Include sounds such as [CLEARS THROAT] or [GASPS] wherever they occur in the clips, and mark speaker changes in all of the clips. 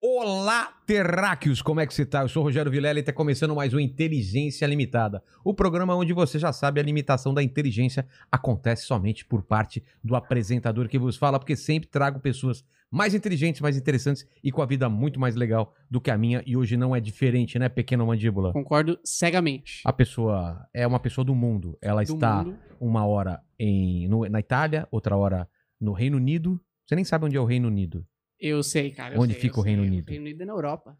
Speaker 1: Olá, terráqueos! Como é que você tá? Eu sou o Rogério Vilela e está começando mais um Inteligência Limitada, o programa onde você já sabe a limitação da inteligência acontece somente por parte do apresentador que vos fala, porque sempre trago pessoas mais inteligentes, mais interessantes e com a vida muito mais legal do que a minha e hoje não é diferente, né, pequeno mandíbula?
Speaker 2: Concordo cegamente.
Speaker 1: A pessoa é uma pessoa do mundo, ela
Speaker 2: Do
Speaker 1: está
Speaker 2: mundo.
Speaker 1: uma hora em, no- na Itália, outra hora no Reino Unido. Você nem sabe onde é o Reino Unido.
Speaker 2: Eu sei, cara. eu
Speaker 1: Onde
Speaker 2: sei,
Speaker 1: fica
Speaker 2: eu
Speaker 1: o Reino
Speaker 2: sei.
Speaker 1: Unido?
Speaker 2: O Reino Unido é na Europa.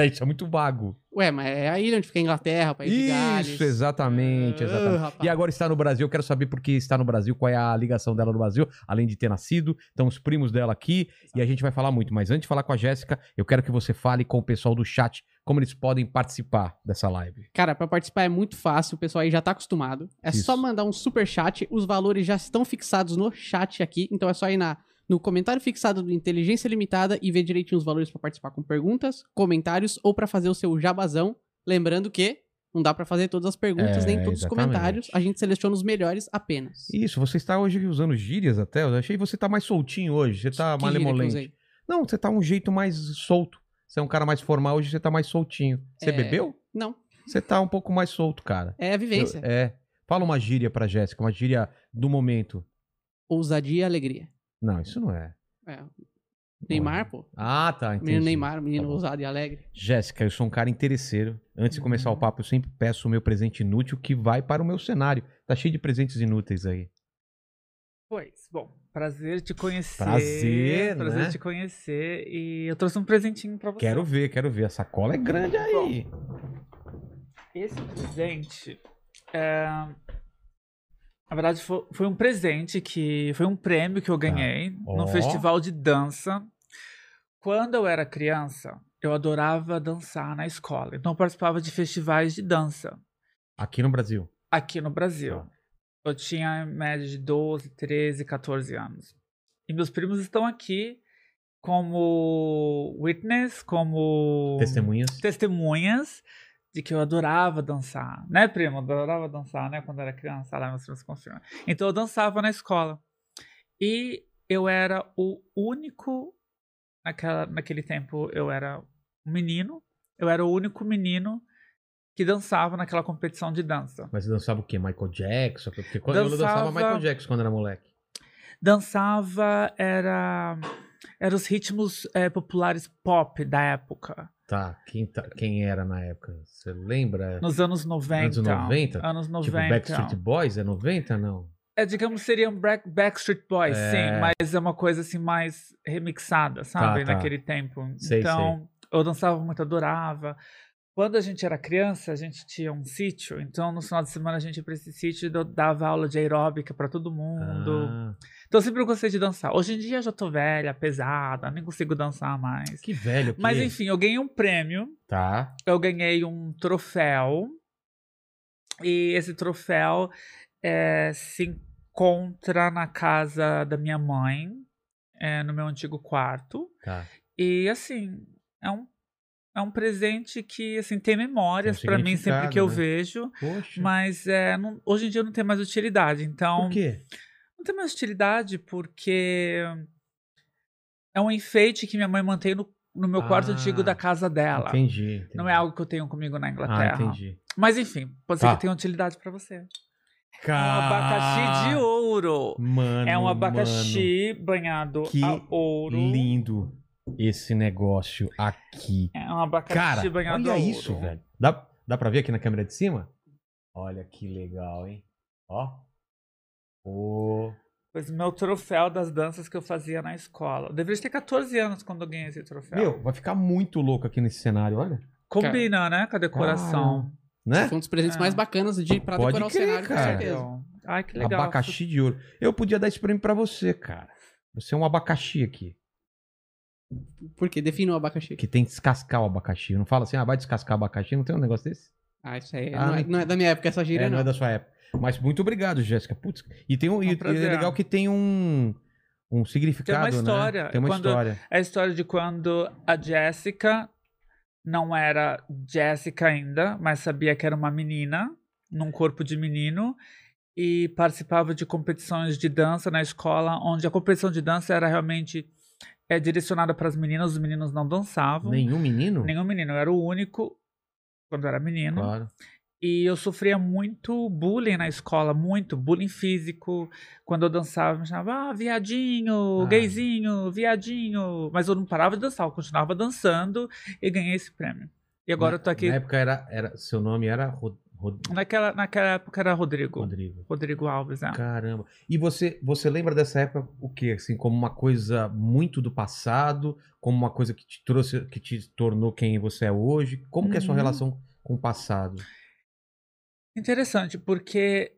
Speaker 1: Isso é muito vago.
Speaker 2: Ué, mas é a ilha onde fica a Inglaterra, o país de Gales.
Speaker 1: Isso, exatamente,
Speaker 2: Ah,
Speaker 1: exatamente.
Speaker 2: rapaz.
Speaker 1: E agora está no Brasil, eu quero saber por que está no Brasil, qual é a ligação dela no Brasil, além de ter nascido. Estão os primos dela aqui e a gente vai falar muito. Mas antes de falar com a Jéssica, eu quero que você fale com o pessoal do chat como eles podem participar dessa live.
Speaker 2: Cara, pra participar é muito fácil, o pessoal aí já tá acostumado. É
Speaker 1: Isso.
Speaker 2: só mandar um super chat, os valores já estão fixados no chat aqui, então é só ir na, no comentário fixado do Inteligência Limitada e ver direitinho os valores pra participar com perguntas, comentários ou pra fazer o seu jabazão. Lembrando que não dá pra fazer todas as perguntas,
Speaker 1: É,
Speaker 2: nem todos os
Speaker 1: exatamente.
Speaker 2: comentários, a gente seleciona os melhores apenas.
Speaker 1: Isso, você está hoje usando gírias até. Eu achei que você está mais soltinho hoje, você está
Speaker 2: Que gíria que eu
Speaker 1: malemolente.
Speaker 2: usei?
Speaker 1: Não, você tá um jeito mais solto. Você é um cara mais formal, hoje você tá mais soltinho. Você
Speaker 2: É.
Speaker 1: bebeu?
Speaker 2: Não,
Speaker 1: Você tá um pouco mais solto, cara.
Speaker 2: é a vivência.
Speaker 1: Eu- é. Fala uma gíria pra Jéssica, uma gíria do momento.
Speaker 2: Ousadia e alegria.
Speaker 1: Não, isso não é.
Speaker 2: É,
Speaker 1: Não é.
Speaker 2: Neymar, pô.
Speaker 1: Ah, tá. Entendi.
Speaker 2: Menino Neymar, menino
Speaker 1: Tá bom.
Speaker 2: ousado e alegre.
Speaker 1: Jéssica, eu sou um cara interesseiro. Antes de começar o papo, eu sempre peço o meu presente inútil que vai para o meu cenário. Tá cheio de presentes inúteis aí.
Speaker 3: Pois, bom, prazer te conhecer.
Speaker 1: Prazer,
Speaker 3: Prazer
Speaker 1: né?
Speaker 3: te conhecer. E eu trouxe um presentinho pra você.
Speaker 1: Quero ver, quero ver. A sacola é grande aí.
Speaker 3: Esse presente. é, Na verdade, fo- foi, um presente que. Foi um prêmio que eu ganhei
Speaker 1: Tá. Ó.
Speaker 3: no festival de dança. Quando eu era criança, eu adorava dançar na escola. Então eu participava de festivais de dança
Speaker 1: Aqui no Brasil.
Speaker 3: aqui no Brasil. Eu tinha em média de 12, 13, 14 anos. E meus primos estão aqui como witness, como
Speaker 1: Testemunhas.
Speaker 3: testemunhas de que eu adorava dançar. Né, primo? Eu Adorava dançar, né? Quando era criança, lá meus primos confirmam. Então eu dançava na escola. E eu era o único. Naquela, naquele tempo eu era um menino. Eu era o único menino que dançava naquela competição de dança.
Speaker 1: Mas você dançava o quê? Michael Jackson? Porque quando eu dançava
Speaker 3: Dançava-
Speaker 1: Michael Jackson quando era moleque.
Speaker 3: dançava era eram os ritmos eh, populares pop da época,
Speaker 1: Tá, quem, tá- quem era na época? Você lembra?
Speaker 3: nos anos 90.
Speaker 1: Anos 90?
Speaker 3: Anos 90.
Speaker 1: Tipo, Backstreet Boys é 90? Não.
Speaker 3: É, digamos, seriam Bra- Backstreet Boys,
Speaker 1: É.
Speaker 3: sim, mas é uma coisa assim mais remixada, sabe?
Speaker 1: tá.
Speaker 3: Naquele tempo.
Speaker 1: Sei,
Speaker 3: então, eu dançava muito, adorava. Quando a gente era criança, a gente tinha um sítio, então no final de semana a gente ia pra esse sítio e eu dava aula de aeróbica pra todo mundo.
Speaker 1: Ah,
Speaker 3: Então eu sempre gostei de dançar. Hoje em dia eu já tô velha, pesada, nem consigo dançar mais.
Speaker 1: que velho que
Speaker 3: Mas
Speaker 1: é.
Speaker 3: enfim, eu ganhei um prêmio,
Speaker 1: Tá.
Speaker 3: eu ganhei um troféu. E esse troféu é, se encontra na casa da minha mãe, é, no meu antigo quarto.
Speaker 1: Tá.
Speaker 3: E assim, é um, é um presente que assim, tem memórias
Speaker 1: Tem
Speaker 3: pra mim sempre que
Speaker 1: significado,
Speaker 3: eu
Speaker 1: né?
Speaker 3: vejo.
Speaker 1: Poxa.
Speaker 3: Mas é, não- hoje em dia não tem mais utilidade. Então,
Speaker 1: Por quê?
Speaker 3: não tem mais utilidade porque é um enfeite que minha mãe mantém no, no meu quarto
Speaker 1: Ah,
Speaker 3: antigo da casa dela.
Speaker 1: Entendi, entendi.
Speaker 3: Não é algo que eu tenho comigo na
Speaker 1: Ah,
Speaker 3: Inglaterra.
Speaker 1: entendi.
Speaker 3: Mas enfim, pode
Speaker 1: Tá.
Speaker 3: ser que tenha utilidade pra você. É um abacaxi de ouro.
Speaker 1: Ah. Mano,
Speaker 3: é um abacaxi banhado
Speaker 1: Que
Speaker 3: a ouro.
Speaker 1: mano, lindo esse negócio aqui.
Speaker 3: É um abacaxi
Speaker 1: Cara,
Speaker 3: banhado a
Speaker 1: olha
Speaker 3: ouro.
Speaker 1: isso, velho. Dá, dá pra ver aqui na câmera de cima? Olha que legal, hein? Ó. Ô.
Speaker 3: Pois meu troféu das danças que eu fazia na escola. Eu deveria ter 14 anos quando eu ganhei esse troféu.
Speaker 1: Meu, vai ficar muito louco aqui nesse cenário, olha.
Speaker 3: Combina, né? Com a decoração.
Speaker 1: Né?
Speaker 2: Foi um dos presentes
Speaker 3: Ah.
Speaker 2: mais bacanas de, pra
Speaker 1: Pode
Speaker 2: decorar o
Speaker 1: crer,
Speaker 2: cenário,
Speaker 1: cara.
Speaker 2: com certeza.
Speaker 3: Entendeu? Ai, que legal.
Speaker 1: Abacaxi de ouro. Eu podia dar esse prêmio pra você, cara. Você é um abacaxi aqui.
Speaker 2: Por quê? Defina o abacaxi.
Speaker 1: Que tem que descascar o abacaxi. Não fala assim, ah, vai descascar o abacaxi. Não tem um negócio desse?
Speaker 2: Ah, isso aí
Speaker 1: Ah,
Speaker 2: não, é,
Speaker 1: não-
Speaker 2: não é da minha época essa gíria,
Speaker 1: É, não
Speaker 2: não.
Speaker 1: é da sua época. Mas muito obrigado, Jéssica. Putz, e tem um, e,
Speaker 3: É um
Speaker 1: e é
Speaker 3: prazer.
Speaker 1: legal que tem um, um significado, né?
Speaker 3: história.
Speaker 1: Tem uma
Speaker 3: Quando-
Speaker 1: história.
Speaker 3: É a história de quando a Jessica não era Jessica ainda, mas sabia que era uma menina, num corpo de menino, e participava de competições de dança na escola, onde a competição de dança era realmente é, direcionada para as meninas, os meninos não dançavam.
Speaker 1: Nenhum menino?
Speaker 3: Nenhum menino, eu era o único quando eu era menino.
Speaker 1: Claro.
Speaker 3: E eu sofria muito bullying na escola, muito bullying físico. Quando eu dançava, me chamava, ah, viadinho,
Speaker 1: Ah.
Speaker 3: gayzinho, viadinho. Mas eu não parava de dançar, eu continuava dançando e ganhei esse prêmio. E agora eu tô aqui.
Speaker 1: Na época era, era seu nome era Ro- Ro-
Speaker 3: Naquela, naquela época era Rodrigo. Rodrigo,
Speaker 1: Rodrigo.
Speaker 3: Alves, né?
Speaker 1: Caramba. E você, você lembra dessa época o quê? Assim, como uma coisa muito do passado, como uma coisa que te trouxe, que te tornou quem você é hoje? Como que é a sua
Speaker 3: Uhum.
Speaker 1: relação com o passado?
Speaker 3: Interessante, porque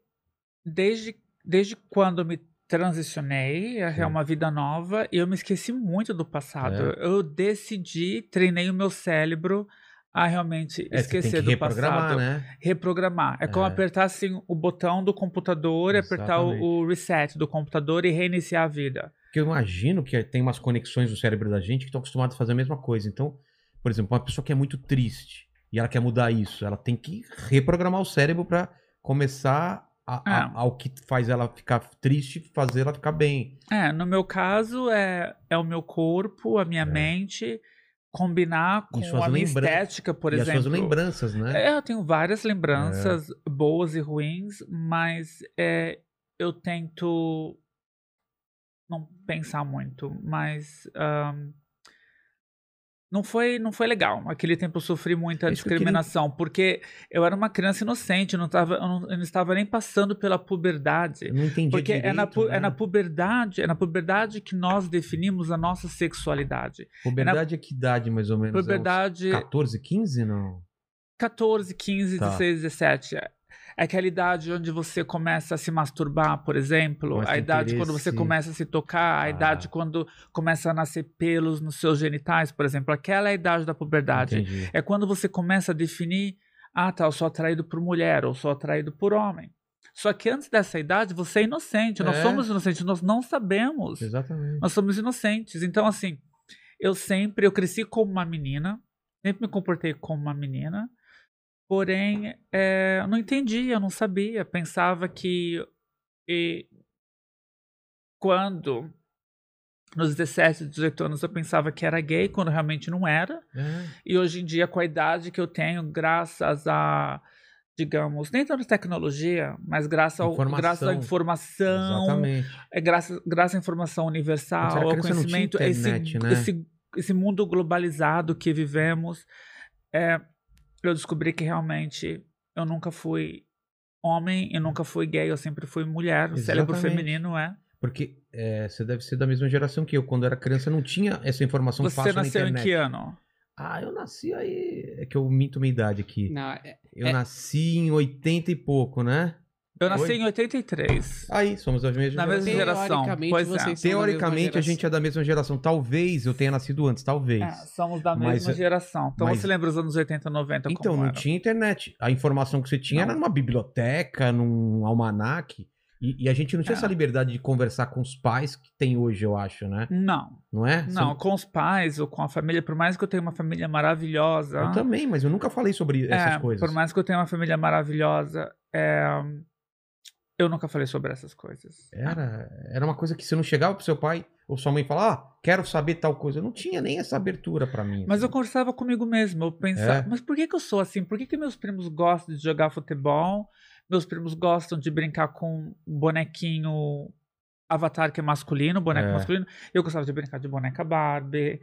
Speaker 3: desde, desde quando eu me transicionei é
Speaker 1: Sim. É.
Speaker 3: uma vida nova, eu me esqueci muito do passado. Eu decidi, treinei o meu cérebro a realmente
Speaker 1: É, você
Speaker 3: esquecer
Speaker 1: tem que
Speaker 3: do
Speaker 1: reprogramar,
Speaker 3: passado.
Speaker 1: né?
Speaker 3: Reprogramar. É como
Speaker 1: É.
Speaker 3: apertar assim, o botão do computador, e apertar o,
Speaker 1: Exatamente.
Speaker 3: o reset do computador e reiniciar a vida.
Speaker 1: Porque eu imagino que tem umas conexões no cérebro da gente que estão acostumados a fazer a mesma coisa. Então, por exemplo, uma pessoa que é muito triste e ela quer mudar isso, ela tem que reprogramar o cérebro para começar a- a-
Speaker 3: É.
Speaker 1: ao que faz ela ficar triste, fazer ela ficar bem.
Speaker 3: É, no meu caso, é, é o meu corpo, a minha
Speaker 1: É.
Speaker 3: mente, combinar com
Speaker 1: suas
Speaker 3: a minha
Speaker 1: lembran-
Speaker 3: estética, por
Speaker 1: e
Speaker 3: exemplo.
Speaker 1: as suas lembranças, né?
Speaker 3: É, eu tenho várias lembranças boas e ruins, mas é, eu tento não pensar muito, mas ahn, não foi não foi legal. Aquele tempo eu sofri muita
Speaker 1: É isso que eu queria-
Speaker 3: discriminação, porque eu era uma criança inocente, eu não tava, eu não, eu não estava nem passando pela puberdade.
Speaker 1: Eu não entendi
Speaker 3: Porque é, na, pu-
Speaker 1: direito,
Speaker 3: é na
Speaker 1: né?
Speaker 3: puberdade, é na puberdade que nós definimos a nossa sexualidade.
Speaker 1: Puberdade é que idade, mais ou menos? É uns
Speaker 3: Puberdade
Speaker 1: 14, 15, não?
Speaker 3: 14, 15,
Speaker 1: Tá.
Speaker 3: 16, 17. É aquela idade onde você começa a se masturbar, por exemplo.
Speaker 1: Começa a
Speaker 3: a idade quando
Speaker 1: interesse.
Speaker 3: você começa a se tocar. A
Speaker 1: Ah.
Speaker 3: idade quando começa a nascer pelos nos seus genitais, por exemplo. Aquela é a idade da puberdade.
Speaker 1: Entendi.
Speaker 3: É quando você começa a definir: ah, tá, eu sou atraído por mulher ou sou atraído por homem. Só que antes dessa idade, você é inocente. Nós
Speaker 1: É.
Speaker 3: somos inocentes, nós não sabemos.
Speaker 1: Exatamente.
Speaker 3: Nós somos inocentes. Então, assim, eu sempre, eu cresci como uma menina, sempre me comportei como uma menina, porém, é, eu não entendia, eu não sabia, pensava que e, quando, nos 17, 18 anos, eu pensava que era gay, quando realmente não era,
Speaker 1: É.
Speaker 3: e hoje em dia, com a idade que eu tenho, graças a digamos, nem tanto tecnologia, mas graças, ao,
Speaker 1: Informação.
Speaker 3: graças à informação,
Speaker 1: Exatamente.
Speaker 3: é graças, graças à informação
Speaker 1: Quando você era
Speaker 3: universal, ao
Speaker 1: criança, não tinha
Speaker 3: conhecimento,
Speaker 1: internet,
Speaker 3: esse,
Speaker 1: né?
Speaker 3: esse, esse mundo globalizado que vivemos, é, eu descobri que realmente eu nunca fui homem, eu nunca fui gay, eu sempre fui mulher, o cérebro
Speaker 1: Exatamente.
Speaker 3: feminino é.
Speaker 1: Porque é, você deve ser da mesma geração que eu. Quando eu era criança, não tinha essa informação
Speaker 3: Você
Speaker 1: fácil
Speaker 3: nasceu
Speaker 1: na
Speaker 3: em
Speaker 1: internet.
Speaker 3: que ano?
Speaker 1: Ah, eu nasci aí. É que eu minto minha idade aqui.
Speaker 2: Não, é-
Speaker 1: Eu
Speaker 2: É.
Speaker 1: nasci em 80 e pouco, né?
Speaker 3: Eu nasci
Speaker 1: Oi?
Speaker 3: em 83.
Speaker 1: Aí, somos da mesma
Speaker 3: Na mesma
Speaker 1: geração.
Speaker 3: geração. pois é.
Speaker 2: vocês são da mesma
Speaker 1: Teoricamente, a
Speaker 2: geração.
Speaker 1: gente é da mesma geração. Talvez eu tenha nascido antes, talvez.
Speaker 3: É, somos da
Speaker 1: Mas-
Speaker 3: mesma geração. Então
Speaker 1: mas-
Speaker 3: você lembra os anos 80, 90 como
Speaker 1: Então, não
Speaker 3: era?
Speaker 1: tinha internet. A informação que você tinha
Speaker 3: Não.
Speaker 1: era numa biblioteca, num almanaque. E, e a gente não tinha
Speaker 3: É.
Speaker 1: essa liberdade de conversar com os pais que tem hoje, eu acho, né?
Speaker 3: Não,
Speaker 1: Não é? Você
Speaker 3: não, com os pais ou com a família, por mais que eu tenha uma família maravilhosa,
Speaker 1: Eu também, mas eu nunca falei sobre essas
Speaker 3: tá. É,
Speaker 1: coisas.
Speaker 3: Por mais que eu tenha uma família maravilhosa, é, eu nunca falei sobre essas coisas.
Speaker 1: Era, era uma coisa que você não chegava pro seu pai ou sua mãe e falava, ah, quero saber tal coisa. Eu não tinha nem essa abertura pra mim.
Speaker 3: Mas eu
Speaker 1: assim.
Speaker 3: conversava comigo mesmo, eu pensava,
Speaker 1: É.
Speaker 3: mas por que, que eu sou assim? Por que, que meus primos gostam de jogar futebol? Meus primos gostam de brincar com um bonequinho avatar que é masculino, boneco
Speaker 1: É.
Speaker 3: masculino. Eu gostava de brincar de boneca Barbie,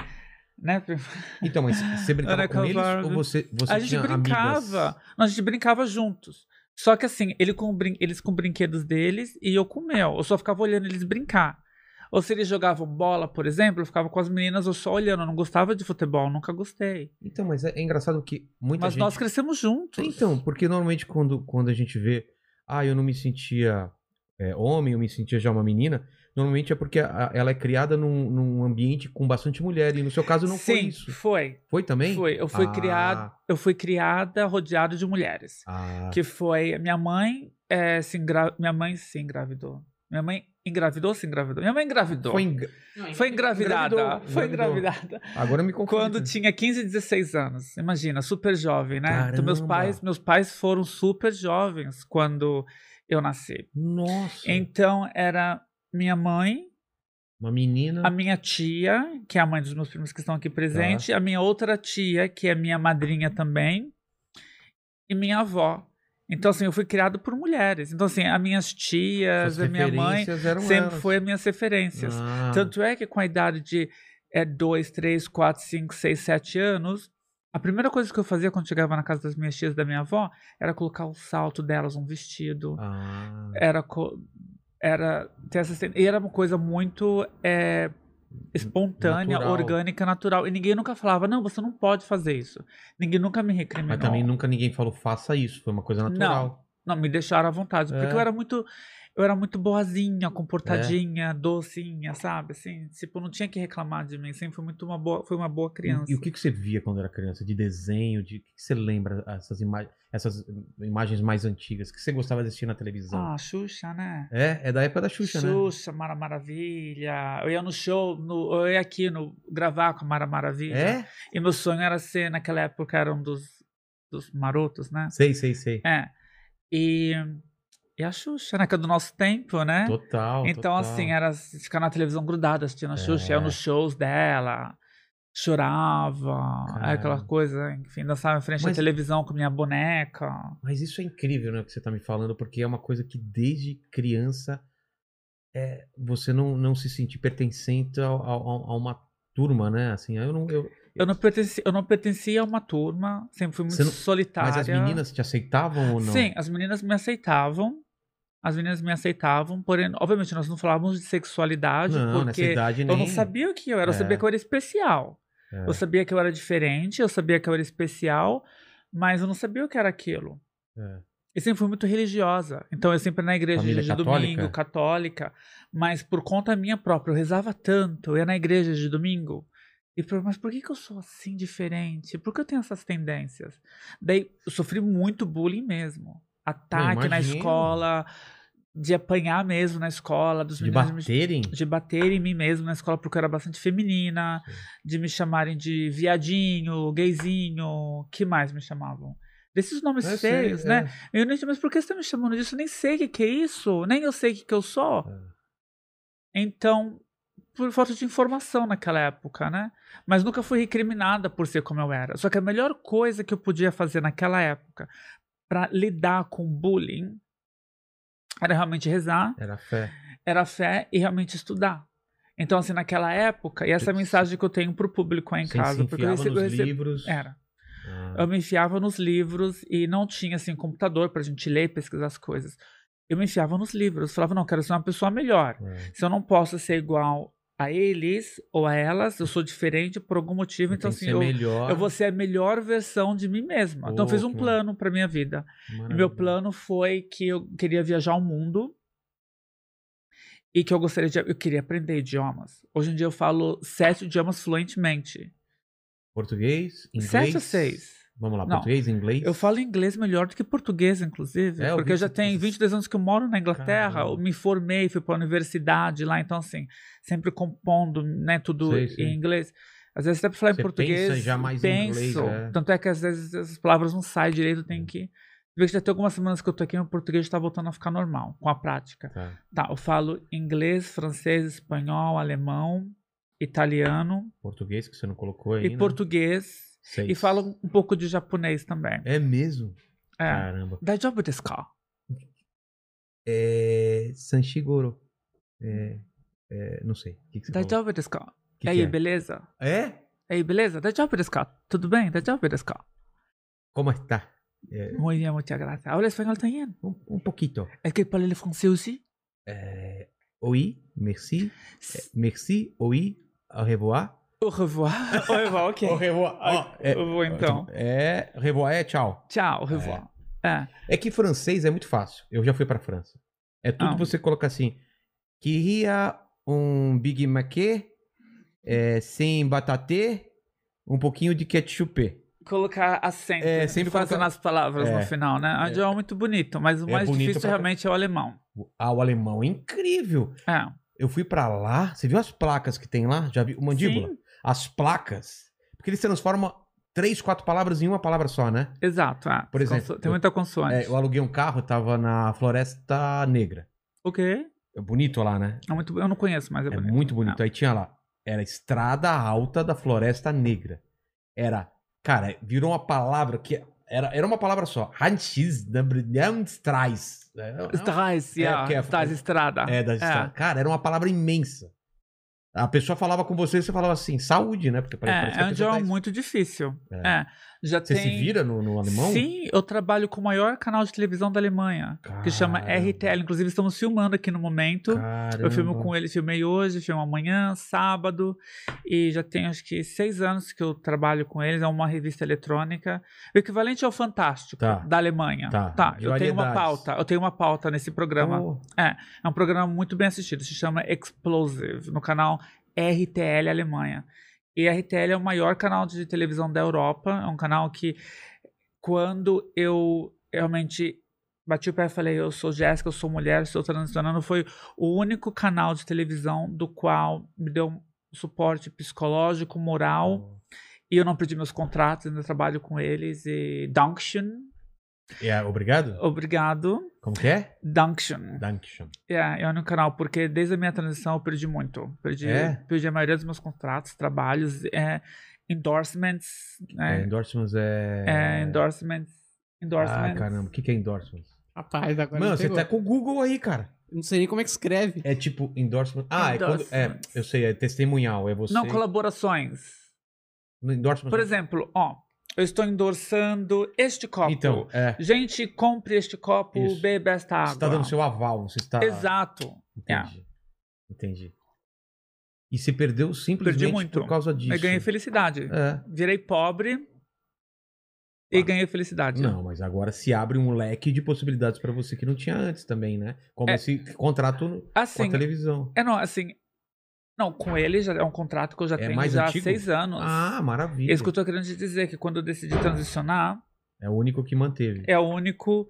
Speaker 3: né? primo?
Speaker 1: Então, mas
Speaker 3: [LAUGHS]
Speaker 1: você brincava
Speaker 3: Era
Speaker 1: com eles
Speaker 3: covarde.
Speaker 1: ou você, você
Speaker 3: a gente
Speaker 1: tinha
Speaker 3: brincava.
Speaker 1: assim, amigas?
Speaker 3: Não, a gente brincava juntos. Só que assim, ele com brin- eles com brinquedos deles e eu com o meu. Eu só ficava olhando eles brincar. Ou se eles jogavam bola, por exemplo, eu ficava com as meninas, eu só olhando. Eu não gostava de futebol, nunca gostei.
Speaker 1: Então, mas é, é engraçado que muita
Speaker 3: Mas
Speaker 1: gente...
Speaker 3: nós crescemos juntos.
Speaker 1: [LAUGHS] Então, porque normalmente quando, quando a gente vê, ah, eu não me sentia é, homem, eu me sentia já uma menina, Normalmente é porque a- ela é criada num, num ambiente com bastante mulher. E no seu caso não foi
Speaker 3: Sim,
Speaker 1: isso.
Speaker 3: foi.
Speaker 1: Foi também?
Speaker 3: Foi. Eu fui,
Speaker 1: Ah.
Speaker 3: criado, eu fui criada rodeado de mulheres.
Speaker 1: Ah,
Speaker 3: Que foi. Minha mãe é, se engra... Minha mãe se engravidou. Minha mãe engravidou ou se engravidou? Minha mãe engravidou.
Speaker 1: foi enga-
Speaker 3: Foi engravidada.
Speaker 1: Engravidou,
Speaker 3: Foi
Speaker 1: engravidou.
Speaker 3: engravidada.
Speaker 1: Agora me confundi.
Speaker 3: Quando tinha 15, 16 anos. Imagina, super jovem, né? Então, meus
Speaker 1: Caramba.
Speaker 3: pais, meus pais foram super jovens quando eu nasci.
Speaker 1: Nossa,
Speaker 3: Então, era minha mãe,
Speaker 1: uma
Speaker 3: a
Speaker 1: menina.
Speaker 3: minha tia, que é a mãe dos meus primos que estão aqui presente,
Speaker 1: Tá.
Speaker 3: a minha outra tia, que é minha madrinha também, e minha avó. Então, assim, eu fui criado por mulheres. Então, assim, as minhas tias,
Speaker 1: Suas
Speaker 3: a minha mãe,
Speaker 1: referências eram
Speaker 3: sempre
Speaker 1: elas.
Speaker 3: foi as minhas referências.
Speaker 1: Ah,
Speaker 3: Tanto é que com a idade de é, 2, 3, 4, 5, 6, 7 anos, a primeira coisa que eu fazia quando chegava na casa das minhas tias e da minha avó era colocar o salto delas, um vestido.
Speaker 1: ah,
Speaker 3: Era, co- era ter essa sen- E era uma coisa muito é, espontânea,
Speaker 1: Natural.
Speaker 3: orgânica, natural. E ninguém nunca falava, não, você não pode fazer isso. Ninguém nunca me recriminou.
Speaker 1: Mas também nunca ninguém falou faça isso. Foi uma coisa natural.
Speaker 3: Não, me deixaram à vontade, porque
Speaker 1: É.
Speaker 3: eu era muito. Eu era muito boazinha, comportadinha, docinha, sabe? Assim, tipo, não tinha que reclamar de mim. Sempre fui muito uma boa, fui uma boa criança.
Speaker 1: E, e o que, que você via quando era criança? De desenho? De o que, que você lembra? Essas, ima- essas imagens mais antigas que você gostava de assistir na televisão?
Speaker 3: Ah, Xuxa, né?
Speaker 1: É, é da época da Xuxa, né?
Speaker 3: Mara Maravilha. Eu ia no show, no, eu ia aqui no gravar com a Mara Maravilha.
Speaker 1: É?
Speaker 3: E meu sonho era ser, naquela época, era um dos, dos marotos, né?
Speaker 1: Sei, sei, sei.
Speaker 3: É. E, e a Xuxa, né? Que é do nosso tempo, né?
Speaker 1: Total.
Speaker 3: então,
Speaker 1: total.
Speaker 3: assim, era ficar na televisão grudada assistindo a Xuxa. Eu
Speaker 1: É.
Speaker 3: nos shows dela, chorava,
Speaker 1: Caramba.
Speaker 3: era aquela coisa, enfim, dançava em frente à
Speaker 1: Mas-
Speaker 3: televisão com minha boneca.
Speaker 1: Mas isso é incrível, né, que você tá me falando, porque é uma coisa que desde criança é, você não, não se sentir pertencente ao- ao- ao- a, uma turma, né? Assim, eu não. Eu,
Speaker 3: Eu não, pertencia, eu não pertencia a uma turma, sempre fui muito
Speaker 1: Você não-
Speaker 3: solitária.
Speaker 1: mas as meninas te aceitavam ou não?
Speaker 3: Sim, as meninas me aceitavam. As meninas me aceitavam, porém, obviamente, nós não falávamos de sexualidade,
Speaker 1: não, né, nessa
Speaker 3: porque
Speaker 1: idade nem.
Speaker 3: eu não sabia o que eu era, eu
Speaker 1: É.
Speaker 3: sabia que eu era especial.
Speaker 1: É.
Speaker 3: Eu sabia que eu era diferente, eu sabia que eu era especial, mas eu não sabia o que era aquilo.
Speaker 1: É.
Speaker 3: E sempre fui muito religiosa. Então eu sempre ia na igreja
Speaker 1: Família
Speaker 3: de
Speaker 1: católica?
Speaker 3: domingo, católica, mas por conta minha própria, eu rezava tanto, eu ia na igreja de domingo. E falei, mas por que, que eu sou assim diferente? Por que eu tenho essas tendências? Daí eu sofri muito bullying mesmo. Ataque na
Speaker 1: imagino.
Speaker 3: escola, de apanhar mesmo na escola, dos
Speaker 1: De
Speaker 3: meninos me
Speaker 1: baterem?
Speaker 3: né? de bater em mim mesmo na escola porque eu era bastante feminina, de me chamarem de viadinho, gayzinho, que mais me chamavam? Desses nomes
Speaker 1: Eu sei,
Speaker 3: feios,
Speaker 1: é.
Speaker 3: né? Eu nem mas por que você tá me chamando disso? Eu nem sei o que, que é isso, nem eu sei o que, que eu sou.
Speaker 1: É.
Speaker 3: Então, por falta de informação naquela época, né? Mas nunca fui recriminada por ser como eu era. Só que a melhor coisa que eu podia fazer naquela época para lidar com bullying era realmente rezar
Speaker 1: Era fé.
Speaker 3: era a fé e realmente estudar. Então, assim, naquela época, e essa é a
Speaker 1: Putz.
Speaker 3: mensagem que eu tenho pro público aí em
Speaker 1: Você se
Speaker 3: casa, porque eu
Speaker 1: enfiava
Speaker 3: recebo,
Speaker 1: nos
Speaker 3: eu É. recebo-
Speaker 1: livros.
Speaker 3: Era.
Speaker 1: Ah,
Speaker 3: Eu me enfiava nos livros e não tinha, assim, computador pra gente ler e pesquisar as coisas. Eu me enfiava nos livros. Falava, não, eu quero ser uma pessoa melhor.
Speaker 1: é.
Speaker 3: Se eu não posso ser igual a eles ou a elas, eu sou diferente por algum motivo, então,
Speaker 1: Tem que
Speaker 3: assim,
Speaker 1: ser
Speaker 3: eu,
Speaker 1: melhor.
Speaker 3: eu vou ser a melhor versão de mim mesma. então, eu
Speaker 1: Pô,
Speaker 3: fiz um
Speaker 1: que
Speaker 3: plano pra minha vida. E
Speaker 1: Maravilha.
Speaker 3: Meu plano foi que eu queria viajar ao mundo e que eu gostaria de. Eu queria aprender idiomas. Hoje em dia eu falo sete idiomas fluentemente.
Speaker 1: Português, inglês.
Speaker 3: Sete ou seis?
Speaker 1: Vamos lá,
Speaker 3: Não.
Speaker 1: português, inglês.
Speaker 3: Eu falo inglês melhor do que português, inclusive.
Speaker 1: É, eu
Speaker 3: porque
Speaker 1: vi
Speaker 3: eu já
Speaker 1: que-
Speaker 3: tenho 22 anos que eu moro na Inglaterra,
Speaker 1: Caramba.
Speaker 3: eu me formei, fui pra universidade lá, então assim, sempre compondo, né, tudo
Speaker 1: Sei, sei.
Speaker 3: em inglês. Às vezes até pra falar
Speaker 1: Você
Speaker 3: em português.
Speaker 1: pensa já mais em
Speaker 3: penso.
Speaker 1: inglês, é.
Speaker 3: Tanto é que às vezes essas palavras não saem direito, eu tenho que. Vê que já tem algumas semanas que eu tô aqui, meu português tá voltando a ficar normal, com a prática.
Speaker 1: Tá.
Speaker 3: Tá, eu falo inglês, francês, espanhol, alemão, italiano
Speaker 1: Português que você não colocou aí.
Speaker 3: e português. E falo um pouco de japonês também.
Speaker 1: É mesmo?
Speaker 3: É.
Speaker 1: Caramba.
Speaker 3: Dá job desu ka?
Speaker 1: É. Sanshigoro. É. é, não sei. O que, que você
Speaker 3: Dá
Speaker 1: falou?
Speaker 3: job desu ka?
Speaker 1: Que que
Speaker 3: E aí,
Speaker 1: é?
Speaker 3: beleza?
Speaker 1: É?
Speaker 3: E aí, beleza? Dá job desu ka? Tudo bem? Dá job desu ka?
Speaker 1: Como está? É,
Speaker 3: Muy bien, muchas gracias. Habla espanhol también.
Speaker 1: um, um pouquinho.
Speaker 3: Es que parle francés aussi.
Speaker 1: É, oi, merci. É, merci, oi, au revoir.
Speaker 3: Au revoir. Au revoir, ok.
Speaker 1: revoir.
Speaker 3: Ó, eu vou então.
Speaker 1: É, au revoir é tchau.
Speaker 3: Tchau, au revoir. É.
Speaker 1: É que francês é muito fácil. Eu já fui pra França. É tudo
Speaker 3: Ah.
Speaker 1: você coloca assim. Queria um Big Mac, é, sem batatê, um pouquinho de ketchup.
Speaker 3: Colocar acento.
Speaker 1: É,
Speaker 3: É,
Speaker 1: sempre
Speaker 3: sempre fazendo
Speaker 1: colocar-
Speaker 3: as palavras
Speaker 1: É.
Speaker 3: no final, né? É. é muito bonito, mas o
Speaker 1: É
Speaker 3: mais
Speaker 1: bonito
Speaker 3: difícil
Speaker 1: pra-
Speaker 3: realmente é o alemão.
Speaker 1: Ah, o alemão é incrível.
Speaker 3: É.
Speaker 1: Eu fui pra lá, você viu as placas que tem lá? Já viu? Mandíbula?
Speaker 3: Sim,
Speaker 1: As placas. Porque eles transformam três, quatro palavras em uma palavra só, né?
Speaker 3: exato. é.
Speaker 1: Por exemplo,
Speaker 3: Conso- tem
Speaker 1: eu-
Speaker 3: muita consoante.
Speaker 1: É, eu aluguei um carro, tava na Floresta Negra.
Speaker 3: Ok.
Speaker 1: É bonito lá, né?
Speaker 3: É muito... Eu não conheço, mas é,
Speaker 1: É
Speaker 3: bonito.
Speaker 1: muito bonito.
Speaker 3: É.
Speaker 1: Aí tinha lá, era Estrada Alta da Floresta Negra. Era, cara, virou uma palavra que era, era uma palavra só. Hanschisdabrilhamstreis. É,
Speaker 3: Straß,
Speaker 1: É,
Speaker 3: yeah.
Speaker 1: porque é-
Speaker 3: Straß, estrada.
Speaker 1: é, da estrada. Cara, era uma palavra imensa. A pessoa falava com você e você falava assim, saúde, né? Porque parece, parece
Speaker 3: É,
Speaker 1: que
Speaker 3: é
Speaker 1: a
Speaker 3: um
Speaker 1: pessoa
Speaker 3: idioma
Speaker 1: tá-
Speaker 3: muito difícil.
Speaker 1: É.
Speaker 3: É. Já
Speaker 1: Você
Speaker 3: tem...
Speaker 1: se vira no, no alemão?
Speaker 3: Sim, eu trabalho com o maior canal de televisão da Alemanha, que chama
Speaker 1: Caramba.
Speaker 3: RTL. Inclusive, estamos filmando aqui no momento. Eu filmo com ele, filmei hoje, filmo amanhã, sábado. E já tem acho que seis anos que eu trabalho com eles. É uma revista eletrônica. O equivalente ao Fantástico,
Speaker 1: Tá.
Speaker 3: da Alemanha.
Speaker 1: Tá, de
Speaker 3: eu tenho uma
Speaker 1: variedades.
Speaker 3: pauta. Eu tenho uma pauta nesse programa.
Speaker 1: Oh,
Speaker 3: É um programa muito bem assistido, se chama Explosive, no canal RTL Alemanha. E a RTL é o maior canal de televisão da Europa, é um canal que quando eu realmente bati o pé e falei, eu sou Jéssica, eu sou mulher, estou transicionando, foi o único canal de televisão do qual me deu um suporte psicológico, moral, e eu não perdi meus contratos, ainda trabalho com eles, e Dankeschön,
Speaker 1: é, obrigado?
Speaker 3: obrigado,
Speaker 1: Como que é?
Speaker 3: Dankeschön.
Speaker 1: Dankeschön.
Speaker 3: É, eu no canal, porque desde a minha transição eu perdi muito. Perdi,
Speaker 1: É?
Speaker 3: perdi a maioria dos meus contratos, trabalhos, é, endorsements,
Speaker 1: É,
Speaker 3: né?
Speaker 1: endorsements é...
Speaker 3: É, endorsements, endorsements.
Speaker 1: Ah, caramba, o que, que é endorsement?
Speaker 2: Rapaz, agora
Speaker 1: Mano,
Speaker 2: não,
Speaker 1: você
Speaker 2: pegou.
Speaker 1: tá com o Google aí, cara.
Speaker 2: não sei nem como é que escreve.
Speaker 1: É tipo endorsement. Ah, é quando. É,
Speaker 3: Endorsement.
Speaker 1: eu sei, é testemunhal. É você. Uhum.
Speaker 3: Não colaborações.
Speaker 1: No endorsement.
Speaker 3: Por exemplo, ó, eu estou endorsando este copo.
Speaker 1: Então, é.
Speaker 3: Gente, compre este copo,
Speaker 1: Isso.
Speaker 3: beba esta água.
Speaker 1: Você tá dando seu aval, você está.
Speaker 3: Exato.
Speaker 1: Entendi. Entendi. E você perdeu simplesmente
Speaker 3: Perdi muito.
Speaker 1: por causa disso.
Speaker 3: Eu ganhei felicidade.
Speaker 1: É.
Speaker 3: Virei pobre e
Speaker 1: Ah.
Speaker 3: ganhei felicidade.
Speaker 1: Não, mas agora se abre um leque de possibilidades pra você que não tinha antes também, né? Como
Speaker 3: É.
Speaker 1: esse contrato no- com a
Speaker 3: Assim,
Speaker 1: televisão.
Speaker 3: É, não, assim. Não, com ele já é um contrato que eu já
Speaker 1: É
Speaker 3: tenho
Speaker 1: mais
Speaker 3: já
Speaker 1: antigo?
Speaker 3: há seis anos.
Speaker 1: Ah, maravilha.
Speaker 3: é isso que eu tô querendo te dizer, que quando eu decidi transicionar,
Speaker 1: É o único que manteve.
Speaker 3: é o único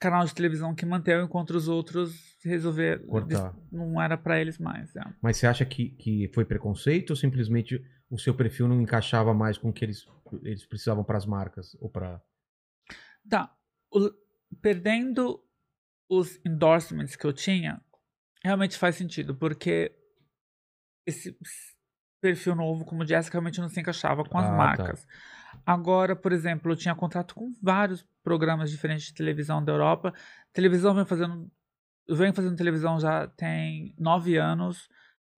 Speaker 3: canal de televisão que manteve, enquanto os outros resolveram.
Speaker 1: Cortar.
Speaker 3: Não era pra eles mais. É.
Speaker 1: Mas você acha que, que foi preconceito ou simplesmente o seu perfil não encaixava mais com o que eles, eles precisavam para as marcas? Ou para.
Speaker 3: Tá. o- perdendo os endorsements que eu tinha, realmente faz sentido, porque esse perfil novo como Jessica realmente não se encaixava com as
Speaker 1: Ah, tá.
Speaker 3: marcas. Agora, por exemplo, eu tinha contrato com vários programas diferentes de televisão da Europa. Televisão vem fazendo. Eu venho fazendo televisão já tem nove anos.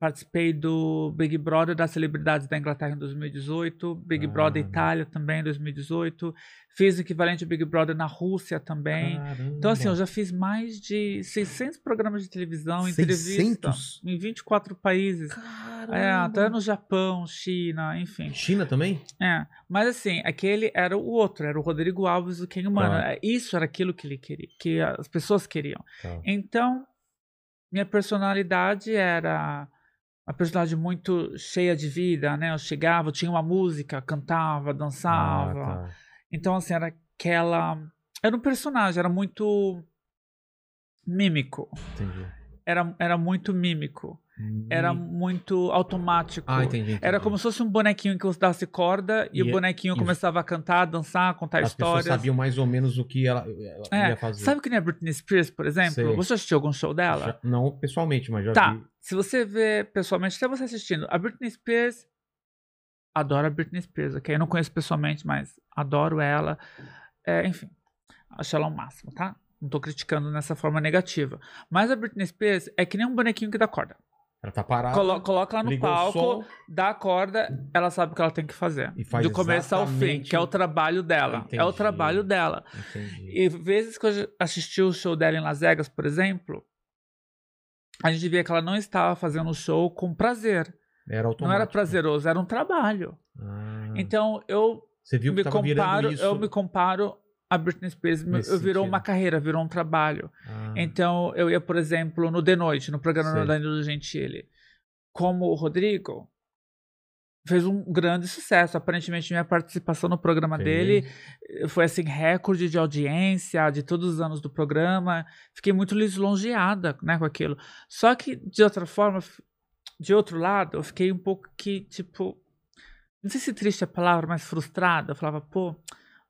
Speaker 3: Participei do Big Brother das celebridades da Inglaterra em 2018, Big
Speaker 1: Ah.
Speaker 3: Brother Itália também em 2018, fiz o equivalente ao Big Brother na Rússia também. Então, assim, eu já fiz mais de 600 programas de televisão, entrevistas
Speaker 1: 600?
Speaker 3: em 24 países. É, até no Japão, China, enfim.
Speaker 1: China também?
Speaker 3: É, mas assim, aquele era o outro, era o Rodrigo Alves, o Ken Humano.
Speaker 1: Claro.
Speaker 3: É, Isso era aquilo que ele queria, que as pessoas queriam.
Speaker 1: Tá.
Speaker 3: Então, minha personalidade era uma personalidade muito cheia de vida, né? Eu chegava, eu tinha uma música, cantava, dançava.
Speaker 1: Ah, tá.
Speaker 3: Então, assim, era aquela. Era um personagem, era muito mímico.
Speaker 1: Entendi. Hum.
Speaker 3: Era, era muito mímico. Era muito automático.
Speaker 1: Ah, entendi. entendi.
Speaker 3: Era como se fosse um bonequinho que você dasse corda e,
Speaker 1: E-
Speaker 3: o bonequinho
Speaker 1: e-
Speaker 3: começava a cantar, dançar, contar
Speaker 1: as pessoas
Speaker 3: histórias.
Speaker 1: sabiam mais ou menos o que ela, ela
Speaker 3: É,
Speaker 1: ia fazer.
Speaker 3: Sabe que nem a Britney Spears, por exemplo?
Speaker 1: Sei.
Speaker 3: Você assistiu algum show dela?
Speaker 1: Já- não pessoalmente, mas já
Speaker 3: Tá.
Speaker 1: vi.
Speaker 3: Se você vê pessoalmente, até você assistindo, a Britney Spears. Adoro a Britney Spears, ok? Eu não conheço pessoalmente, mas adoro ela. É, enfim, acho ela o máximo, tá? Não tô criticando nessa forma negativa. Mas a Britney Spears é que nem um bonequinho que dá corda.
Speaker 1: Ela tá parada.
Speaker 3: Colo- coloca ela no
Speaker 1: ligou
Speaker 3: palco,
Speaker 1: o som.
Speaker 3: dá a corda, ela sabe o que ela tem que fazer.
Speaker 1: E faz
Speaker 3: de começo ao fim,
Speaker 1: exatamente-
Speaker 3: que é o trabalho dela. É o
Speaker 1: Entendi.
Speaker 3: trabalho dela.
Speaker 1: Entendi.
Speaker 3: E vezes que eu já assisti o show dela em Las Vegas, por exemplo, a gente via que ela não estava fazendo o show com prazer.
Speaker 1: Era automático.
Speaker 3: Não era prazeroso, era um trabalho.
Speaker 1: Ah.
Speaker 3: Então eu
Speaker 1: Você viu que
Speaker 3: me
Speaker 1: tava virando
Speaker 3: comparo,
Speaker 1: isso.
Speaker 3: eu me comparo a Britney Spears me-
Speaker 1: Nesse
Speaker 3: virou
Speaker 1: sentido.
Speaker 3: uma carreira, virou um trabalho.
Speaker 1: Ah,
Speaker 3: Então, eu ia, por exemplo, no The Noite, no programa
Speaker 1: Sei.
Speaker 3: do Danilo Gentili. Como o Rodrigo fez um grande sucesso. Aparentemente, minha participação no programa
Speaker 1: fez.
Speaker 3: dele foi assim recorde de audiência de todos os anos do programa. Fiquei muito lisonjeada, né, com aquilo. Só que de outra forma, f- de outro lado, eu fiquei um pouco que tipo, não sei se triste é a palavra, mas frustrada. Eu falava, pô,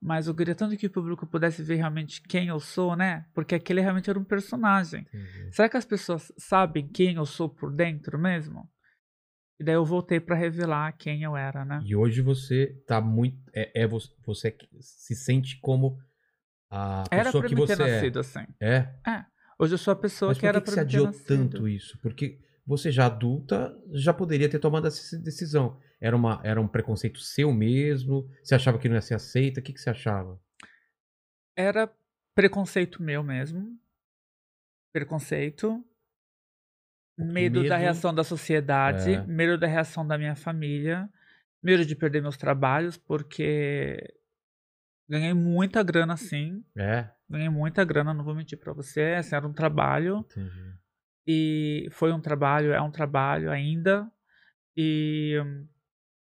Speaker 3: mas eu queria tanto que o público pudesse ver realmente quem eu sou, né? Porque aquele realmente era um personagem.
Speaker 1: Entendi.
Speaker 3: Será que as pessoas sabem quem eu sou por dentro mesmo? E daí eu voltei pra revelar quem eu era, né?
Speaker 1: E hoje você tá muito. É, é vo- você que se sente como a
Speaker 3: Era
Speaker 1: pessoa
Speaker 3: pra
Speaker 1: que
Speaker 3: mim ter
Speaker 1: você é.
Speaker 3: nascido assim.
Speaker 1: É.
Speaker 3: Hoje eu sou a pessoa
Speaker 1: Mas
Speaker 3: que
Speaker 1: por
Speaker 3: era
Speaker 1: que, que você
Speaker 3: pra mim ter
Speaker 1: adiou
Speaker 3: nascido.
Speaker 1: tanto isso? Porque você já adulta já poderia ter tomado essa decisão. Era, uma, era um preconceito seu mesmo? Você achava que não ia ser aceita? O que, que você achava?
Speaker 3: Era preconceito meu mesmo. Preconceito. Medo,
Speaker 1: medo-
Speaker 3: da reação da sociedade,
Speaker 1: É.
Speaker 3: medo da reação da minha família, medo de perder meus trabalhos, porque ganhei muita grana assim.
Speaker 1: É?
Speaker 3: Ganhei muita grana, não vou mentir pra você. Assim, era um trabalho.
Speaker 1: Entendi.
Speaker 3: E foi um trabalho, é um trabalho ainda. E hum,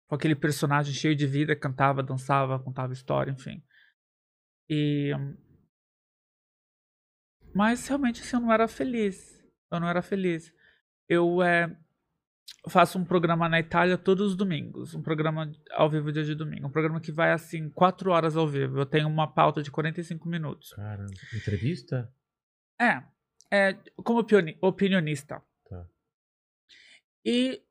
Speaker 3: com aquele personagem cheio de vida, cantava, dançava, contava história, enfim. E. hum, Mas realmente assim, eu não era feliz. Eu não era feliz. Eu é, faço um programa na Itália todos os domingos. Um programa ao vivo dia de domingo. Um programa que vai assim, quatro horas ao vivo. Eu tenho uma pauta de 45 minutos.
Speaker 1: Caramba. Entrevista?
Speaker 3: É, é como opioni- opinionista.
Speaker 1: Tá.
Speaker 3: E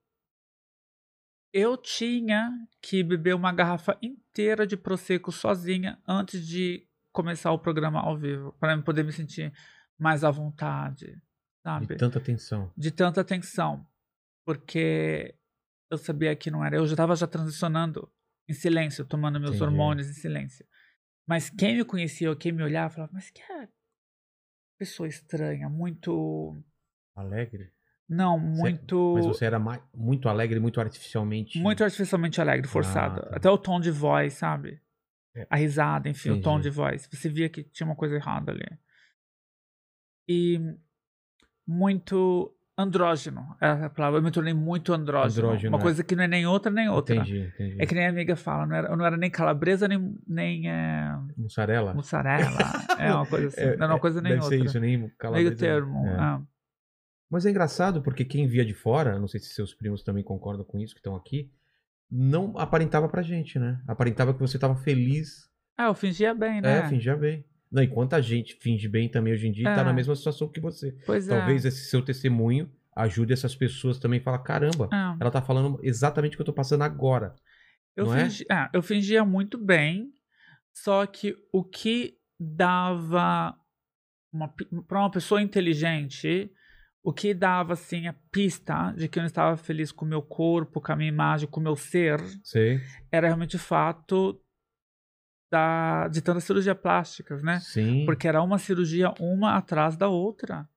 Speaker 3: eu tinha que beber uma garrafa inteira de prosecco sozinha antes de começar o programa ao vivo, para poder me sentir mais à vontade, sabe?
Speaker 1: De tanta atenção.
Speaker 3: de tanta atenção, porque eu sabia que não era. Eu já estava já transicionando em silêncio, tomando meus
Speaker 1: Entendi.
Speaker 3: hormônios em silêncio. Mas quem me conhecia, ou quem me olhava, falava: mas que é pessoa estranha, muito,
Speaker 1: Alegre?
Speaker 3: não,
Speaker 1: Mas
Speaker 3: muito,
Speaker 1: você era mai- muito alegre, muito artificialmente.
Speaker 3: muito artificialmente alegre, forçada.
Speaker 1: tá.
Speaker 3: Até o tom de voz, sabe?
Speaker 1: É.
Speaker 3: A risada, enfim, o tom
Speaker 1: Entendi.
Speaker 3: de voz. Você via que tinha uma coisa errada ali. E muito andrógeno, era a palavra. Eu me tornei muito andrógeno.
Speaker 1: Andrógeno,
Speaker 3: uma
Speaker 1: é.
Speaker 3: coisa que não é nem outra nem outra.
Speaker 1: Entendi, entendi.
Speaker 3: É que nem a amiga fala, não era, eu não era nem calabresa, nem, nem é,
Speaker 1: Mussarela? [LAUGHS]
Speaker 3: mussarela. é uma coisa assim.
Speaker 1: Ah. É,
Speaker 3: não era uma coisa
Speaker 1: é,
Speaker 3: nem
Speaker 1: deve
Speaker 3: outra.
Speaker 1: ser isso, nem calabresa.
Speaker 3: Meio termo.
Speaker 1: É.
Speaker 3: ah.
Speaker 1: Mas é engraçado porque quem via de fora, não sei se seus primos também concordam com isso que estão aqui, não aparentava pra gente, né? Aparentava que você tava feliz,
Speaker 3: Ah, eu fingia bem,
Speaker 1: é,
Speaker 3: né?
Speaker 1: fingia bem. Não, enquanto a gente finge bem também hoje em dia, tá
Speaker 3: É.
Speaker 1: na mesma situação que você.
Speaker 3: Pois é.
Speaker 1: Talvez esse seu testemunho ajude essas pessoas também a falar, caramba,
Speaker 3: Ah.
Speaker 1: ela tá falando exatamente o que eu tô passando agora.
Speaker 3: Eu,
Speaker 1: não é?
Speaker 3: fingi- ah, eu fingia muito bem, só que o que dava uma, pi- pra uma pessoa inteligente, o que dava assim a pista de que eu não estava feliz com o meu corpo, com a minha imagem, com o meu ser,
Speaker 1: Sei,
Speaker 3: era realmente o fato da, de tantas cirurgias plásticas, né?
Speaker 1: sim.
Speaker 3: Porque era uma cirurgia uma atrás da outra.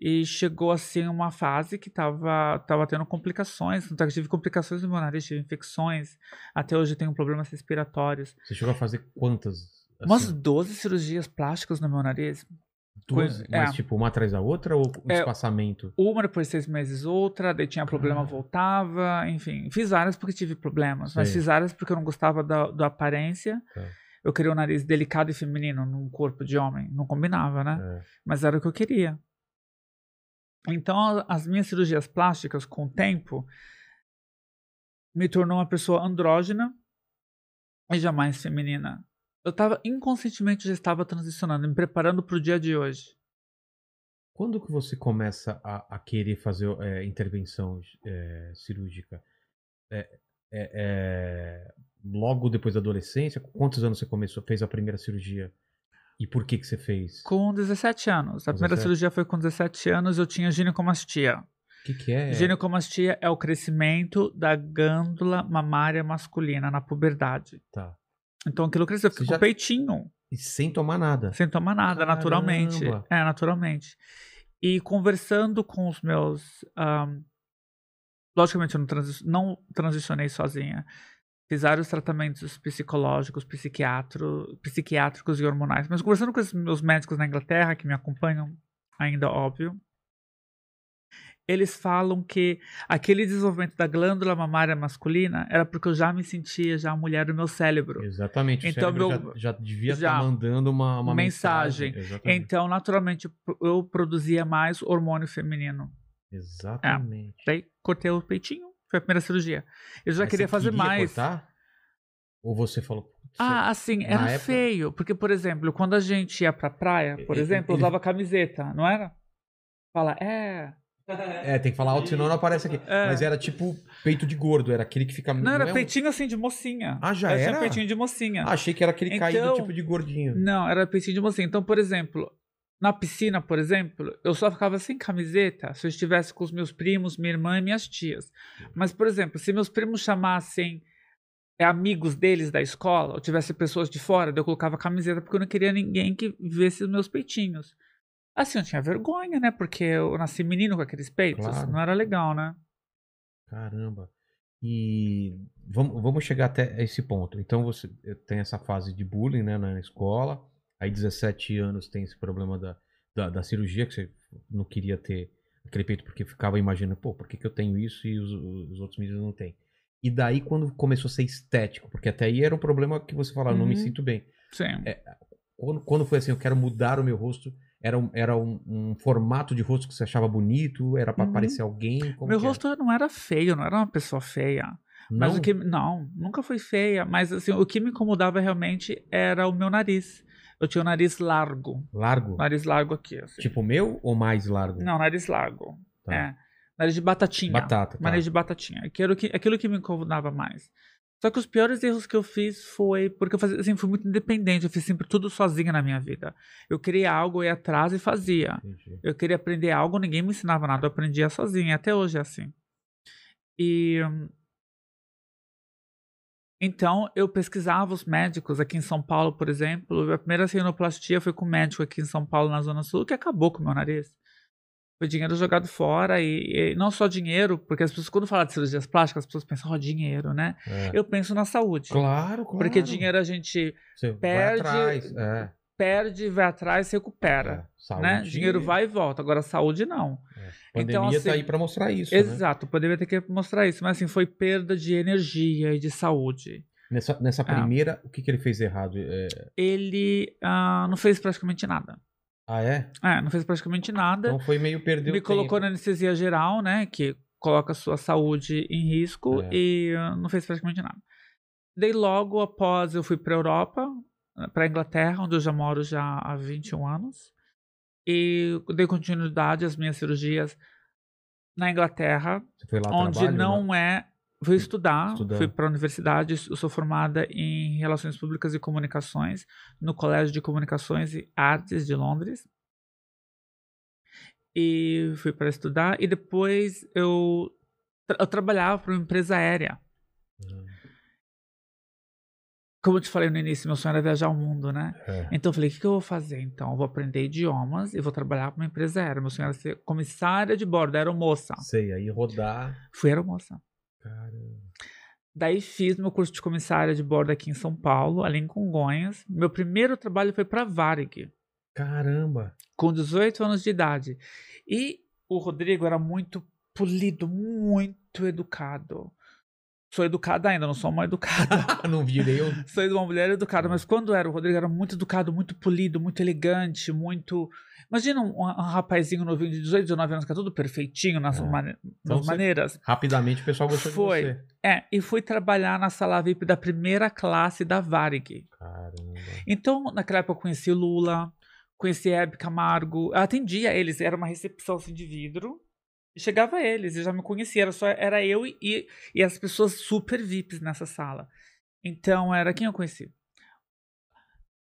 Speaker 3: E chegou assim uma fase que tava, tava tendo complicações. Tanto é que eu tive complicações no meu nariz, tive infecções. Até hoje eu tenho problemas respiratórios.
Speaker 1: Você chegou a fazer quantas? Assim,
Speaker 3: Umas 12 cirurgias plásticas no meu nariz.
Speaker 1: duas,
Speaker 3: coi-
Speaker 1: mas
Speaker 3: é.
Speaker 1: tipo, uma atrás da outra ou um
Speaker 3: É.
Speaker 1: espaçamento?
Speaker 3: Uma depois de seis meses, outra, daí tinha problema,
Speaker 1: Cara.
Speaker 3: voltava, enfim. Fiz áreas porque tive problemas, mas
Speaker 1: Sei.
Speaker 3: fiz áreas porque eu não gostava da, da aparência.
Speaker 1: Tá.
Speaker 3: Eu queria um nariz delicado e feminino num corpo de homem. Não combinava, né?
Speaker 1: É.
Speaker 3: mas era o que eu queria. Então, a- as minhas cirurgias plásticas, com o tempo, me tornou uma pessoa andrógena e jamais feminina. Eu estava inconscientemente já estava transicionando, me preparando para o dia de hoje.
Speaker 1: Quando que você começa a, a querer fazer é, intervenção é, cirúrgica? É- é- é, logo depois da adolescência? Com Quantos anos você começou, fez a primeira cirurgia? E por que que você fez? O
Speaker 3: Com 17 anos. A primeira
Speaker 1: 17?
Speaker 3: cirurgia foi com 17 anos, eu tinha ginecomastia.
Speaker 1: que que é?
Speaker 3: Ginecomastia é o crescimento da glândula mamária masculina na puberdade.
Speaker 1: Tá.
Speaker 3: Então aquilo cresceu, eu
Speaker 1: Você
Speaker 3: fiquei
Speaker 1: já-
Speaker 3: com o peitinho.
Speaker 1: E sem tomar nada.
Speaker 3: Sem tomar nada,
Speaker 1: Caramba.
Speaker 3: naturalmente. É, naturalmente. E conversando com os meus. ahn, logicamente, eu não, transi não transicionei sozinha. Fiz vários tratamentos psicológicos, psiquiatro, psiquiátricos e hormonais. Mas conversando com os meus médicos na Inglaterra, que me acompanham, ainda óbvio, eles falam que aquele desenvolvimento da glândula mamária masculina era porque eu já me sentia já a mulher do meu cérebro.
Speaker 1: Exatamente.
Speaker 3: Então,
Speaker 1: Então,
Speaker 3: meu-
Speaker 1: já, já devia estar
Speaker 3: já.
Speaker 1: mandando uma, uma
Speaker 3: Mensagem.
Speaker 1: mensagem. Exatamente.
Speaker 3: Então, naturalmente, eu produzia mais hormônio feminino.
Speaker 1: Exatamente.
Speaker 3: Daí, cortei o peitinho, foi a primeira cirurgia. Eu já
Speaker 1: Mas
Speaker 3: queria
Speaker 1: você
Speaker 3: fazer mais.
Speaker 1: cortar? Ou você falou. "Putz,
Speaker 3: Ah, assim,
Speaker 1: Na
Speaker 3: era
Speaker 1: época-
Speaker 3: feio. Porque, por exemplo, quando a gente ia pra praia, por
Speaker 1: E- e-
Speaker 3: exemplo, eu
Speaker 1: ele-
Speaker 3: usava camiseta, não era? Fala, é.
Speaker 1: É, tem que falar alto, senão não aparece aqui.
Speaker 3: É.
Speaker 1: Mas era tipo peito de gordo, era aquele que fica.
Speaker 3: Não, era
Speaker 1: é um-
Speaker 3: peitinho assim de mocinha.
Speaker 1: Ah, já
Speaker 3: Eu tinha
Speaker 1: era?
Speaker 3: peitinho de mocinha.
Speaker 1: Ah, achei que era aquele
Speaker 3: Então- Hum.
Speaker 1: caído tipo de gordinho.
Speaker 3: Não, era peitinho de mocinha. Então, por exemplo, na piscina, por exemplo, eu só ficava sem camiseta se eu estivesse com os meus primos, minha irmã e minhas tias. Mas, por exemplo, se meus primos chamassem é, amigos deles da escola, ou tivesse pessoas de fora, daí eu colocava camiseta porque eu não queria ninguém que visse os meus peitinhos. Assim, eu tinha vergonha, né? Porque eu nasci menino com aqueles peitos. assim,
Speaker 1: Claro.
Speaker 3: Não era legal, né?
Speaker 1: Caramba. E vamos, vamos chegar até esse ponto. Então você tem essa fase de bullying né, na escola. Aí 17 anos tem esse problema da, da, da cirurgia, que você não queria ter aquele peito porque ficava imaginando, pô, por que, que eu tenho isso e os, os outros meninos não têm? E daí quando começou a ser estético, porque até aí era um problema que você falava, não me
Speaker 3: Uhum.
Speaker 1: sinto bem.
Speaker 3: Sim.
Speaker 1: É, Quando, quando foi assim, eu quero mudar o meu rosto, era um, era um, um formato de rosto que você achava bonito, era pra
Speaker 3: Uhum.
Speaker 1: parecer alguém? Como
Speaker 3: Meu
Speaker 1: que é? era?
Speaker 3: rosto não era feio, não era uma pessoa feia. Mas
Speaker 1: Não?
Speaker 3: o que. Não, nunca foi feia. Mas assim, o que me incomodava realmente era o meu nariz. Eu tinha o nariz largo.
Speaker 1: Largo?
Speaker 3: Nariz largo aqui, assim.
Speaker 1: Tipo meu ou mais largo?
Speaker 3: Não, nariz largo.
Speaker 1: Tá.
Speaker 3: É. Nariz de batatinha.
Speaker 1: Batata, tá.
Speaker 3: Nariz de batatinha. Que era o que, aquilo que me incomodava mais. Só que os piores erros que eu fiz foi porque eu fazia, assim, fui muito independente, eu fiz sempre tudo sozinha na minha vida. Eu queria algo, eu ia atrás e fazia.
Speaker 1: Entendi.
Speaker 3: Eu queria aprender algo, ninguém me ensinava nada, eu aprendia sozinha, até hoje é assim. E hum, então eu pesquisava os médicos aqui em São Paulo, por exemplo. A primeira rinoplastia foi com um médico aqui em São Paulo, na Zona Sul, que acabou com o meu nariz. Foi dinheiro jogado fora e, e não só dinheiro, porque as pessoas quando falam de cirurgias plásticas, as pessoas pensam, ó, dinheiro, né?
Speaker 1: É.
Speaker 3: Eu penso na saúde.
Speaker 1: Claro, claro.
Speaker 3: Porque dinheiro a gente
Speaker 1: Você
Speaker 3: perde-
Speaker 1: Vai atrás. É,
Speaker 3: perde, vai atrás, recupera.
Speaker 1: é. Saúde,
Speaker 3: Né? Dinheiro vai e volta, agora saúde não.
Speaker 1: Pandemia
Speaker 3: Então, assim,
Speaker 1: tá aí pra mostrar isso. Né?
Speaker 3: Exato, poderia ter que mostrar isso, mas assim, foi perda de energia e de saúde.
Speaker 1: Nessa, nessa
Speaker 3: É.
Speaker 1: primeira, o que, que ele fez errado? É...
Speaker 3: Ele ah, não fez praticamente nada.
Speaker 1: Ah, é?
Speaker 3: É, não fez praticamente nada.
Speaker 1: Então foi meio perder
Speaker 3: Me
Speaker 1: o
Speaker 3: colocou na
Speaker 1: tempo.
Speaker 3: anestesia geral, né? Que coloca a sua saúde em risco
Speaker 1: É.
Speaker 3: e ah, não fez praticamente nada. Daí logo após eu fui pra Europa, pra Inglaterra, onde eu já moro já há 21 anos. E dei continuidade às minhas cirurgias na Inglaterra,
Speaker 1: Você foi lá a
Speaker 3: onde
Speaker 1: trabalho, né?
Speaker 3: não é. Fui estudar,
Speaker 1: Estudar.
Speaker 3: fui para a universidade, eu sou formada em Relações Públicas e Comunicações, no Colégio de Comunicações e Artes de Londres. E fui para estudar, e depois eu, tra- eu trabalhava para uma empresa aérea.
Speaker 1: Hum.
Speaker 3: Como eu te falei no início, meu sonho era viajar o mundo, né?
Speaker 1: É.
Speaker 3: Então eu falei, o que, que eu vou fazer? Então, eu vou aprender idiomas e vou trabalhar para uma empresa aérea. Meu sonho era ser comissária de bordo, aeromoça.
Speaker 1: Sei, aí rodar.
Speaker 3: Fui aeromoça.
Speaker 1: Caramba.
Speaker 3: Daí fiz meu curso de comissária de bordo aqui em São Paulo, ali em Congonhas. Meu primeiro trabalho foi para Varig,
Speaker 1: Caramba. [LAUGHS]
Speaker 3: com 18 anos de idade. E o Rodrigo era muito polido, muito educado. Sou educada ainda, não sou uma educada.
Speaker 1: [LAUGHS] Ah, não virei eu.
Speaker 3: sou de uma mulher educada, mas quando era o Rodrigo era muito educado, muito polido, muito elegante, muito. Imagina um, um rapazinho novinho de 18, 19 anos que é tudo perfeitinho nas,
Speaker 1: É.
Speaker 3: mane-
Speaker 1: Então
Speaker 3: nas
Speaker 1: você-
Speaker 3: maneiras.
Speaker 1: Rapidamente o pessoal gostou
Speaker 3: Foi.
Speaker 1: de você.
Speaker 3: É, e fui trabalhar na sala VIP da primeira classe da Varig.
Speaker 1: Caramba.
Speaker 3: Então, naquela época eu conheci o Lula, conheci a Hebe Camargo. Eu atendia eles, era uma recepção assim, de vidro. E chegava eles, eles já me conhecia, era, só, era eu e- e, e as pessoas super VIPs nessa sala. Então, era quem eu conheci?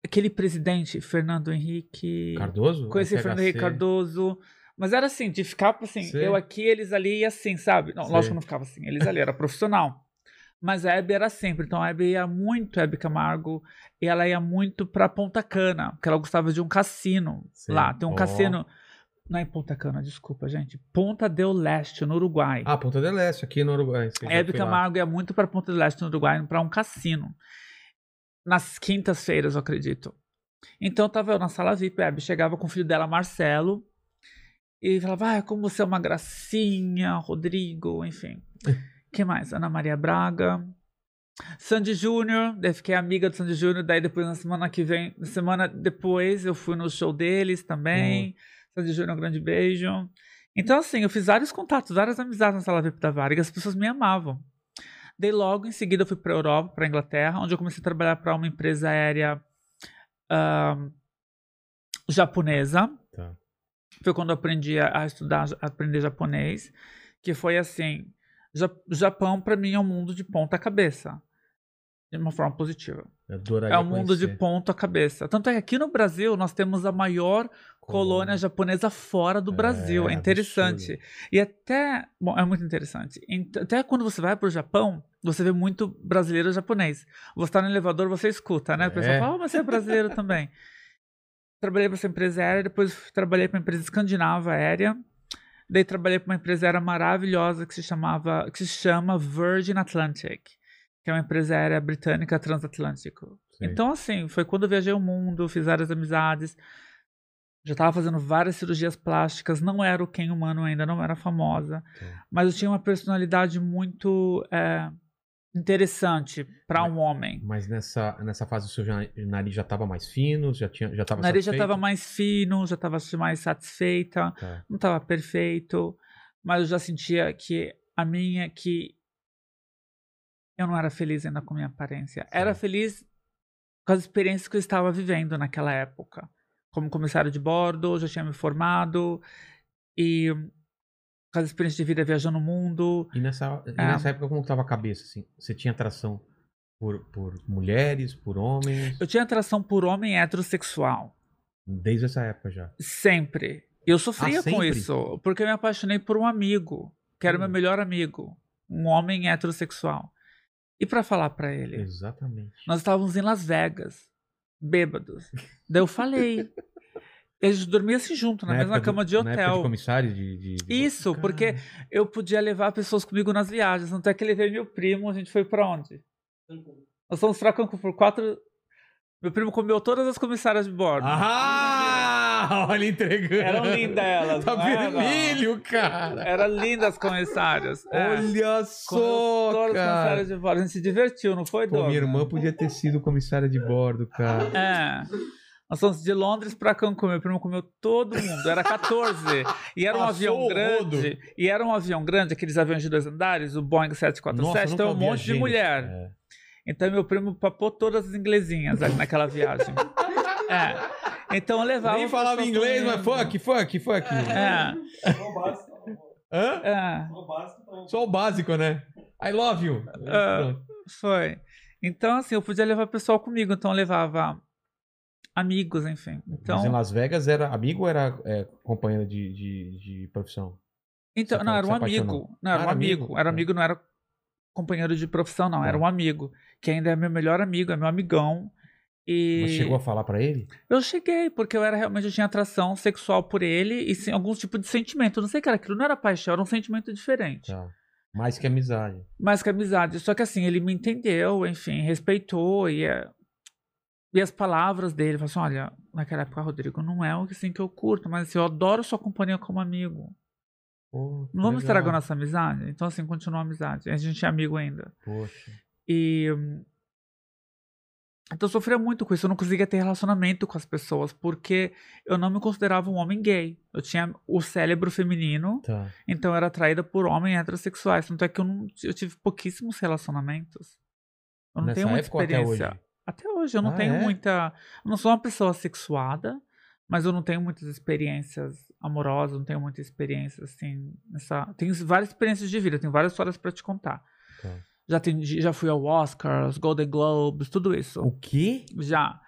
Speaker 3: Aquele presidente, Fernando Henrique.
Speaker 1: Cardoso? É
Speaker 3: Conheci
Speaker 1: FHC.
Speaker 3: Fernando Henrique Cardoso. Mas era assim, de ficar assim,
Speaker 1: Sei.
Speaker 3: eu aqui, eles ali e assim, sabe? Não,
Speaker 1: Sei.
Speaker 3: lógico que eu não ficava assim, eles ali, era profissional. Mas a Hebe era sempre, então a Hebe ia muito, a Hebe Camargo, e ela ia muito pra Ponta Cana, porque ela gostava de um cassino
Speaker 1: Sei.
Speaker 3: lá. Tem um
Speaker 1: Ó.
Speaker 3: cassino Não é em Punta Cana, desculpa, gente. Ponta del Leste, no Uruguai.
Speaker 1: Ah, Ponta del Leste, aqui no Uruguai. você já foi
Speaker 3: Hebe
Speaker 1: lá.
Speaker 3: Camargo ia muito pra Ponta do Leste no Uruguai, pra um cassino. Nas quintas-feiras, eu acredito. Então tava eu na sala VIP, a Hebe chegava com o filho dela, Marcelo, e falava, ah, como você é uma gracinha, Rodrigo, enfim. que mais? Ana Maria Braga. Sandy Júnior, daí fiquei amiga do Sandy Júnior, daí depois na semana que vem, na semana depois eu fui no show deles também. Sandy Júnior, um grande beijo. Então, assim, eu fiz vários contatos, várias amizades na sala VIP da Vargas, as pessoas me amavam. Daí logo em seguida eu fui para Europa, para Inglaterra, onde eu comecei a trabalhar para uma empresa aérea ahn, japonesa.
Speaker 1: Tá.
Speaker 3: Foi quando eu aprendi a, a estudar, a aprender japonês, que foi assim, Ja- Japão para mim é um mundo de ponta cabeça, de uma forma positiva.
Speaker 1: Eu Adoraria
Speaker 3: É um mundo de
Speaker 1: conhecer.
Speaker 3: ponta cabeça. Tanto é que aqui no Brasil nós temos a maior colônia japonesa fora do
Speaker 1: É,
Speaker 3: Brasil. É
Speaker 1: absurdo.
Speaker 3: interessante. E até. Bom, é muito interessante. Ent- Até quando você vai pro Japão, você vê muito brasileiro e japonês. Você tá no elevador, você escuta, né? O pessoal
Speaker 1: É.
Speaker 3: fala, ah, mas você
Speaker 1: [LAUGHS]
Speaker 3: é brasileiro também. Trabalhei pra essa empresa aérea, depois fui- trabalhei pra uma empresa escandinava aérea. Daí trabalhei pra uma empresa aérea maravilhosa que se chamava, que se chama Virgin Atlantic, que é uma empresa aérea britânica transatlântico.
Speaker 1: Sei.
Speaker 3: Então, assim, foi quando eu viajei o mundo, fiz várias amizades. Já estava fazendo várias cirurgias plásticas, não era o Ken humano ainda, não era famosa.
Speaker 1: Tá.
Speaker 3: Mas eu tinha uma personalidade muito é, interessante para um homem.
Speaker 1: Mas nessa, nessa fase o seu ja- nariz já estava mais fino, já tinha já
Speaker 3: O
Speaker 1: tava
Speaker 3: nariz já estava
Speaker 1: satisfeito?
Speaker 3: mais fino, já estava mais satisfeita,
Speaker 1: Tá.
Speaker 3: não estava perfeito, mas eu já sentia que a minha, que eu não era feliz ainda com a minha aparência. Era
Speaker 1: Sim.
Speaker 3: feliz com as experiências que eu estava vivendo naquela época. Como comissário de bordo, já tinha me formado, e com as experiências de vida viajando o mundo,
Speaker 1: E nessa, e
Speaker 3: Ah.
Speaker 1: nessa época como estava a cabeça, assim? Você tinha atração por, por mulheres, por homens?
Speaker 3: Eu tinha atração por homem heterossexual.
Speaker 1: Desde essa época já.
Speaker 3: Sempre. Eu sofria
Speaker 1: Ah,
Speaker 3: com
Speaker 1: sempre?
Speaker 3: isso, porque eu me apaixonei por um amigo, que era o meu
Speaker 1: Hum.
Speaker 3: melhor amigo, um homem heterossexual. E pra falar pra ele,
Speaker 1: Exatamente.
Speaker 3: nós estávamos em Las Vegas, bêbados. Daí eu falei. Eles dormiam assim junto, na, mesma
Speaker 1: época do-
Speaker 3: cama de
Speaker 1: Na época de
Speaker 3: hotel.
Speaker 1: comissário, de... de- de-
Speaker 3: Isso, porque eu podia levar pessoas comigo nas viagens. Tanto é que ele veio meu primo, a gente foi pra onde? Nós fomos pra Cancún por quatro. Meu primo comeu todas as comissárias de bordo.
Speaker 1: Ah! [LAUGHS] Olha, entregando.
Speaker 3: Eram
Speaker 1: [LAUGHS]
Speaker 3: lindas elas.
Speaker 1: Tá
Speaker 3: não eram?
Speaker 1: vermelho, cara.
Speaker 3: Eram lindas as comissárias. É.
Speaker 1: Olha
Speaker 3: Comeu
Speaker 1: só,
Speaker 3: todas as
Speaker 1: cara.
Speaker 3: comissárias de bordo. A gente se divertiu, não foi,
Speaker 1: Pô,
Speaker 3: Dom?
Speaker 1: minha irmã podia ter sido comissária de bordo, cara.
Speaker 3: É. Nós fomos de Londres pra Cancún. Meu primo comeu todo mundo. Era 14. E era um
Speaker 1: Passou
Speaker 3: avião
Speaker 1: o
Speaker 3: grande.
Speaker 1: rodo.
Speaker 3: E era um avião grande, aqueles aviões de dois andares, o Boeing 747.
Speaker 1: Nossa,
Speaker 3: então,
Speaker 1: nunca
Speaker 3: um monte
Speaker 1: viajei
Speaker 3: de mulher.
Speaker 1: nisso. É.
Speaker 3: Então meu primo papou todas as inglesinhas ali naquela viagem. é. Então eu levava.
Speaker 1: Nem falava
Speaker 3: pessoas
Speaker 1: inglês,
Speaker 3: comigo.
Speaker 1: mas funk, funk, funk.
Speaker 3: É,
Speaker 1: Hã?
Speaker 3: é,
Speaker 1: Só o básico, né? I love you.
Speaker 3: É,
Speaker 1: Pronto.
Speaker 3: foi. Então, assim, eu podia levar pessoal comigo, então eu levava amigos, enfim.
Speaker 1: Mas é em
Speaker 3: Então,
Speaker 1: Las Vegas era amigo ou era é, companheira de, de, de profissão?
Speaker 3: então
Speaker 1: você
Speaker 3: não,
Speaker 1: falou
Speaker 3: era um
Speaker 1: que se apaixonou.
Speaker 3: amigo. Não, era
Speaker 1: Ah,
Speaker 3: um
Speaker 1: era amigo?
Speaker 3: amigo. Era
Speaker 1: Tá.
Speaker 3: amigo, não era companheiro de profissão, não. Era
Speaker 1: Tá.
Speaker 3: um amigo. Que ainda é meu melhor amigo, é meu amigão. E.
Speaker 1: Mas chegou a falar pra ele?
Speaker 3: Eu cheguei, porque eu era realmente, eu tinha atração sexual por ele e sim, algum tipo de sentimento. Eu não sei o que era aquilo, não era paixão, era um sentimento diferente.
Speaker 1: Tá. Mais que amizade.
Speaker 3: Mais que amizade. Só que assim, ele me entendeu, enfim, respeitou e, é, e as palavras dele. Falou assim: olha, naquela época, Rodrigo, não é o que, assim, que eu curto, mas assim, eu adoro sua companhia como amigo.
Speaker 1: Pô, que
Speaker 3: Não vamos
Speaker 1: legal.
Speaker 3: estragar nossa amizade? Então, assim, continua a amizade. A gente é amigo ainda.
Speaker 1: Poxa.
Speaker 3: E. hum, Então eu sofria muito com isso. Eu não conseguia ter relacionamento com as pessoas, porque eu não me considerava um homem gay. Eu tinha o cérebro feminino,
Speaker 1: Tá.
Speaker 3: então eu era atraída por homens heterossexuais. Tanto é que eu, não, ti- eu tive pouquíssimos relacionamentos. Eu não
Speaker 1: Nessa
Speaker 3: tenho muita
Speaker 1: época ou até
Speaker 3: experiência.
Speaker 1: hoje?
Speaker 3: Até hoje, eu não
Speaker 1: Ah,
Speaker 3: tenho
Speaker 1: é?
Speaker 3: muita. Eu não sou uma pessoa sexuada, mas eu não tenho muitas experiências amorosas, não tenho muita experiência assim. Nessa... Tenho várias experiências de vida, tenho várias histórias pra te contar.
Speaker 1: Tá.
Speaker 3: Já, atendi- já fui ao Oscar, aos Golden Globes, tudo isso.
Speaker 1: O quê?
Speaker 3: Já.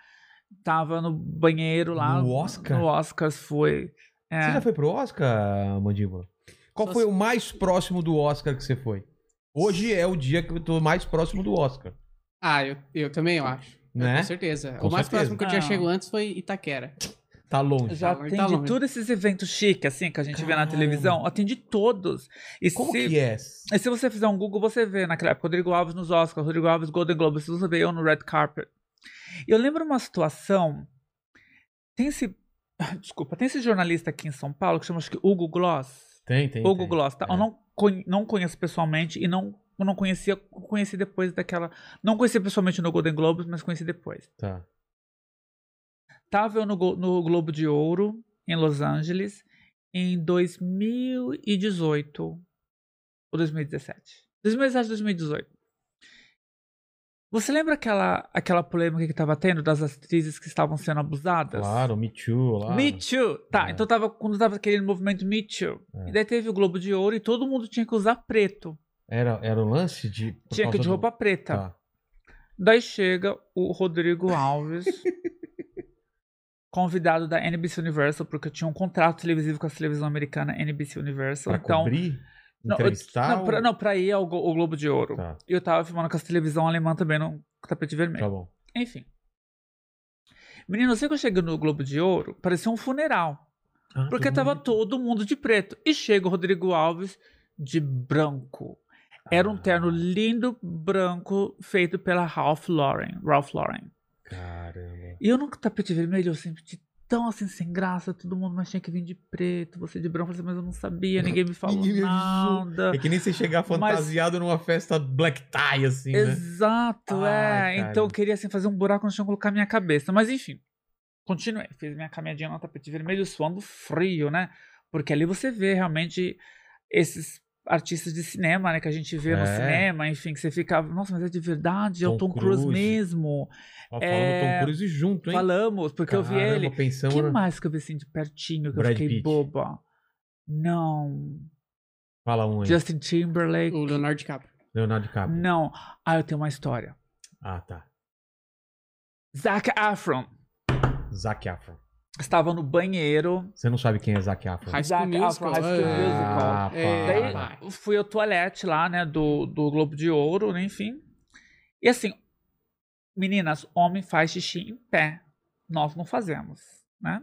Speaker 3: Tava no banheiro lá.
Speaker 1: No Oscar?
Speaker 3: No Oscar foi.
Speaker 1: Você
Speaker 3: É,
Speaker 1: já foi pro Oscar, Mandíbula? Qual
Speaker 3: Só
Speaker 1: foi
Speaker 3: se-
Speaker 1: o mais próximo do Oscar que você foi? Hoje é o dia que eu tô mais próximo do Oscar.
Speaker 2: Ah, eu, eu também eu acho.
Speaker 1: Né?
Speaker 2: Com certeza.
Speaker 1: Com
Speaker 2: o mais
Speaker 1: certeza.
Speaker 2: próximo que eu tinha
Speaker 3: Ah.
Speaker 2: chego antes foi Itaquera.
Speaker 1: Tá longe.
Speaker 3: Já
Speaker 2: Tá
Speaker 3: atendi
Speaker 2: longe.
Speaker 3: todos esses eventos chiques, assim, que a gente vê na
Speaker 1: Caramba.
Speaker 3: televisão. Atendi todos. E
Speaker 1: Como
Speaker 3: se,
Speaker 1: que é?
Speaker 3: e se você fizer um Google, você vê naquela época Rodrigo Alves nos Oscars, Rodrigo Alves Golden Globe, se você vê eu no Red Carpet. E eu lembro uma situação. Tem esse. [COUGHS] Desculpa, tem esse jornalista aqui em São Paulo que chama acho que Hugo Gloss.
Speaker 1: Tem, tem.
Speaker 3: Hugo
Speaker 1: tem.
Speaker 3: Gloss, tá?
Speaker 1: É.
Speaker 3: Eu não, con- não conheço pessoalmente e não, eu não conhecia, conheci depois daquela. Não conheci pessoalmente no Golden Globes, mas conheci depois.
Speaker 1: Tá.
Speaker 3: Tava eu no, Go- no Globo de Ouro, em Los Angeles, em 2018 ou 2017. 2017, 2018. Você lembra aquela, aquela polêmica que tava tendo das atrizes que estavam sendo abusadas?
Speaker 1: Claro, Me Too lá.
Speaker 3: Me Too! Tá,
Speaker 1: É.
Speaker 3: então tava, quando tava aquele movimento Me Too.
Speaker 1: É.
Speaker 3: E daí teve o Globo de Ouro e todo mundo tinha que usar preto.
Speaker 1: Era, era o lance de. por
Speaker 3: Tinha que
Speaker 1: causa
Speaker 3: ir de
Speaker 1: do-
Speaker 3: roupa preta.
Speaker 1: Tá.
Speaker 3: Daí chega o Rodrigo
Speaker 1: [LAUGHS]
Speaker 3: Alves, convidado da NBC Universal, porque eu tinha um contrato televisivo com a televisão americana NBC Universal.
Speaker 1: Pra
Speaker 3: então,
Speaker 1: cobrir?
Speaker 3: não, eu-
Speaker 1: entrevistar?
Speaker 3: não, pra,
Speaker 1: ou-
Speaker 3: não, pra ir ao, Glo- ao Globo de Ouro.
Speaker 1: Tá,
Speaker 3: E eu tava filmando com a televisão alemã também no tapete vermelho.
Speaker 1: tá bom.
Speaker 3: Enfim. Menino, eu sei que eu cheguei no Globo de Ouro, parecia um funeral.
Speaker 1: Ah,
Speaker 3: Porque
Speaker 1: todo
Speaker 3: tava
Speaker 1: mundo-
Speaker 3: todo mundo de preto. E chega o Rodrigo Alves de branco. Era
Speaker 1: Ah.
Speaker 3: um terno lindo branco feito pela Ralph Lauren. Ralph Lauren.
Speaker 1: Caramba.
Speaker 3: E eu no tapete vermelho, eu sempre de tão assim, sem graça, todo mundo, mas tinha que vir de preto, você de branco, Eu falei assim, mas eu não sabia, ninguém me falou
Speaker 1: Ninguém me avisou.
Speaker 3: nada.
Speaker 1: É que nem você
Speaker 3: [LAUGHS]
Speaker 1: chegar fantasiado numa festa black tie, assim, né?
Speaker 3: Exato,
Speaker 1: Ai,
Speaker 3: é.
Speaker 1: cara.
Speaker 3: Então eu queria assim, fazer um buraco no chão e colocar minha cabeça. Mas enfim, continuei. Fiz minha caminhadinha no tapete vermelho, suando frio, né? Porque ali você vê realmente esses artistas de cinema, né? Que a gente vê
Speaker 1: É.
Speaker 3: no cinema, enfim, que você fica, nossa, mas é de verdade, é o
Speaker 1: Tom
Speaker 3: Tom Cruise
Speaker 1: Cruise.
Speaker 3: mesmo.
Speaker 1: Ó, falando
Speaker 3: É,
Speaker 1: Tom Cruise junto, hein?
Speaker 3: Falamos, porque eu vi
Speaker 1: Caramba,
Speaker 3: ele. O
Speaker 1: Pensamos,
Speaker 3: que
Speaker 1: na-
Speaker 3: mais que eu vi assim de pertinho que
Speaker 1: Brad
Speaker 3: eu fiquei
Speaker 1: Pitt.
Speaker 3: boba? Não.
Speaker 1: Fala um aí.
Speaker 3: Justin Timberlake.
Speaker 2: O Leonardo DiCaprio.
Speaker 1: Leonardo DiCaprio.
Speaker 3: Não. Ah, eu tenho uma história.
Speaker 1: Ah, tá.
Speaker 3: Zac Efron
Speaker 1: Zac Afro.
Speaker 3: estava no banheiro.
Speaker 1: Você não sabe quem é Zac Afro.
Speaker 2: High School
Speaker 3: Zac Efron,
Speaker 2: Musical.
Speaker 3: ah, um High School
Speaker 2: é.
Speaker 3: Musical.
Speaker 1: Ah,
Speaker 2: É.
Speaker 1: para.
Speaker 3: Daí fui ao toalete lá, né, do, do Globo de Ouro, né, enfim. E assim, meninas, homem faz xixi em pé. Nós não fazemos, né?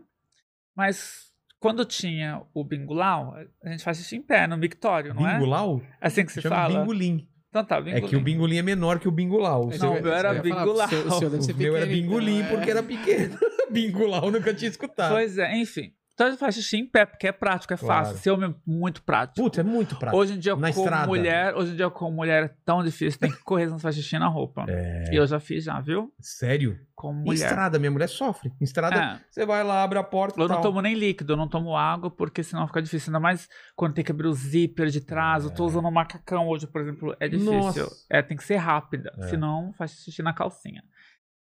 Speaker 3: Mas quando tinha o bingulau, a gente faz xixi em pé no mictório, não é?
Speaker 1: Bingulau?
Speaker 3: É assim que se
Speaker 1: Chama
Speaker 3: fala?
Speaker 1: Bingulim.
Speaker 3: Então tá,
Speaker 1: É que o
Speaker 3: bingulim.
Speaker 1: Bingulim é menor que o Bingulau. O
Speaker 2: É,
Speaker 3: Não,
Speaker 1: seu-
Speaker 3: o meu era
Speaker 2: eu ia falar,
Speaker 3: bingular.
Speaker 2: O seu, o seu deve ser
Speaker 1: o meu era
Speaker 2: pequeno,
Speaker 1: Bingulim
Speaker 2: então, é.
Speaker 1: porque era pequeno. [LAUGHS] Bingulau nunca tinha escutado.
Speaker 3: Pois é, enfim. Então a gente faz xixi em pé, porque é prático, é
Speaker 1: Claro.
Speaker 3: fácil. Ser homem é muito prático.
Speaker 1: Puta, é muito prático.
Speaker 3: Hoje em dia,
Speaker 1: Na
Speaker 3: com
Speaker 1: estrada.
Speaker 3: mulher, hoje em dia com mulher é tão difícil, tem que correr senão você faz xixi na roupa.
Speaker 1: É.
Speaker 3: E eu já fiz, já, viu?
Speaker 1: Sério?
Speaker 3: Com
Speaker 1: Em
Speaker 3: mulher.
Speaker 1: estrada, minha mulher sofre. Em estrada,
Speaker 3: É,
Speaker 1: você vai lá, abre a porta
Speaker 3: eu
Speaker 1: e
Speaker 3: não
Speaker 1: tal.
Speaker 3: tomo nem líquido, eu não tomo água, porque senão fica difícil. Ainda mais quando tem que abrir o zíper de trás. Eu tô usando um macacão hoje, por exemplo, é difícil.
Speaker 1: É. Nossa.
Speaker 3: É, tem que ser rápida,
Speaker 1: É.
Speaker 3: senão faz xixi na calcinha.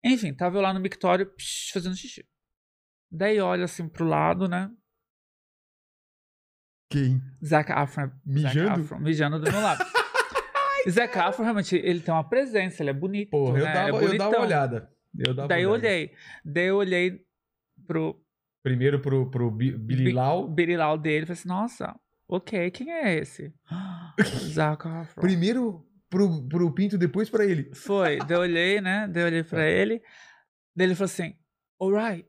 Speaker 3: Enfim, tava eu lá no mictório, psh, fazendo xixi. Daí olha assim pro lado, né?
Speaker 1: Quem?
Speaker 3: Zac é Afro.
Speaker 1: Mijando?
Speaker 3: mijando do
Speaker 1: [LAUGHS]
Speaker 3: meu lado. Zac Afro, realmente, ele tem uma presença, ele é bonito.
Speaker 1: Porra, eu
Speaker 3: né?
Speaker 1: dava,
Speaker 3: é
Speaker 1: eu dava uma
Speaker 3: bonitão.
Speaker 1: olhada. Eu dava
Speaker 3: Daí eu
Speaker 1: uma olhada.
Speaker 3: olhei. Daí eu olhei pro
Speaker 1: Primeiro pro, pro Bi- Billy Lau.
Speaker 3: birilau dele e falei assim, nossa, ok, quem é esse? [GASPS] Zac Afro.
Speaker 1: Primeiro pro, pro Pinto, depois pra ele.
Speaker 3: Foi, daí eu olhei, né? Daí eu olhei
Speaker 1: É.
Speaker 3: pra ele. Daí ele falou assim, alright.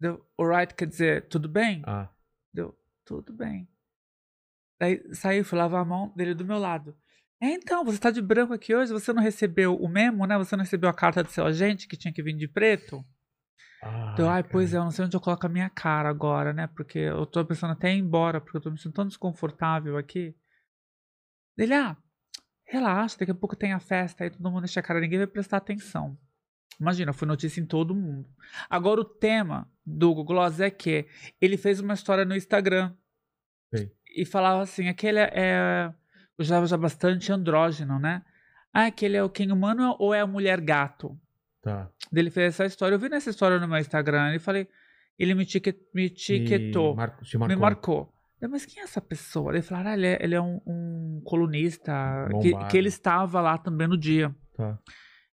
Speaker 3: Deu, alright quer dizer, tudo bem?
Speaker 1: Ah,
Speaker 3: Deu, tudo bem. Daí saiu, fui lavar a mão dele do meu lado. É, então, você tá de branco aqui hoje, você não recebeu o memo, né? Você não recebeu a carta do seu agente que tinha que vir de preto?
Speaker 1: Ah,
Speaker 3: Então, ai, pois
Speaker 1: cara.
Speaker 3: é, eu não sei onde eu coloco a minha cara agora, né? Porque eu tô pensando até em ir embora, porque eu tô me sentindo tão desconfortável aqui. Ele, ah, relaxa, daqui a pouco tem a festa, aí todo mundo deixa a cara, ninguém vai prestar atenção. Imagina, foi notícia em todo mundo. Agora, o tema do Google Gloss é que ele fez uma história no Instagram.
Speaker 1: Sei.
Speaker 3: E falava assim, aquele é... Eu já já bastante andrógeno, né? Ah, aquele é o quem humano ou é a mulher gato?
Speaker 1: Tá.
Speaker 3: dele fez essa história. Eu vi nessa história no meu Instagram e falei, ele me, tique, me etiquetou,
Speaker 1: Me marcou- né? te
Speaker 3: me
Speaker 1: marcou.
Speaker 3: marcou. Eu, mas quem é essa pessoa? Ele falou, ah, ele é, ele é um, um colunista, que,
Speaker 1: Bombado.
Speaker 3: que ele estava lá também no dia.
Speaker 1: Tá.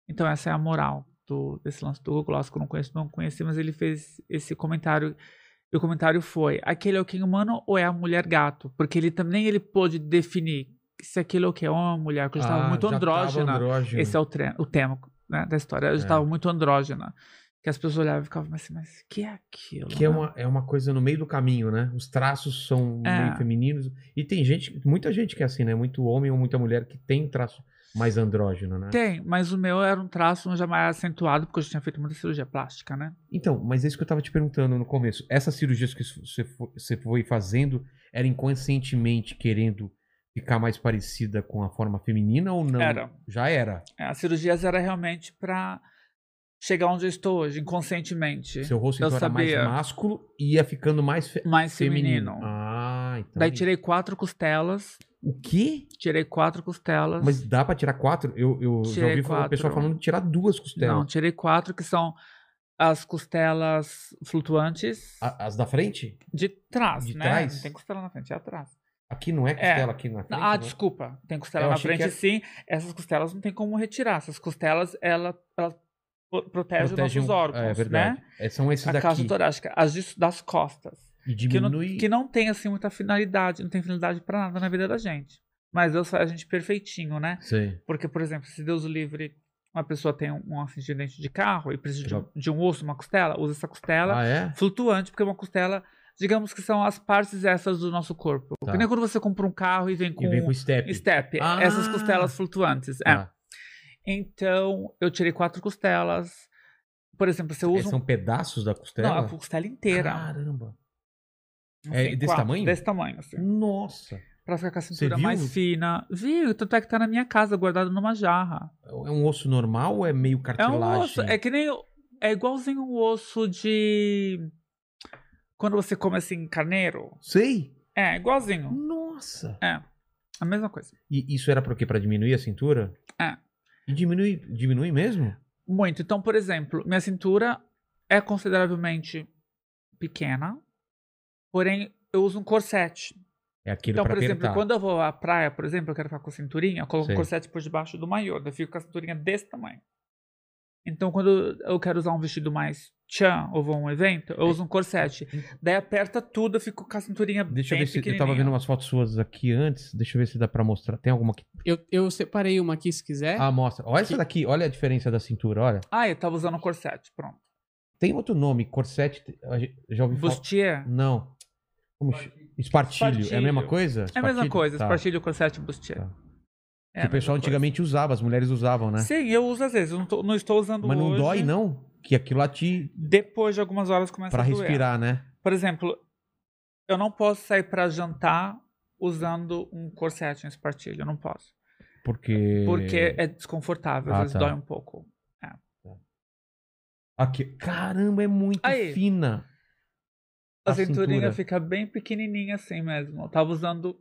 Speaker 3: Então essa é a moral do, desse lance do Google Glass, que eu não conheço, não conheci, mas ele fez esse comentário. E o comentário foi, aquele é o quem humano ou é a mulher gato? Porque ele também ele pôde definir se aquilo é o que é homem ou mulher, porque eu estava
Speaker 1: Ah,
Speaker 3: muito
Speaker 1: já tava
Speaker 3: andrógena.
Speaker 1: andrógeno.
Speaker 3: Esse é o, tre- o tema né, da história. Eu
Speaker 1: É.
Speaker 3: estava muito andrógena. Que as pessoas olhavam e ficavam mas assim, mas o que é aquilo?
Speaker 1: Que é
Speaker 3: né?
Speaker 1: uma, é uma coisa no meio do caminho, né? Os traços são
Speaker 3: É.
Speaker 1: meio femininos. E tem gente, muita gente que é assim, né? Muito homem ou muita mulher que tem traço mais andrógeno, né?
Speaker 3: Tem, mas o meu era um traço já mais acentuado, porque eu já tinha feito muita cirurgia plástica, né?
Speaker 1: Então, mas é isso que eu tava te perguntando no começo. Essas cirurgias que você fo- você foi fazendo era inconscientemente querendo ficar mais parecida com a forma feminina ou não?
Speaker 3: Era.
Speaker 1: Já era.
Speaker 3: É, As cirurgias era realmente pra chegar onde eu estou hoje, inconscientemente.
Speaker 1: Seu rosto
Speaker 3: Eu
Speaker 1: então era mais
Speaker 3: sabia.
Speaker 1: másculo e ia ficando mais fe-
Speaker 3: Mais feminino.
Speaker 1: feminino. Ah, então.
Speaker 3: Daí tirei quatro costelas.
Speaker 1: O quê?
Speaker 3: Tirei quatro costelas.
Speaker 1: Mas dá pra tirar quatro? Eu, eu já
Speaker 3: Tirei
Speaker 1: ouvi falar- o
Speaker 3: quatro.
Speaker 1: pessoal falando de tirar duas costelas.
Speaker 3: Não, tirei quatro, que são as costelas flutuantes
Speaker 1: A- As da frente?
Speaker 3: de trás,
Speaker 1: Ah, de
Speaker 3: né?
Speaker 1: trás?
Speaker 3: Não tem costela na frente, é atrás.
Speaker 1: Aqui não é costela, aqui na frente.
Speaker 3: ah,
Speaker 1: né?
Speaker 3: desculpa. Tem costela
Speaker 1: Eu
Speaker 3: na
Speaker 1: achei
Speaker 3: frente,
Speaker 1: que é era-
Speaker 3: sim. Essas costelas não tem como retirar. Essas costelas, ela, ela pro- protege,
Speaker 1: Protege
Speaker 3: os
Speaker 1: um-
Speaker 3: nossos órgãos,
Speaker 1: É verdade.
Speaker 3: né?
Speaker 1: É, são esses
Speaker 3: A
Speaker 1: daqui.
Speaker 3: caixa torácica, as dis- das costas.
Speaker 1: E
Speaker 3: Que não,
Speaker 1: diminui.
Speaker 3: que não tem, assim, muita finalidade. Não tem finalidade pra nada na vida da gente. Mas Deus faz a gente perfeitinho, né?
Speaker 1: Sim.
Speaker 3: Porque, por exemplo, se Deus o livre, uma pessoa tem um, um acidente de carro e precisa de um,
Speaker 1: Joga.
Speaker 3: de um osso, uma costela, usa essa costela
Speaker 1: Ah, é?
Speaker 3: flutuante, porque uma costela, digamos que são as partes extras do nosso corpo.
Speaker 1: Tá.
Speaker 3: Que nem quando você compra um carro e vem com,
Speaker 1: E vem com step.
Speaker 3: step,
Speaker 1: Ah!
Speaker 3: essas costelas flutuantes. é.
Speaker 1: Ah,
Speaker 3: Então, eu tirei quatro costelas. Por exemplo, se eu
Speaker 1: é,
Speaker 3: uso um-
Speaker 1: são pedaços da costela?
Speaker 3: Não, é a costela inteira.
Speaker 1: Caramba.
Speaker 3: Não
Speaker 1: é
Speaker 3: sei,
Speaker 1: desse tamanho?
Speaker 3: Desse tamanho, assim.
Speaker 1: Nossa.
Speaker 3: Pra ficar com a cintura
Speaker 1: viu?
Speaker 3: mais fina. Viu? Tanto é que tá na minha casa, guardado numa jarra.
Speaker 1: É um osso normal ou é meio
Speaker 3: É
Speaker 1: cartilagem?
Speaker 3: um osso, é que nem. É igualzinho um osso de. Quando você come assim, carneiro.
Speaker 1: Sei.
Speaker 3: É, igualzinho. É,
Speaker 1: Nossa.
Speaker 3: A mesma coisa.
Speaker 1: E isso era pra quê? Pra diminuir a cintura?
Speaker 3: É.
Speaker 1: E diminui, diminui mesmo?
Speaker 3: Muito. Então, por exemplo, minha cintura é consideravelmente pequena, porém eu uso um corset.
Speaker 1: É aquilo
Speaker 3: Então,
Speaker 1: pra
Speaker 3: por exemplo,
Speaker 1: apertar.
Speaker 3: quando eu vou à praia, por exemplo, eu quero ficar com cinturinha, eu coloco
Speaker 1: Sei.
Speaker 3: um corset por debaixo do maiô, daí eu fico com a cinturinha desse tamanho. Então, quando eu quero usar um vestido mais tchan ou vou a um evento, eu uso um corset. Daí aperta tudo, eu fico com a cinturinha
Speaker 1: Deixa eu
Speaker 3: bem
Speaker 1: ver se... Eu tava vendo umas fotos suas aqui antes. Deixa eu ver se dá pra mostrar. Tem alguma aqui?
Speaker 2: Eu, eu separei uma aqui, se
Speaker 3: É.
Speaker 2: quiser.
Speaker 1: Ah, mostra. Olha essa
Speaker 2: Que-
Speaker 1: daqui. Olha a diferença da cintura, olha.
Speaker 3: Ah, eu tava usando um corset, pronto.
Speaker 1: Tem outro nome. Corsete. a gente- Já ouvi falar.
Speaker 3: Bustier
Speaker 1: Não. Como ch- espartilho. É a mesma
Speaker 3: Espartilho.
Speaker 1: coisa?
Speaker 3: é a mesma
Speaker 1: Espartilho?
Speaker 3: coisa,
Speaker 1: Tá.
Speaker 3: espartilho, corset, bustier.
Speaker 1: Tá.
Speaker 3: É
Speaker 1: que
Speaker 3: a
Speaker 1: o pessoal
Speaker 3: mesma coisa.
Speaker 1: antigamente usava, as mulheres usavam, né?
Speaker 3: Sim, eu uso às vezes. Eu não, tô- não estou usando
Speaker 1: Mas não
Speaker 3: hoje.
Speaker 1: dói, não? Que aquilo lá te.
Speaker 3: Depois de algumas horas começa
Speaker 1: pra
Speaker 3: a doer.
Speaker 1: respirar, né?
Speaker 3: Por exemplo, eu não posso sair pra jantar usando um corset, um espartilho. Eu não posso.
Speaker 1: Porque.
Speaker 3: Porque é desconfortável. Às
Speaker 1: Ah,
Speaker 3: vezes
Speaker 1: tá.
Speaker 3: dói um pouco.
Speaker 1: Aqui... Caramba, é muito
Speaker 3: Aí.
Speaker 1: fina.
Speaker 3: A,
Speaker 1: A
Speaker 3: cinturinha
Speaker 1: cintura.
Speaker 3: fica bem pequenininha assim mesmo. Eu tava usando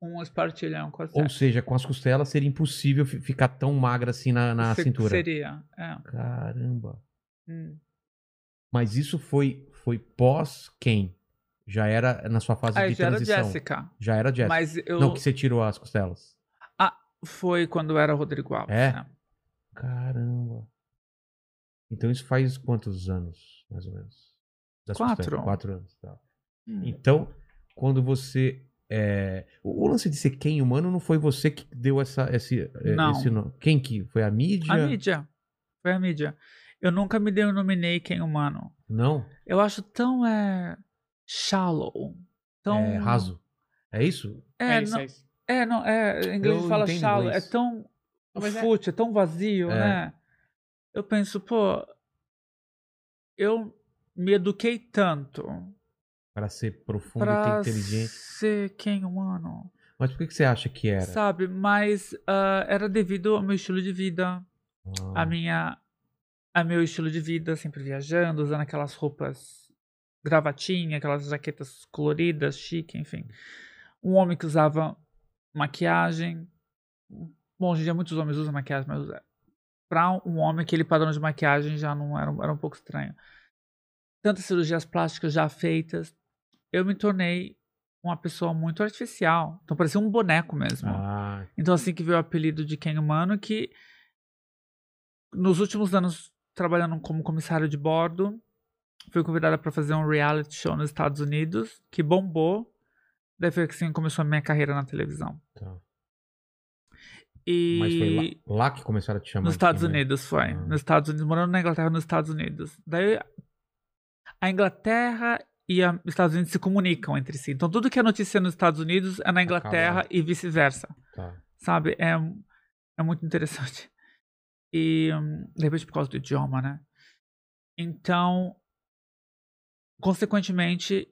Speaker 3: um espartilho, um corset.
Speaker 1: Ou seja, com as costelas seria impossível fi- ficar tão magra assim na, na
Speaker 3: Se-
Speaker 1: cintura.
Speaker 3: Seria, é.
Speaker 1: Caramba.
Speaker 3: Hum.
Speaker 1: Mas isso foi, foi pós quem? Já era na sua fase de
Speaker 3: Aí Ah, já era
Speaker 1: transição.
Speaker 3: Jéssica.
Speaker 1: Já era Jessica.
Speaker 3: Mas eu...
Speaker 1: Não, que você tirou as costelas.
Speaker 3: Foi quando eu era Rodrigo Alves.
Speaker 1: É?
Speaker 3: né?
Speaker 1: Caramba. Então isso faz quantos anos, mais ou menos? Das
Speaker 3: Quatro.
Speaker 1: costelas? Quatro anos. Tá.
Speaker 3: Hum.
Speaker 1: Então, quando você. é, O o lance de ser quem humano não foi você que deu essa, esse, é,
Speaker 3: Não.
Speaker 1: esse nome. Quem que? Foi a mídia?
Speaker 3: A mídia. Foi a mídia. Eu nunca me denominei quem humano.
Speaker 1: Não?
Speaker 3: Eu acho tão é, shallow. Tão,
Speaker 1: É raso. É isso?
Speaker 3: É,
Speaker 2: isso,
Speaker 3: não,
Speaker 2: é isso.
Speaker 3: é, não, é, em inglês
Speaker 1: Eu
Speaker 3: fala
Speaker 1: entendo
Speaker 3: shallow.
Speaker 1: inglês.
Speaker 3: É tão
Speaker 2: Mas é-
Speaker 3: fútil, é tão vazio,
Speaker 1: É.
Speaker 3: né? Eu penso, pô, eu me eduquei tanto
Speaker 1: Para ser profundo
Speaker 3: pra
Speaker 1: e ter inteligente.
Speaker 3: ser quem humano,
Speaker 1: Mas por que que você acha que era?
Speaker 3: sabe? Mas ah, era devido ao meu estilo de vida,
Speaker 1: Ah,
Speaker 3: a minha a meu estilo de vida, sempre viajando, usando aquelas roupas gravatinha, aquelas jaquetas coloridas, chique, enfim. Um homem que usava maquiagem. Bom, hoje em dia muitos homens usam maquiagem, mas é, pra um homem aquele padrão de maquiagem já não era, um- era um pouco estranho. Tantas cirurgias plásticas já feitas, eu me tornei uma pessoa muito artificial. Então parecia um boneco mesmo.
Speaker 1: Ah,
Speaker 3: Então, assim que veio o apelido de Ken Humano, que nos últimos anos, trabalhando como comissário de bordo, fui convidada para fazer um reality show nos Estados Unidos, que bombou. Daí foi assim que começou a minha carreira na televisão.
Speaker 1: tá.
Speaker 3: E
Speaker 1: Mas foi lá, lá que começaram a te chamar.
Speaker 3: nos
Speaker 1: de
Speaker 3: Estados
Speaker 1: time, né?
Speaker 3: Unidos foi.
Speaker 1: Ah.
Speaker 3: Nos Estados Unidos, morando na Inglaterra, nos Estados Unidos. Daí a Inglaterra e a- os Estados Unidos se comunicam entre si. Então tudo que é notícia nos Estados Unidos é na Inglaterra
Speaker 1: lá.
Speaker 3: e vice-versa.
Speaker 1: Tá.
Speaker 3: Sabe? É, é muito interessante. [LAUGHS] E hum, de repente por causa do idioma, né? Então, consequentemente,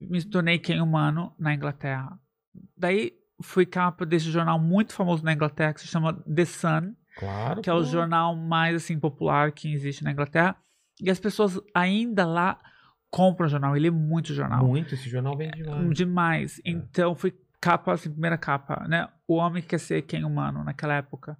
Speaker 3: me tornei quem humano na Inglaterra. Daí fui capa desse jornal muito famoso na Inglaterra que se chama The Sun
Speaker 1: Claro.
Speaker 3: que é o
Speaker 1: pô.
Speaker 3: jornal mais assim popular que existe na Inglaterra. E as pessoas ainda lá compram jornal, ele é muito jornal.
Speaker 1: Muito, esse jornal vem
Speaker 3: Um
Speaker 1: demais.
Speaker 3: Demais.
Speaker 1: É.
Speaker 3: Então foi capa, assim, primeira capa, né? O homem que quer ser quem humano naquela época.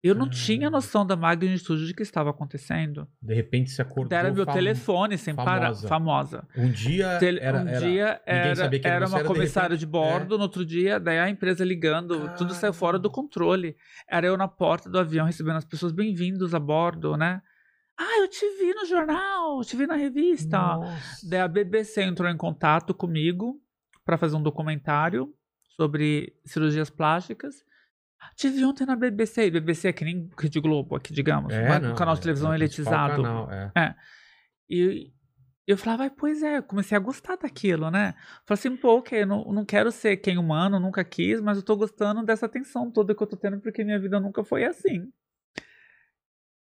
Speaker 3: Eu não
Speaker 1: Ah.
Speaker 3: tinha noção da magnitude de que estava acontecendo.
Speaker 1: De repente se acordou.
Speaker 3: Era meu
Speaker 1: fam-
Speaker 3: telefone sem parar,
Speaker 1: famosa.
Speaker 3: famosa.
Speaker 1: Um dia
Speaker 3: Tele-
Speaker 1: era,
Speaker 3: um
Speaker 1: era-
Speaker 3: dia era,
Speaker 1: sabia quem
Speaker 3: era
Speaker 1: você
Speaker 3: uma
Speaker 1: era, É. de
Speaker 3: comissária
Speaker 1: repente-
Speaker 3: de bordo, no outro dia, daí a empresa ligando, tudo saiu fora do controle. Era eu na porta do avião recebendo as pessoas bem-vindos a bordo, né? Ah, eu te vi no jornal, eu te vi na revista.
Speaker 1: Nossa.
Speaker 3: Daí a BBC entrou em contato comigo para fazer um documentário sobre cirurgias plásticas. Te vi ontem na BBC, e BBC é que nem Rede Globo aqui, digamos.
Speaker 1: É,
Speaker 3: Mas
Speaker 1: não,
Speaker 3: o canal de
Speaker 1: é,
Speaker 3: televisão
Speaker 1: é o principal
Speaker 3: elitizado.
Speaker 1: canal, é.
Speaker 3: E eu falava, "Ai, pois é, eu comecei a gostar daquilo, né? Falei assim, pô, ok, eu não, não quero ser quem humano, nunca quis, mas eu tô gostando dessa atenção toda que eu tô tendo, porque minha vida nunca foi assim.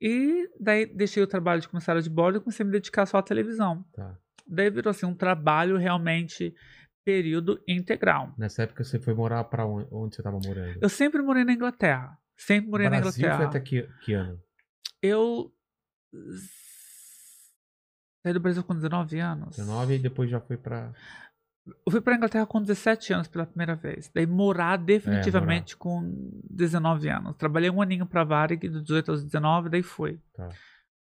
Speaker 3: E daí deixei o trabalho de comissária de bordo e comecei a me dedicar só à televisão.
Speaker 1: Tá.
Speaker 3: Daí virou assim um trabalho realmente período integral.
Speaker 1: Nessa época você foi morar pra onde, onde você tava morando?
Speaker 3: Eu sempre morei na Inglaterra. Sempre morei na
Speaker 1: Brasil
Speaker 3: Inglaterra.
Speaker 1: foi até que, que ano?
Speaker 3: Eu saí do Brasil com 19 anos.
Speaker 1: 19 e depois já foi pra.
Speaker 3: Eu fui pra Inglaterra com 17 anos pela primeira vez. Daí morar
Speaker 1: É,
Speaker 3: definitivamente com 19 anos. Trabalhei um aninho pra Varig, dos 18 aos 19, daí fui.
Speaker 1: Tá.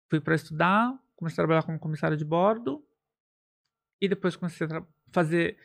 Speaker 3: Fui pra estudar, comecei a trabalhar como comissária de bordo. E depois comecei a tra- fazer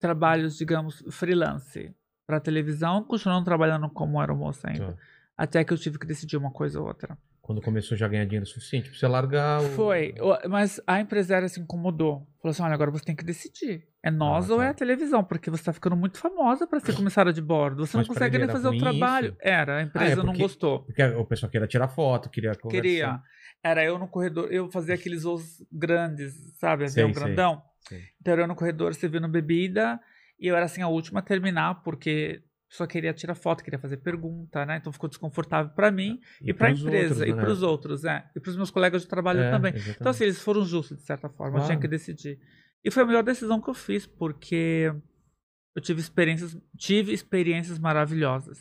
Speaker 3: trabalhos, digamos, freelance pra televisão, continuando trabalhando como aeromoça ainda.
Speaker 1: tá.
Speaker 3: Até que eu tive que decidir uma coisa ou outra.
Speaker 1: Quando começou já a ganhar dinheiro suficiente pra você largar o.
Speaker 3: Foi, o- mas a empresária se incomodou. Falou assim: olha, agora você tem que decidir. É nós
Speaker 1: Ah,
Speaker 3: ou
Speaker 1: tá.
Speaker 3: é a televisão? Porque você tá ficando muito famosa pra ser comissária de bordo. Você
Speaker 1: Mas
Speaker 3: não
Speaker 1: pra
Speaker 3: consegue
Speaker 1: ele
Speaker 3: nem
Speaker 1: era
Speaker 3: fazer o
Speaker 1: ruim
Speaker 3: trabalho.
Speaker 1: isso? Ah, é
Speaker 3: Era, a empresa não
Speaker 1: porque
Speaker 3: gostou.
Speaker 1: Porque o pessoal queria tirar foto, queria conversar.
Speaker 3: Queria. Era eu no corredor, eu fazia aqueles voos grandes, sabe?
Speaker 1: Sei,
Speaker 3: Avião
Speaker 1: sei,
Speaker 3: grandão.
Speaker 1: sei.
Speaker 3: Então era eu no corredor servindo bebida e eu era assim a última a terminar, porque só queria tirar foto, queria fazer pergunta, né? Então ficou desconfortável pra mim e, pra
Speaker 1: É. pros
Speaker 3: empresa
Speaker 1: outros,
Speaker 3: e
Speaker 1: né?
Speaker 3: pros outros, é. E pros meus colegas de trabalho
Speaker 1: É,
Speaker 3: também.
Speaker 1: exatamente.
Speaker 3: Então, assim, eles foram justos, de certa forma. Eu tinha
Speaker 1: Claro.
Speaker 3: que decidir. E foi a melhor decisão que eu fiz, porque eu tive experiências, tive experiências maravilhosas.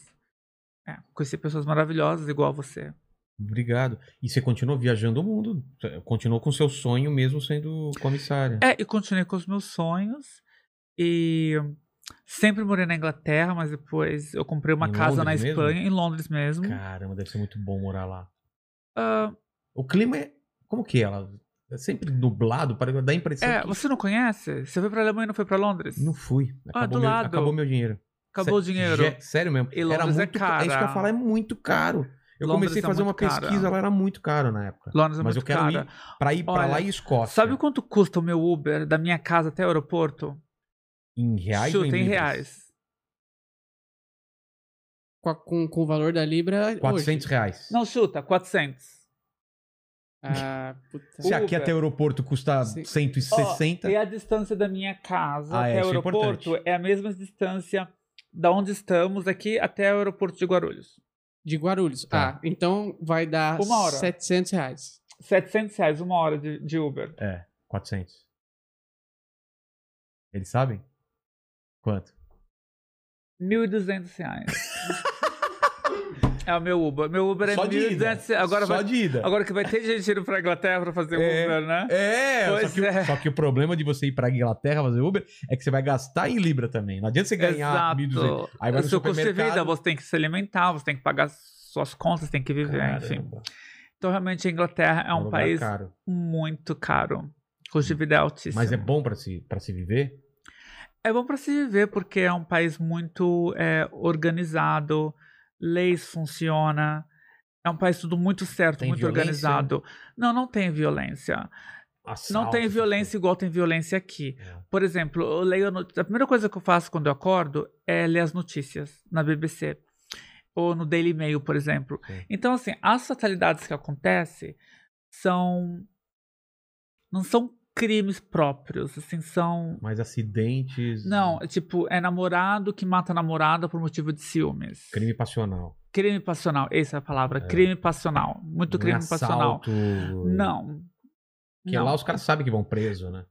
Speaker 3: É, conheci pessoas maravilhosas igual a você.
Speaker 1: Obrigado. E você continuou viajando o mundo. Você Continuou com seu sonho mesmo sendo comissária.
Speaker 3: É, e continuei com os meus sonhos. E sempre morei na Inglaterra, mas depois eu comprei uma
Speaker 1: Em
Speaker 3: casa na
Speaker 1: Londres mesmo?
Speaker 3: Espanha, em Londres mesmo.
Speaker 1: Caramba, deve ser muito bom morar lá.
Speaker 3: Ah,
Speaker 1: O clima é. Como que é? Ela é sempre nublado, parece dá a impressão.
Speaker 3: é,
Speaker 1: que-
Speaker 3: você não conhece? Você foi pra Alemanha e não foi pra Londres?
Speaker 1: Não fui. Acabou,
Speaker 3: do
Speaker 1: meu,
Speaker 3: lado.
Speaker 1: acabou meu dinheiro.
Speaker 3: Acabou
Speaker 1: Sé-
Speaker 3: o dinheiro.
Speaker 1: Gé- Sério mesmo.
Speaker 3: E Londres é
Speaker 1: muito
Speaker 3: caro.
Speaker 1: É isso que eu ia falar, é muito caro. Eu
Speaker 3: Londres
Speaker 1: comecei
Speaker 3: é
Speaker 1: a fazer uma
Speaker 3: muito caro.
Speaker 1: pesquisa lá, era muito caro na época.
Speaker 3: Londres é
Speaker 1: Mas eu
Speaker 3: muito
Speaker 1: quero
Speaker 3: cara.
Speaker 1: ir Pra ir pra
Speaker 3: Olha,
Speaker 1: lá em Escócia.
Speaker 3: Sabe quanto custa o meu Uber da minha casa até o aeroporto?
Speaker 1: Em reais ou
Speaker 3: Chuta em
Speaker 1: libras?
Speaker 3: reais.
Speaker 2: Com, a- com- com o valor da Libra.
Speaker 1: 400
Speaker 2: hoje.
Speaker 1: reais.
Speaker 3: Não, chuta, 400.
Speaker 2: Ah, puta.
Speaker 1: Se aqui
Speaker 3: Uber.
Speaker 1: até o aeroporto custa
Speaker 2: Sim.
Speaker 3: Ó,
Speaker 1: 160.
Speaker 3: e a distância da minha casa
Speaker 1: Ah, é,
Speaker 3: até o
Speaker 1: isso é
Speaker 3: aeroporto
Speaker 1: importante.
Speaker 3: é, a mesma distância da onde estamos aqui até o aeroporto de Guarulhos.
Speaker 2: De Guarulhos.
Speaker 1: Tá.
Speaker 2: Ah, então vai dar
Speaker 3: Uma hora.
Speaker 2: 700 reais.
Speaker 3: 700 reais uma hora de, de Uber.
Speaker 1: É, 400. Eles sabem? Quanto?
Speaker 3: 1.200 reais. [LAUGHS] é o meu Uber. Meu Uber é
Speaker 1: Só de ida.
Speaker 3: 1.200 Agora
Speaker 1: Só
Speaker 3: vai-
Speaker 1: de ida.
Speaker 3: Agora que vai ter gente indo pra Inglaterra pra fazer
Speaker 1: É.
Speaker 3: Uber, né?
Speaker 1: É,
Speaker 3: Pois
Speaker 1: só que, o-
Speaker 3: é.
Speaker 1: só que o problema de você ir pra Inglaterra fazer Uber é que você vai gastar em Libra também. Não adianta você ganhar 1.200.
Speaker 3: Exato. É
Speaker 1: Aí vai
Speaker 3: o
Speaker 1: no
Speaker 3: seu custo de vida,
Speaker 1: supermercado.
Speaker 3: você tem que se alimentar, você tem que pagar suas contas, tem que viver, enfim.
Speaker 1: Caramba,
Speaker 3: Então, realmente, a Inglaterra é um
Speaker 1: lugar
Speaker 3: país
Speaker 1: caro.
Speaker 3: muito caro. O custo de vida é altíssimo.
Speaker 1: Mas é bom pra se, pra se viver?
Speaker 3: É bom para se viver porque é um país muito é, organizado, leis funcionam, é um país tudo muito certo,
Speaker 1: Tem
Speaker 3: muito
Speaker 1: violência?
Speaker 3: organizado. Não, não tem violência. não
Speaker 1: Assalto,
Speaker 3: tem
Speaker 1: essas
Speaker 3: violência igual tem violência aqui.
Speaker 1: coisas.
Speaker 3: Por exemplo, é eu leio a, not- a primeira coisa que eu faço quando eu acordo é ler as notícias na BBC. ou no Daily Mail, por exemplo.
Speaker 1: Sim.
Speaker 3: Então, assim, as fatalidades que acontecem são. não são crimes próprios, assim, são.
Speaker 1: Mas acidentes.
Speaker 3: Não, é tipo, é namorado que mata namorada por motivo de ciúmes.
Speaker 1: Crime passional.
Speaker 3: Crime passional, essa é a palavra.
Speaker 1: É.
Speaker 3: Crime passional. Muito
Speaker 1: Não é
Speaker 3: crime passional.
Speaker 1: assalto,
Speaker 3: Não.
Speaker 1: Que é
Speaker 3: não.
Speaker 1: lá os caras sabem que vão preso, né?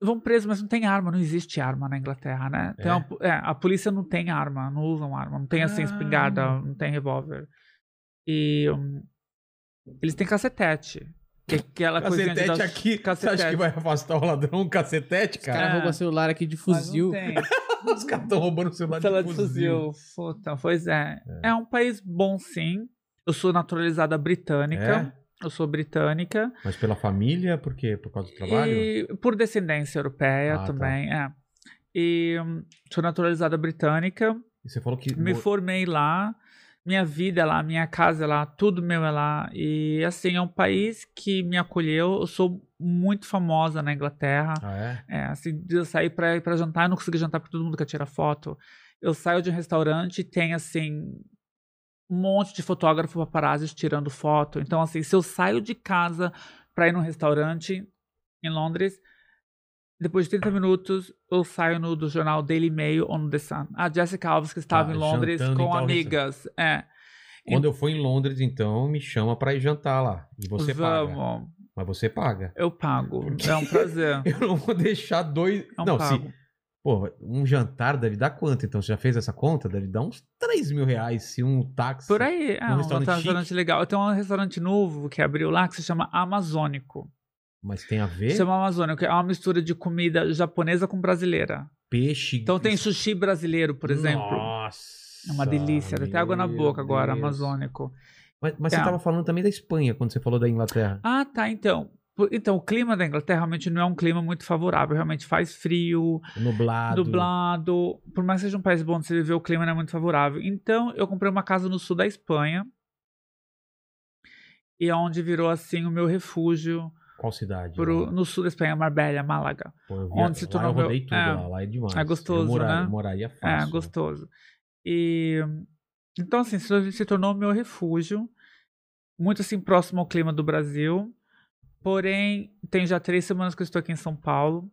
Speaker 3: Vão preso, mas não tem arma, não existe arma na Inglaterra, né? Tem
Speaker 1: É?
Speaker 3: uma po- é, a polícia não tem arma, não usam arma, não tem assim
Speaker 1: Ah.
Speaker 3: espingarda, não tem revólver. E hum, eles têm cacetete. Que é aquela coisinha de dar- cacetete.
Speaker 1: vai afastar o ladrão? Um cacetete,
Speaker 2: O cara
Speaker 3: É.
Speaker 2: roubou celular aqui de
Speaker 3: Mas não
Speaker 2: fuzil.
Speaker 1: [LAUGHS]
Speaker 3: tem.
Speaker 1: Os caras estão roubando o celular
Speaker 3: Celular de fuzil. Puta, pois é. é. um país bom, sim. Eu sou naturalizada
Speaker 1: É?
Speaker 3: britânica. Eu sou britânica.
Speaker 1: Mas pela família, por quê? Por causa do trabalho?
Speaker 3: E por descendência europeia
Speaker 1: Ah, tá.
Speaker 3: também, é. E hum, sou naturalizada britânica.
Speaker 1: E você falou que.
Speaker 3: Me
Speaker 1: mo-
Speaker 3: formei lá. Minha vida é lá, minha casa é lá, tudo meu é lá. E assim, é um país que me acolheu. Eu sou muito famosa na Inglaterra.
Speaker 1: Ah, é?
Speaker 3: É, assim, de eu sair pra, ir pra jantar, eu não consegui jantar porque todo mundo quer tirar foto. Eu saio de um restaurante e tem, assim, um monte de fotógrafo paparazzi tirando foto. Então, assim, se eu saio de casa pra ir num restaurante em Londres, depois de 30 minutos, eu saio no, do jornal Daily Mail ou no The Sun. A Jessica Alves, que estava
Speaker 1: Ah,
Speaker 3: em Londres
Speaker 1: jantando em
Speaker 3: com
Speaker 1: tal
Speaker 3: amigas. É,
Speaker 1: Quando eu for em Londres, então, me chama pra ir jantar lá. E você paga.
Speaker 3: vamos.
Speaker 1: Mas você paga. [LAUGHS]
Speaker 3: Eu pago.
Speaker 1: Por quê?
Speaker 3: É um prazer.
Speaker 1: Eu não vou deixar dois.
Speaker 3: É um
Speaker 1: não,
Speaker 3: pago.
Speaker 1: se. Pô, um jantar deve dar quanto? Então, você já fez essa conta? Deve dar uns 3 mil reais se um táxi.
Speaker 3: Por aí, é
Speaker 1: Num
Speaker 3: um
Speaker 1: restaurante
Speaker 3: restaurante, legal. Tem um restaurante novo que abriu lá que se chama Amazônico.
Speaker 1: Mas tem a ver?
Speaker 3: Chama Amazônico, é uma mistura de comida japonesa com brasileira.
Speaker 1: Peixe.
Speaker 3: Então tem sushi brasileiro, por exemplo.
Speaker 1: Nossa.
Speaker 3: É uma delícia, dá até água na
Speaker 1: meu
Speaker 3: boca agora,
Speaker 1: Deus.
Speaker 3: Amazônico.
Speaker 1: Mas, mas você
Speaker 3: É.
Speaker 1: tava falando também da Espanha, quando você falou da
Speaker 3: [LAUGHS]
Speaker 1: Inglaterra.
Speaker 3: Ah, tá, então. Por- Então, o clima da Inglaterra realmente não é um clima muito favorável. Realmente faz frio,
Speaker 1: Nublado.
Speaker 3: dublado. Por mais que seja um país bom de se viver, o clima não é muito favorável. Então, eu comprei uma casa no sul da Espanha. E é onde virou, assim, o meu refúgio.
Speaker 1: Qual cidade?
Speaker 3: pro-
Speaker 1: Lá?
Speaker 3: no sul da Espanha, Marbella, Málaga.
Speaker 1: Pô, eu
Speaker 3: onde se
Speaker 1: lá
Speaker 3: tornou
Speaker 1: eu
Speaker 3: meu-
Speaker 1: rodei tudo
Speaker 3: é.
Speaker 1: lá, lá é demais.
Speaker 3: É gostoso,
Speaker 1: eu morar,
Speaker 3: né?
Speaker 1: eu moraria
Speaker 3: É,
Speaker 1: fácil.
Speaker 3: gostoso. E então assim, se, se tornou meu refúgio, muito assim próximo ao clima do Brasil. Porém, tem já três semanas que eu estou aqui em São Paulo.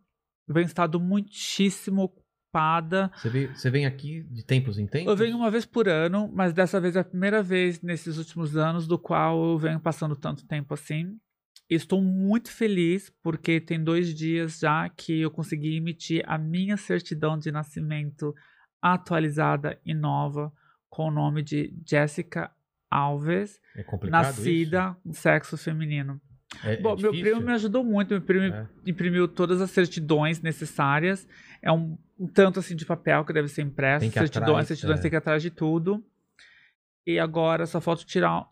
Speaker 3: Venho em estado muitíssimo ocupada.
Speaker 1: Você veio- você vem aqui de tempos em tempos?
Speaker 3: Eu venho uma vez por ano, mas dessa vez é a primeira vez nesses últimos anos do qual eu venho passando tanto tempo assim. E Estou muito feliz porque tem dois dias já que eu consegui emitir a minha certidão de nascimento atualizada e nova com o nome de Jessica Alves,
Speaker 1: É complicado
Speaker 3: nascida com sexo feminino.
Speaker 1: isso? É- é
Speaker 3: Bom, meu
Speaker 1: difícil?
Speaker 3: primo me ajudou muito, meu primo
Speaker 1: É.
Speaker 3: imprimiu todas as certidões necessárias. É um, um tanto assim de papel que deve ser impresso.
Speaker 1: Tem que ir
Speaker 3: certidões,
Speaker 1: atrás,
Speaker 3: certidões
Speaker 1: é.
Speaker 3: tem que ir atrás de tudo. E agora só falta tirar,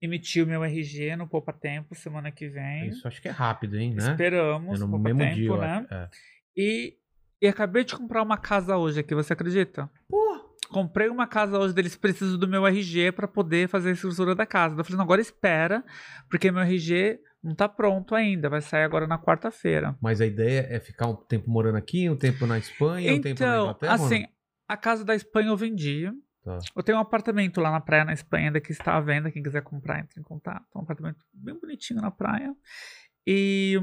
Speaker 3: emitir o meu RG no Poupa Tempo semana que vem.
Speaker 1: Isso acho que é rápido, hein, né?
Speaker 3: Esperamos,
Speaker 1: é no
Speaker 3: Poupa
Speaker 1: mesmo
Speaker 3: Tempo,
Speaker 1: dia, eu
Speaker 3: né?
Speaker 1: acho. É.
Speaker 3: E, e acabei de comprar uma casa hoje aqui, você acredita?
Speaker 1: Pô,
Speaker 3: Comprei uma casa hoje, eles precisam do meu RG para poder fazer a escritura da casa. Eu falei, não, agora espera, porque meu RG não tá pronto ainda, vai sair agora na quarta-feira.
Speaker 1: mas a ideia é ficar um tempo morando aqui, um tempo na Espanha, um tempo na
Speaker 3: Então,
Speaker 1: Inglaterra? ou não?
Speaker 3: assim, a casa da Espanha eu vendi.
Speaker 1: Tá.
Speaker 3: Eu tenho um apartamento lá na praia, na Espanha, ainda que está à venda. Quem quiser comprar, entre em contato. É Um apartamento bem bonitinho na praia. E.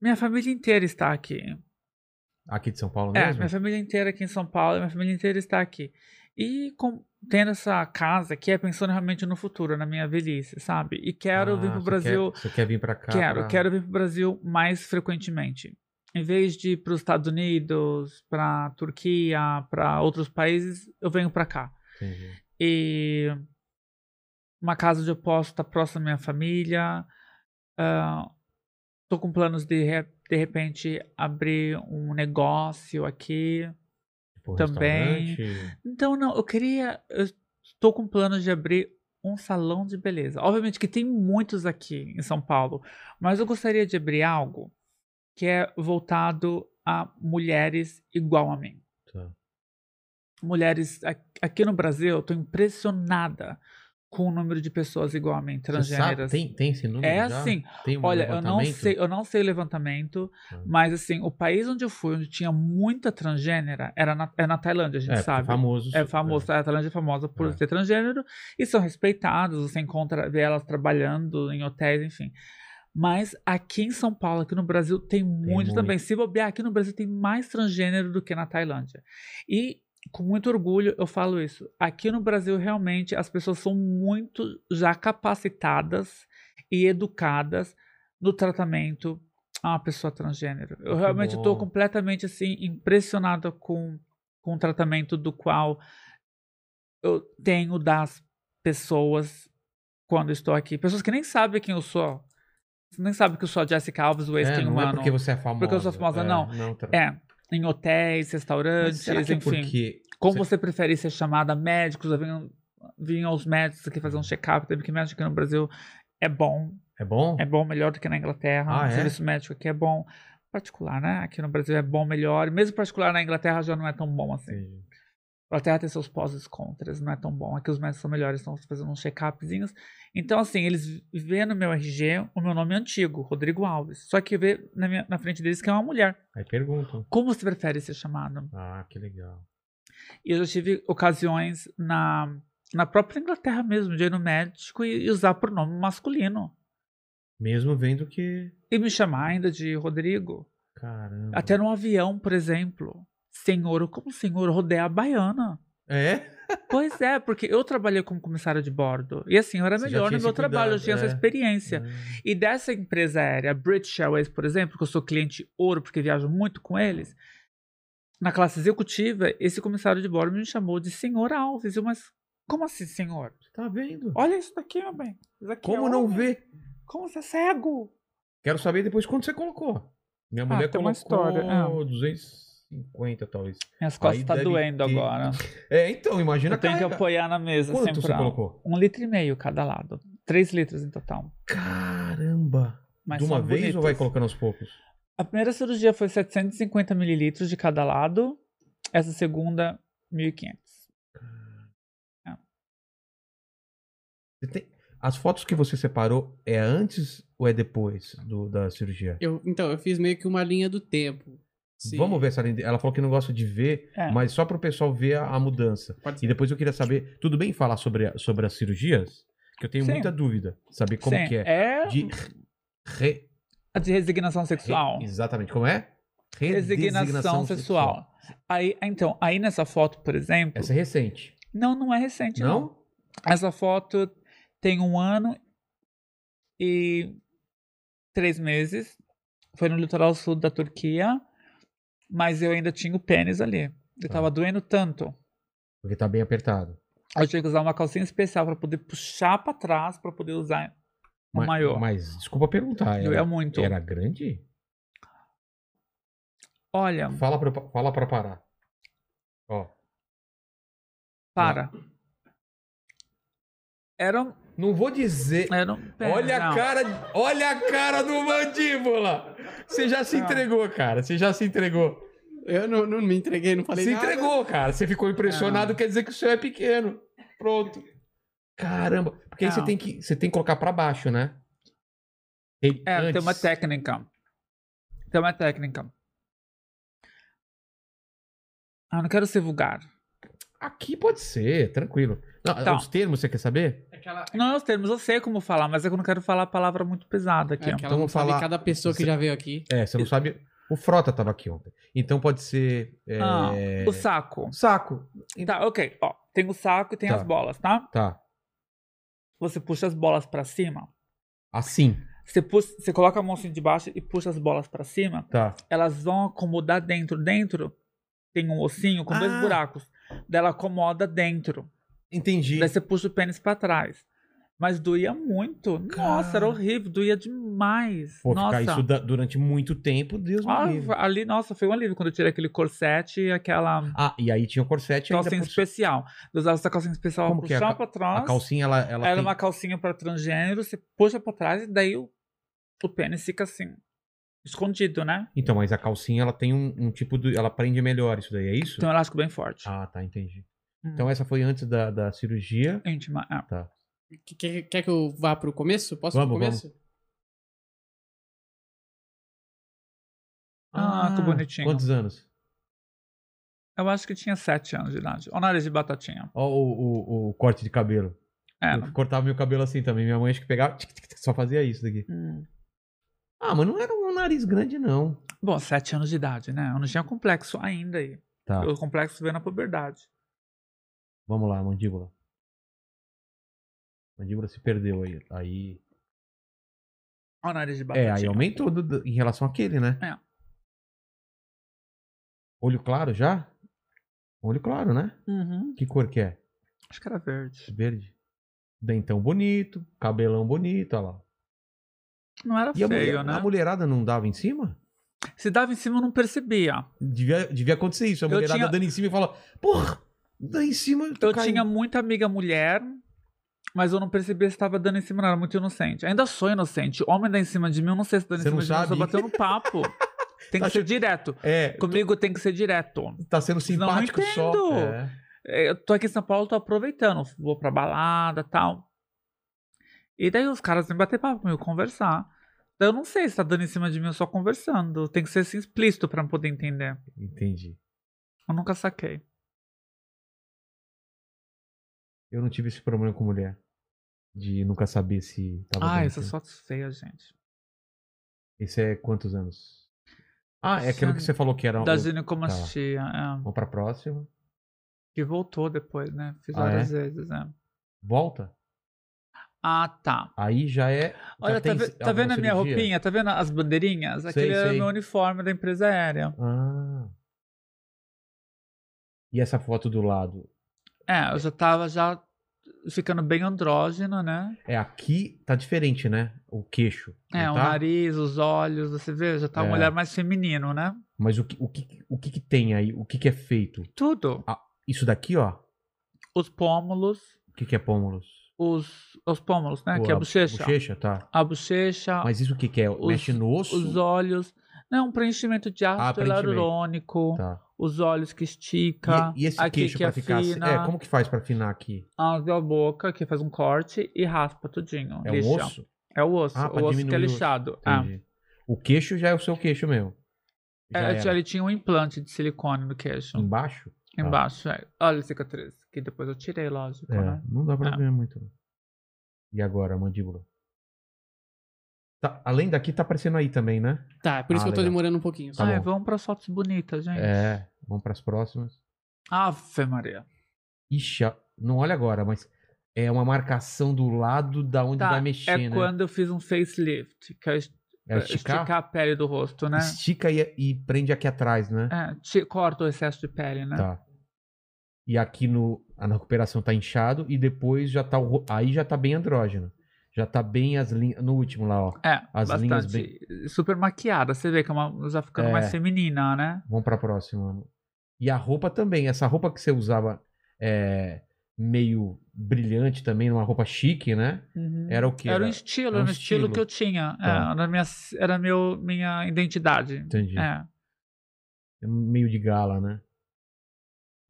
Speaker 3: Minha família inteira está aqui.
Speaker 1: Aqui de São Paulo
Speaker 3: É,
Speaker 1: mesmo?
Speaker 3: minha família inteira aqui em São Paulo, minha família inteira está aqui. E com- tendo essa casa aqui, é pensando realmente no futuro, na minha velhice, sabe? E quero vir
Speaker 1: Ah,
Speaker 3: pro
Speaker 1: você
Speaker 3: Brasil.
Speaker 1: Quer, você quer vir pra cá?
Speaker 3: Quero,
Speaker 1: pra-
Speaker 3: quero vir pro Brasil mais frequentemente. Em vez de ir para os Estados Unidos, para Turquia, para outros países, eu venho para cá.
Speaker 1: Entendi.
Speaker 3: E uma casa onde eu posso estar próximo à minha família. Ah, tô com planos de re- de repente abrir um negócio aqui.
Speaker 1: Tipo,
Speaker 3: Também.
Speaker 1: restaurante,
Speaker 3: Então, não, eu queria. Eu estou com planos de abrir um salão de beleza. Obviamente que tem muitos aqui em São Paulo, mas eu gostaria de abrir algo que é voltado a mulheres igual a mim.
Speaker 1: tá.
Speaker 3: Mulheres a- aqui no Brasil, eu estou impressionada com o número de pessoas igual a mim, transgêneras.
Speaker 1: Tem, tem esse número
Speaker 3: É
Speaker 1: já?
Speaker 3: assim.
Speaker 1: Tem um
Speaker 3: Olha, eu não
Speaker 1: levantamento?
Speaker 3: sei, eu não sei o levantamento,
Speaker 1: Ah.
Speaker 3: mas assim, o país onde eu fui, onde tinha muita transgênera, era na, é na Tailândia, a gente
Speaker 1: É,
Speaker 3: sabe.
Speaker 1: famoso.
Speaker 3: É famoso, a Tailândia é famosa por
Speaker 1: É.
Speaker 3: ser transgênero e são respeitados, você encontra, vê elas trabalhando em hotéis, enfim. Mas aqui em São Paulo, aqui no Brasil, tem muito,
Speaker 1: muito.
Speaker 3: também. Se bobear, aqui no Brasil tem mais transgênero do que na Tailândia. E com muito orgulho eu falo isso. Aqui no Brasil, realmente, as pessoas são muito já capacitadas e educadas no tratamento a uma pessoa transgênero. Eu
Speaker 1: Que
Speaker 3: realmente estou
Speaker 1: bom.
Speaker 3: completamente assim impressionada com, com o tratamento do qual eu tenho das pessoas quando estou aqui. Pessoas que nem sabem quem eu sou. Nem sabem que eu sou a Jessica Alves, o
Speaker 1: É,
Speaker 3: ex-humano.
Speaker 1: não é porque você é famosa.
Speaker 3: um eu sou famosa,
Speaker 1: é,
Speaker 3: não.
Speaker 1: tá.
Speaker 3: É, em hotéis,
Speaker 1: Mas
Speaker 3: restaurantes,
Speaker 1: será que é
Speaker 3: enfim.
Speaker 1: porque...
Speaker 3: Como
Speaker 1: Cê-
Speaker 3: você preferir ser chamada médicos, eu vim, vim aos médicos aqui fazer um check-up, teve que médico aqui no Brasil é bom,
Speaker 1: É bom?
Speaker 3: é bom, melhor do que na Inglaterra.
Speaker 1: Ah,
Speaker 3: o
Speaker 1: é?
Speaker 3: serviço médico aqui é bom. Particular, né? Aqui no Brasil é bom, melhor. Mesmo particular na Inglaterra já não é tão bom assim.
Speaker 1: Entendi.
Speaker 3: A Inglaterra tem seus pós e os contras, não é tão bom. Aqui os médicos são melhores, estão fazendo uns check-upzinhos. Então, assim, eles vê no meu RG o meu nome antigo, Rodrigo Alves. Só que vê na, minha- na frente deles que é uma mulher.
Speaker 1: Aí perguntam.
Speaker 3: Como você prefere ser chamado?
Speaker 1: Ah, que legal.
Speaker 3: E eu já tive ocasiões na, na própria Inglaterra mesmo, de ir no médico e, e usar pronome masculino.
Speaker 1: Mesmo vendo que...
Speaker 3: E me chamar ainda de Rodrigo.
Speaker 1: Caramba.
Speaker 3: Até no avião, por exemplo. Senhor, como senhor? Rodeia a baiana.
Speaker 1: É?
Speaker 3: Pois é, porque eu trabalhei como comissária de bordo. E assim, eu era
Speaker 1: Você já
Speaker 3: melhor
Speaker 1: tinha
Speaker 3: no meu
Speaker 1: esse
Speaker 3: trabalho, eu
Speaker 1: cuidado,
Speaker 3: tinha essa
Speaker 1: é.
Speaker 3: experiência. E dessa empresa aérea, British Airways, por exemplo, que eu sou cliente ouro porque viajo muito com eles, na classe executiva, esse comissário de bordo me chamou de senhor Alves. Eu, mas como assim, senhor?
Speaker 1: Tá vendo?
Speaker 3: Olha isso daqui, meu bem. Isso aqui
Speaker 1: Como
Speaker 3: é
Speaker 1: não
Speaker 3: homem.
Speaker 1: ver?
Speaker 3: Como você é cego?
Speaker 1: Quero saber depois quanto você colocou. Minha
Speaker 3: Ah,
Speaker 1: mulher
Speaker 3: tem uma
Speaker 1: colocou
Speaker 3: história, é.
Speaker 1: 250, talvez.
Speaker 3: Minhas costas
Speaker 1: Aí
Speaker 3: tá
Speaker 1: deve
Speaker 3: doendo
Speaker 1: ter-
Speaker 3: agora.
Speaker 1: É, então, imagina
Speaker 3: Eu tenho que
Speaker 1: carregar.
Speaker 3: apoiar na mesa
Speaker 1: Quanto
Speaker 3: sempre.
Speaker 1: você
Speaker 3: ó.
Speaker 1: colocou?
Speaker 3: Um litro e meio cada lado. Três litros em total.
Speaker 1: Caramba!
Speaker 3: Mas
Speaker 1: de uma
Speaker 3: são
Speaker 1: vez ou vai
Speaker 3: bonitas.
Speaker 1: colocando aos poucos?
Speaker 3: A primeira cirurgia foi 750 mililitros de cada lado. Essa segunda, 1500.
Speaker 1: Você tem- As fotos que você separou é antes ou é depois do- da cirurgia?
Speaker 2: Eu, então, eu fiz meio que uma linha do tempo. Se-
Speaker 1: Vamos ver essa linha. de- Ela falou que não gosta de ver,
Speaker 3: É.
Speaker 1: mas só para o pessoal ver a, a mudança.
Speaker 2: Pode
Speaker 1: E
Speaker 2: ser.
Speaker 1: depois eu queria saber, tudo bem falar sobre, a- sobre as cirurgias? Que eu tenho
Speaker 3: Sim.
Speaker 1: muita dúvida, saber como
Speaker 3: Sim,
Speaker 1: que é.
Speaker 3: É
Speaker 1: De re-
Speaker 3: a de resignação
Speaker 1: Re-
Speaker 3: sexual.
Speaker 1: Exatamente, como é?
Speaker 3: Resignação sexual. Aí, então, aí nessa foto, por exemplo.
Speaker 1: Essa é recente.
Speaker 3: Não, não é recente, não.
Speaker 1: Não?
Speaker 3: Essa foto tem um ano e três meses. Foi no litoral sul da Turquia, mas eu ainda tinha o pênis ali. Eu
Speaker 1: Tá.
Speaker 3: tava doendo tanto.
Speaker 1: Porque tá bem apertado.
Speaker 3: Eu tinha que usar uma calcinha especial pra poder puxar pra trás pra poder usar o
Speaker 1: Ma-
Speaker 3: maior.
Speaker 1: Mas, desculpa perguntar.
Speaker 3: Doía
Speaker 1: Era,
Speaker 3: muito.
Speaker 1: era grande?
Speaker 3: Olha,
Speaker 1: Fala pra, eu- fala pra parar. Ó.
Speaker 3: para. Era, um-
Speaker 1: Não vou dizer.
Speaker 3: era um pênis.
Speaker 1: Olha
Speaker 3: não.
Speaker 1: a cara, olha a cara do mandíbula. Você já se
Speaker 3: Não.
Speaker 1: entregou, cara. Você já se entregou.
Speaker 2: Eu não, não me entreguei, não falei
Speaker 1: se
Speaker 2: nada.
Speaker 1: entregou, cara. Você ficou impressionado, quer dizer que o seu é pequeno. Pronto. Caramba. Porque aí você
Speaker 3: Não.
Speaker 1: tem que, você tem que colocar pra baixo, né? Tem-
Speaker 3: É, tem
Speaker 1: antes.
Speaker 3: uma técnica. Tem uma técnica. Ah, não quero ser vulgar.
Speaker 1: Aqui pode ser, tranquilo. Não,
Speaker 3: Tá.
Speaker 1: Os termos você quer saber?
Speaker 2: Aquela,
Speaker 3: Não é os termos, eu sei como falar, mas é que eu não quero falar a palavra muito pesada aqui.
Speaker 2: é, aquela
Speaker 1: Então
Speaker 2: não
Speaker 1: vamos
Speaker 2: sabe
Speaker 1: falar-
Speaker 2: cada pessoa que
Speaker 1: Você-
Speaker 2: já veio aqui.
Speaker 1: É, você não sabe. O Frota tava aqui ontem. Então pode ser. é,
Speaker 3: Ah, O saco.
Speaker 1: Saco.
Speaker 3: Tá, ok. Ó, tem o saco e tem
Speaker 1: Tá.
Speaker 3: as bolas, tá?
Speaker 1: Tá.
Speaker 3: Você puxa as bolas pra cima.
Speaker 1: Assim.
Speaker 3: Você, puxa, você coloca a mão assim de baixo e puxa as bolas pra cima.
Speaker 1: Tá.
Speaker 3: Elas vão acomodar dentro. Dentro tem um ossinho com dois
Speaker 1: Ah.
Speaker 3: buracos. Daí ela acomoda dentro.
Speaker 1: Entendi.
Speaker 3: Daí você puxa o pênis pra trás. Mas doía muito. Nossa, era
Speaker 1: Cara.
Speaker 3: horrível, doía demais.
Speaker 1: Pô,
Speaker 3: nossa.
Speaker 1: ficar isso da- durante muito tempo, Deus me
Speaker 3: Ah,
Speaker 1: livre.
Speaker 3: ali, nossa, foi um alívio quando eu tirei aquele corsete e aquela
Speaker 1: Ah, e aí tinha o corsete ainda
Speaker 3: calcinha
Speaker 1: por-
Speaker 3: especial. Eu usava essa calcinha especial
Speaker 1: Como que é a
Speaker 3: puxar
Speaker 1: ca-
Speaker 3: pra trás.
Speaker 1: A calcinha, ela, ela
Speaker 3: era
Speaker 1: tem-
Speaker 3: é uma calcinha pra transgênero, você puxa pra trás e daí o, o pênis fica assim, escondido, né?
Speaker 1: Então, mas a calcinha, ela tem um, um tipo de... Ela prende melhor isso daí, é isso?
Speaker 3: Então um elástico bem forte.
Speaker 1: Ah, tá, entendi.
Speaker 3: Hum.
Speaker 1: Então essa foi antes da, da cirurgia.
Speaker 3: Íntima, é.
Speaker 1: Tá.
Speaker 2: Qu- Quer, quer que eu vá pro começo? Posso ir pro
Speaker 1: Vamos, vamos.
Speaker 2: começo?
Speaker 3: Ah, que bonitinho.
Speaker 1: Quantos anos?
Speaker 3: Eu acho que tinha 7 anos de idade. Ou nariz de batatinha.
Speaker 1: Ó, o, o- o corte de cabelo.
Speaker 3: É.
Speaker 1: Eu cortava meu cabelo assim também. Minha mãe acho que pegava. tic, tic, tic, só fazia isso daqui.
Speaker 3: Hum.
Speaker 1: Ah, mas não era um nariz grande, não.
Speaker 3: Bom, 7 anos de idade, né? Eu não tinha complexo ainda aí.
Speaker 1: Uhum. Tá,
Speaker 3: O complexo veio na puberdade.
Speaker 1: vamos lá, mandíbula. Mandíbula se perdeu aí. Aí.
Speaker 3: Ó, nariz de batatinha.
Speaker 1: É, aí aumentou do- do- em relação àquele, né?
Speaker 3: É.
Speaker 1: Olho claro já? Olho claro, né?
Speaker 3: Uhum.
Speaker 1: Que cor que é?
Speaker 3: Acho que era verde.
Speaker 1: Verde. Dentão bonito, cabelão bonito, olha lá.
Speaker 3: Não era
Speaker 1: E a,
Speaker 3: feio,
Speaker 1: mulher-
Speaker 3: né?
Speaker 1: a mulherada não dava em cima?
Speaker 3: Se dava em cima, eu não percebia.
Speaker 1: Devia, devia acontecer isso. A
Speaker 3: Eu
Speaker 1: mulherada
Speaker 3: tinha-
Speaker 1: dando em cima e fala, porra, dá em cima.
Speaker 3: Eu
Speaker 1: caiu."
Speaker 3: tinha muita amiga mulher, mas eu não percebia se tava dando em cima, não. Era muito inocente. Ainda sou inocente. Homem dá em cima de mim, eu não sei se dando em
Speaker 1: Você não
Speaker 3: cima de mim, eu só
Speaker 1: sabe?
Speaker 3: bateu no
Speaker 1: [LAUGHS]
Speaker 3: papo. Tem que
Speaker 1: Tá
Speaker 3: ser
Speaker 1: achando-
Speaker 3: direto.
Speaker 1: É,
Speaker 3: Comigo tem que ser direto.
Speaker 1: tá sendo
Speaker 3: Senão eu não
Speaker 1: simpático só.
Speaker 3: entendo.
Speaker 1: É.
Speaker 3: É, Eu tô aqui em São Paulo, tô aproveitando. Vou pra balada tal. E daí os caras vêm bater papo comigo, conversar. Daí eu não sei se tá dando em cima de mim, eu só conversando. Tem que ser assim, explícito pra eu poder entender.
Speaker 1: Entendi.
Speaker 3: Eu nunca saquei.
Speaker 1: Eu não tive esse problema com mulher. De nunca saber se tava
Speaker 3: Ah,
Speaker 1: dando em
Speaker 3: essas
Speaker 1: cima.
Speaker 3: fotos feias, gente.
Speaker 1: Esse é quantos anos? Ah, é aquilo que você falou Tá. que era.
Speaker 3: Da
Speaker 1: o-
Speaker 3: ginecomastia, é.
Speaker 1: Vamos pra próxima.
Speaker 3: Que voltou depois, né? Fiz
Speaker 1: Ah,
Speaker 3: várias vezes, né?
Speaker 1: Volta.
Speaker 3: Ah, tá.
Speaker 1: Aí já é.
Speaker 3: Olha,
Speaker 1: já
Speaker 3: tá,
Speaker 1: tem
Speaker 3: ve-
Speaker 1: c-
Speaker 3: tá vendo a
Speaker 1: alguma
Speaker 3: minha
Speaker 1: cirurgia?
Speaker 3: roupinha? Tá vendo as bandeirinhas?
Speaker 1: Sei,
Speaker 3: Aquele é
Speaker 1: sei.
Speaker 3: meu uniforme da empresa aérea.
Speaker 1: Ah. E essa foto do lado?
Speaker 3: É, eu já tava já ficando bem andrógena, né?
Speaker 1: É aqui, tá diferente, né? O queixo.
Speaker 3: É,
Speaker 1: não
Speaker 3: o
Speaker 1: tá?
Speaker 3: nariz, os olhos, você vê, já tá um
Speaker 1: É.
Speaker 3: olhar mais feminino, né?
Speaker 1: Mas o que, o, que, o que que tem aí? O que que é feito?
Speaker 3: Tudo.
Speaker 1: Isso daqui, ó.
Speaker 3: Os pômulos,
Speaker 1: O que que é pômulos?
Speaker 3: os, os pômulos, né?
Speaker 1: Pô,
Speaker 3: que é a bochecha.
Speaker 1: Bochecha, tá.
Speaker 3: A bochecha,
Speaker 1: Mas isso o que que é?
Speaker 3: os-
Speaker 1: Mexe no osso?
Speaker 3: os olhos. Não, um preenchimento de ácido
Speaker 1: Ah, preenchimento.
Speaker 3: hialurônico.
Speaker 1: Tá.
Speaker 3: os olhos que estica,
Speaker 1: E, e esse
Speaker 3: aqui
Speaker 1: queixo
Speaker 3: que
Speaker 1: pra ficar assim?
Speaker 3: afina,
Speaker 1: É, como que faz pra afinar aqui?
Speaker 3: a da boca que faz um corte e raspa tudinho.
Speaker 1: É
Speaker 3: lixa.
Speaker 1: um osso?
Speaker 3: É o osso,
Speaker 1: Ah, pra
Speaker 3: o osso que
Speaker 1: diminuir
Speaker 3: é
Speaker 1: o osso.
Speaker 3: lixado. Ah,
Speaker 1: Entendi. O queixo já é o seu queixo mesmo. Já
Speaker 3: é,
Speaker 1: era.
Speaker 3: ele tinha um implante de silicone no queixo,
Speaker 1: Embaixo?
Speaker 3: embaixo. é. Olha a cicatriz, que depois eu tirei, lógico,
Speaker 1: É,
Speaker 3: né?
Speaker 1: não dá pra
Speaker 3: Ah.
Speaker 1: ver muito. E agora, a mandíbula? Tá- além daqui, tá aparecendo aí também, né?
Speaker 2: Tá, por isso
Speaker 1: Ah,
Speaker 2: que eu tô
Speaker 1: legal.
Speaker 2: demorando um pouquinho. só.
Speaker 1: Tá
Speaker 3: Ai,
Speaker 1: bom.
Speaker 3: vamos para fotos bonitas, gente.
Speaker 1: É, vamos pras próximas.
Speaker 3: Ave Maria.
Speaker 1: Ixi, a- não olha agora, mas é uma marcação do lado da onde
Speaker 3: Tá,
Speaker 1: vai mexer,
Speaker 3: é
Speaker 1: né?
Speaker 3: quando eu fiz um facelift, que é, est-
Speaker 1: É esticar?
Speaker 3: a pele do rosto, né?
Speaker 1: Estica e, e prende aqui atrás, né?
Speaker 3: É, te- corta o excesso de pele, né?
Speaker 1: Tá. E aqui no, a- na recuperação tá inchado e depois já tá o ro- aí já tá bem andrógeno. Já tá bem as linhas no último lá, ó.
Speaker 3: É,
Speaker 1: As linhas
Speaker 3: bastante. Super maquiada. Você vê que é uma, já ficando
Speaker 1: É.
Speaker 3: mais feminina, né?
Speaker 1: Vamos pra próxima. E a roupa também, essa roupa que você usava é, meio brilhante também, uma roupa chique, né? Era o quê?
Speaker 3: Era um
Speaker 1: Era-
Speaker 3: estilo,
Speaker 1: era
Speaker 3: era um
Speaker 1: um
Speaker 3: estilo
Speaker 1: estilo.
Speaker 3: que eu tinha.
Speaker 1: Tá.
Speaker 3: É, era minha, era meu, minha identidade.
Speaker 1: Entendi.
Speaker 3: É.
Speaker 1: Meio de gala, né?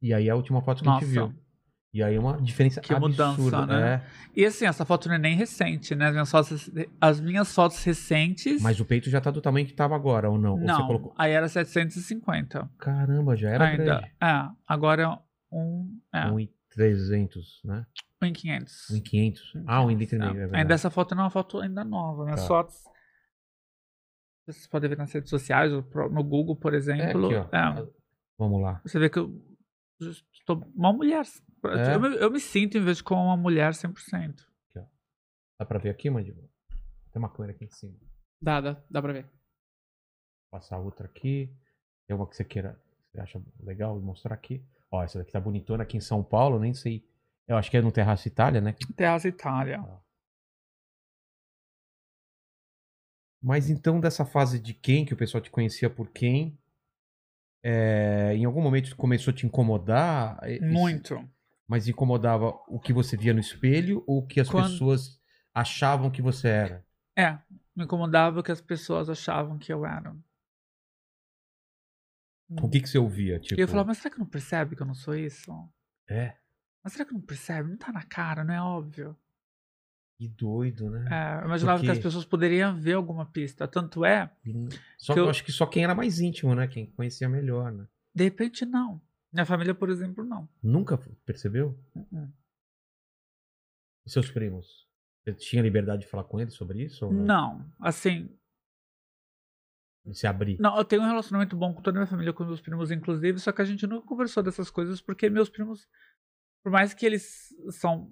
Speaker 1: E aí a última foto que a gente
Speaker 3: Nossa.
Speaker 1: viu. E aí uma diferença
Speaker 3: Que
Speaker 1: absurda, é.
Speaker 3: mudança, né? E assim, essa foto não é nem recente, né? As minhas fotos, as minhas fotos
Speaker 1: é.
Speaker 3: recentes.
Speaker 1: Mas o peito já tá do tamanho que tava agora, ou não? Ou você
Speaker 3: não,
Speaker 1: colocou.
Speaker 3: aí era 750.
Speaker 1: Caramba, já era
Speaker 3: ainda.
Speaker 1: grande.
Speaker 3: É, agora é um. É,
Speaker 1: 1,300, né?
Speaker 3: um em 500.
Speaker 1: 1,500. Ah, 1,300. É.
Speaker 3: É,
Speaker 1: verdade.
Speaker 3: ainda essa foto não é uma foto ainda nova, né?
Speaker 1: Tá.
Speaker 3: Fotos. Vocês podem ver nas redes sociais, ou pro- no Google, por
Speaker 1: É
Speaker 3: exemplo.
Speaker 1: aqui,
Speaker 3: É,
Speaker 1: ó. Vamos lá.
Speaker 3: você vê que eu estou uma mulher.
Speaker 1: É?
Speaker 3: Eu, me- eu me sinto, em vez de como uma mulher, 100%.
Speaker 1: Dá pra ver aqui, Mandíbula? Tem uma câmera aqui em cima. Tá.
Speaker 2: Dá, dá, dá pra ver.
Speaker 1: passar outra aqui. Tem uma que você queira, você acha legal mostrar aqui. Ó, essa daqui tá bonitona aqui em São Paulo, nem sei. Eu acho que é no Terraço Itália, né?
Speaker 3: Terraça Itália.
Speaker 1: Mas então, dessa fase de quem, que o pessoal te conhecia por quem, é, em algum momento começou a te incomodar? E- e-
Speaker 3: Muito.
Speaker 1: Mas incomodava o que você via no espelho ou o que as
Speaker 3: Quando-
Speaker 1: pessoas achavam que você era?
Speaker 3: É, me incomodava o que as pessoas achavam que eu era.
Speaker 1: O que, que você ouvia? Tipo,
Speaker 3: E eu falava, mas será que não percebe que eu não sou isso?
Speaker 1: É.
Speaker 3: Mas será que não percebe? Não tá na cara, não é óbvio?
Speaker 1: Que doido, né?
Speaker 3: É, eu imaginava
Speaker 1: Porque-
Speaker 3: que as pessoas poderiam ver alguma pista. Tanto é,
Speaker 1: Só
Speaker 3: que
Speaker 1: que eu
Speaker 3: eu-
Speaker 1: acho que só quem era mais íntimo, né? Quem conhecia melhor, né?
Speaker 3: de repente, não. Minha família, por exemplo, não.
Speaker 1: Nunca f- percebeu?
Speaker 3: Uh-uh.
Speaker 1: E seus primos? Você tinha liberdade de falar com eles sobre isso? Ou não?
Speaker 3: Não, assim,
Speaker 1: De se abrir?
Speaker 3: Não, eu tenho um relacionamento bom com toda a minha família, com meus primos, inclusive, só que a gente nunca conversou dessas coisas, porque meus primos, por mais que eles são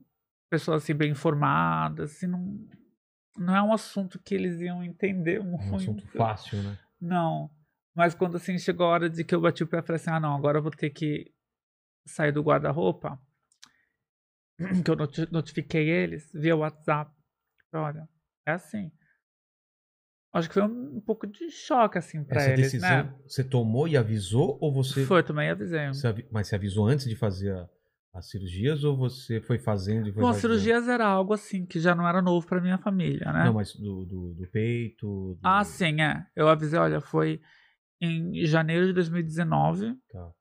Speaker 3: pessoas assim bem informadas, assim, não, não é um assunto que eles iam entender muito.
Speaker 1: É um assunto fácil, né?
Speaker 3: Não. Mas quando assim chegou a hora de que eu bati o pé e falei assim, ah não, agora eu vou ter que sair do guarda-roupa, [CLEARS THROAT] que eu noti- notifiquei eles via WhatsApp. Falei, Olha, é assim. Acho que foi um pouco de choque, assim, pra
Speaker 1: Essa
Speaker 3: eles,
Speaker 1: decisão é
Speaker 3: né?
Speaker 1: você tomou e avisou? Ou você.
Speaker 3: Foi, também avisei.
Speaker 1: você avi- Mas você avisou antes de fazer a- as cirurgias? Ou você foi fazendo e foi
Speaker 3: Bom,
Speaker 1: fazendo?
Speaker 3: cirurgias era algo assim, que já não era novo pra minha família, né?
Speaker 1: né? Não, mas do, do, do peito. do-
Speaker 3: Ah, sim, é. Eu avisei, olha, foi em janeiro de 2019.
Speaker 1: Tá.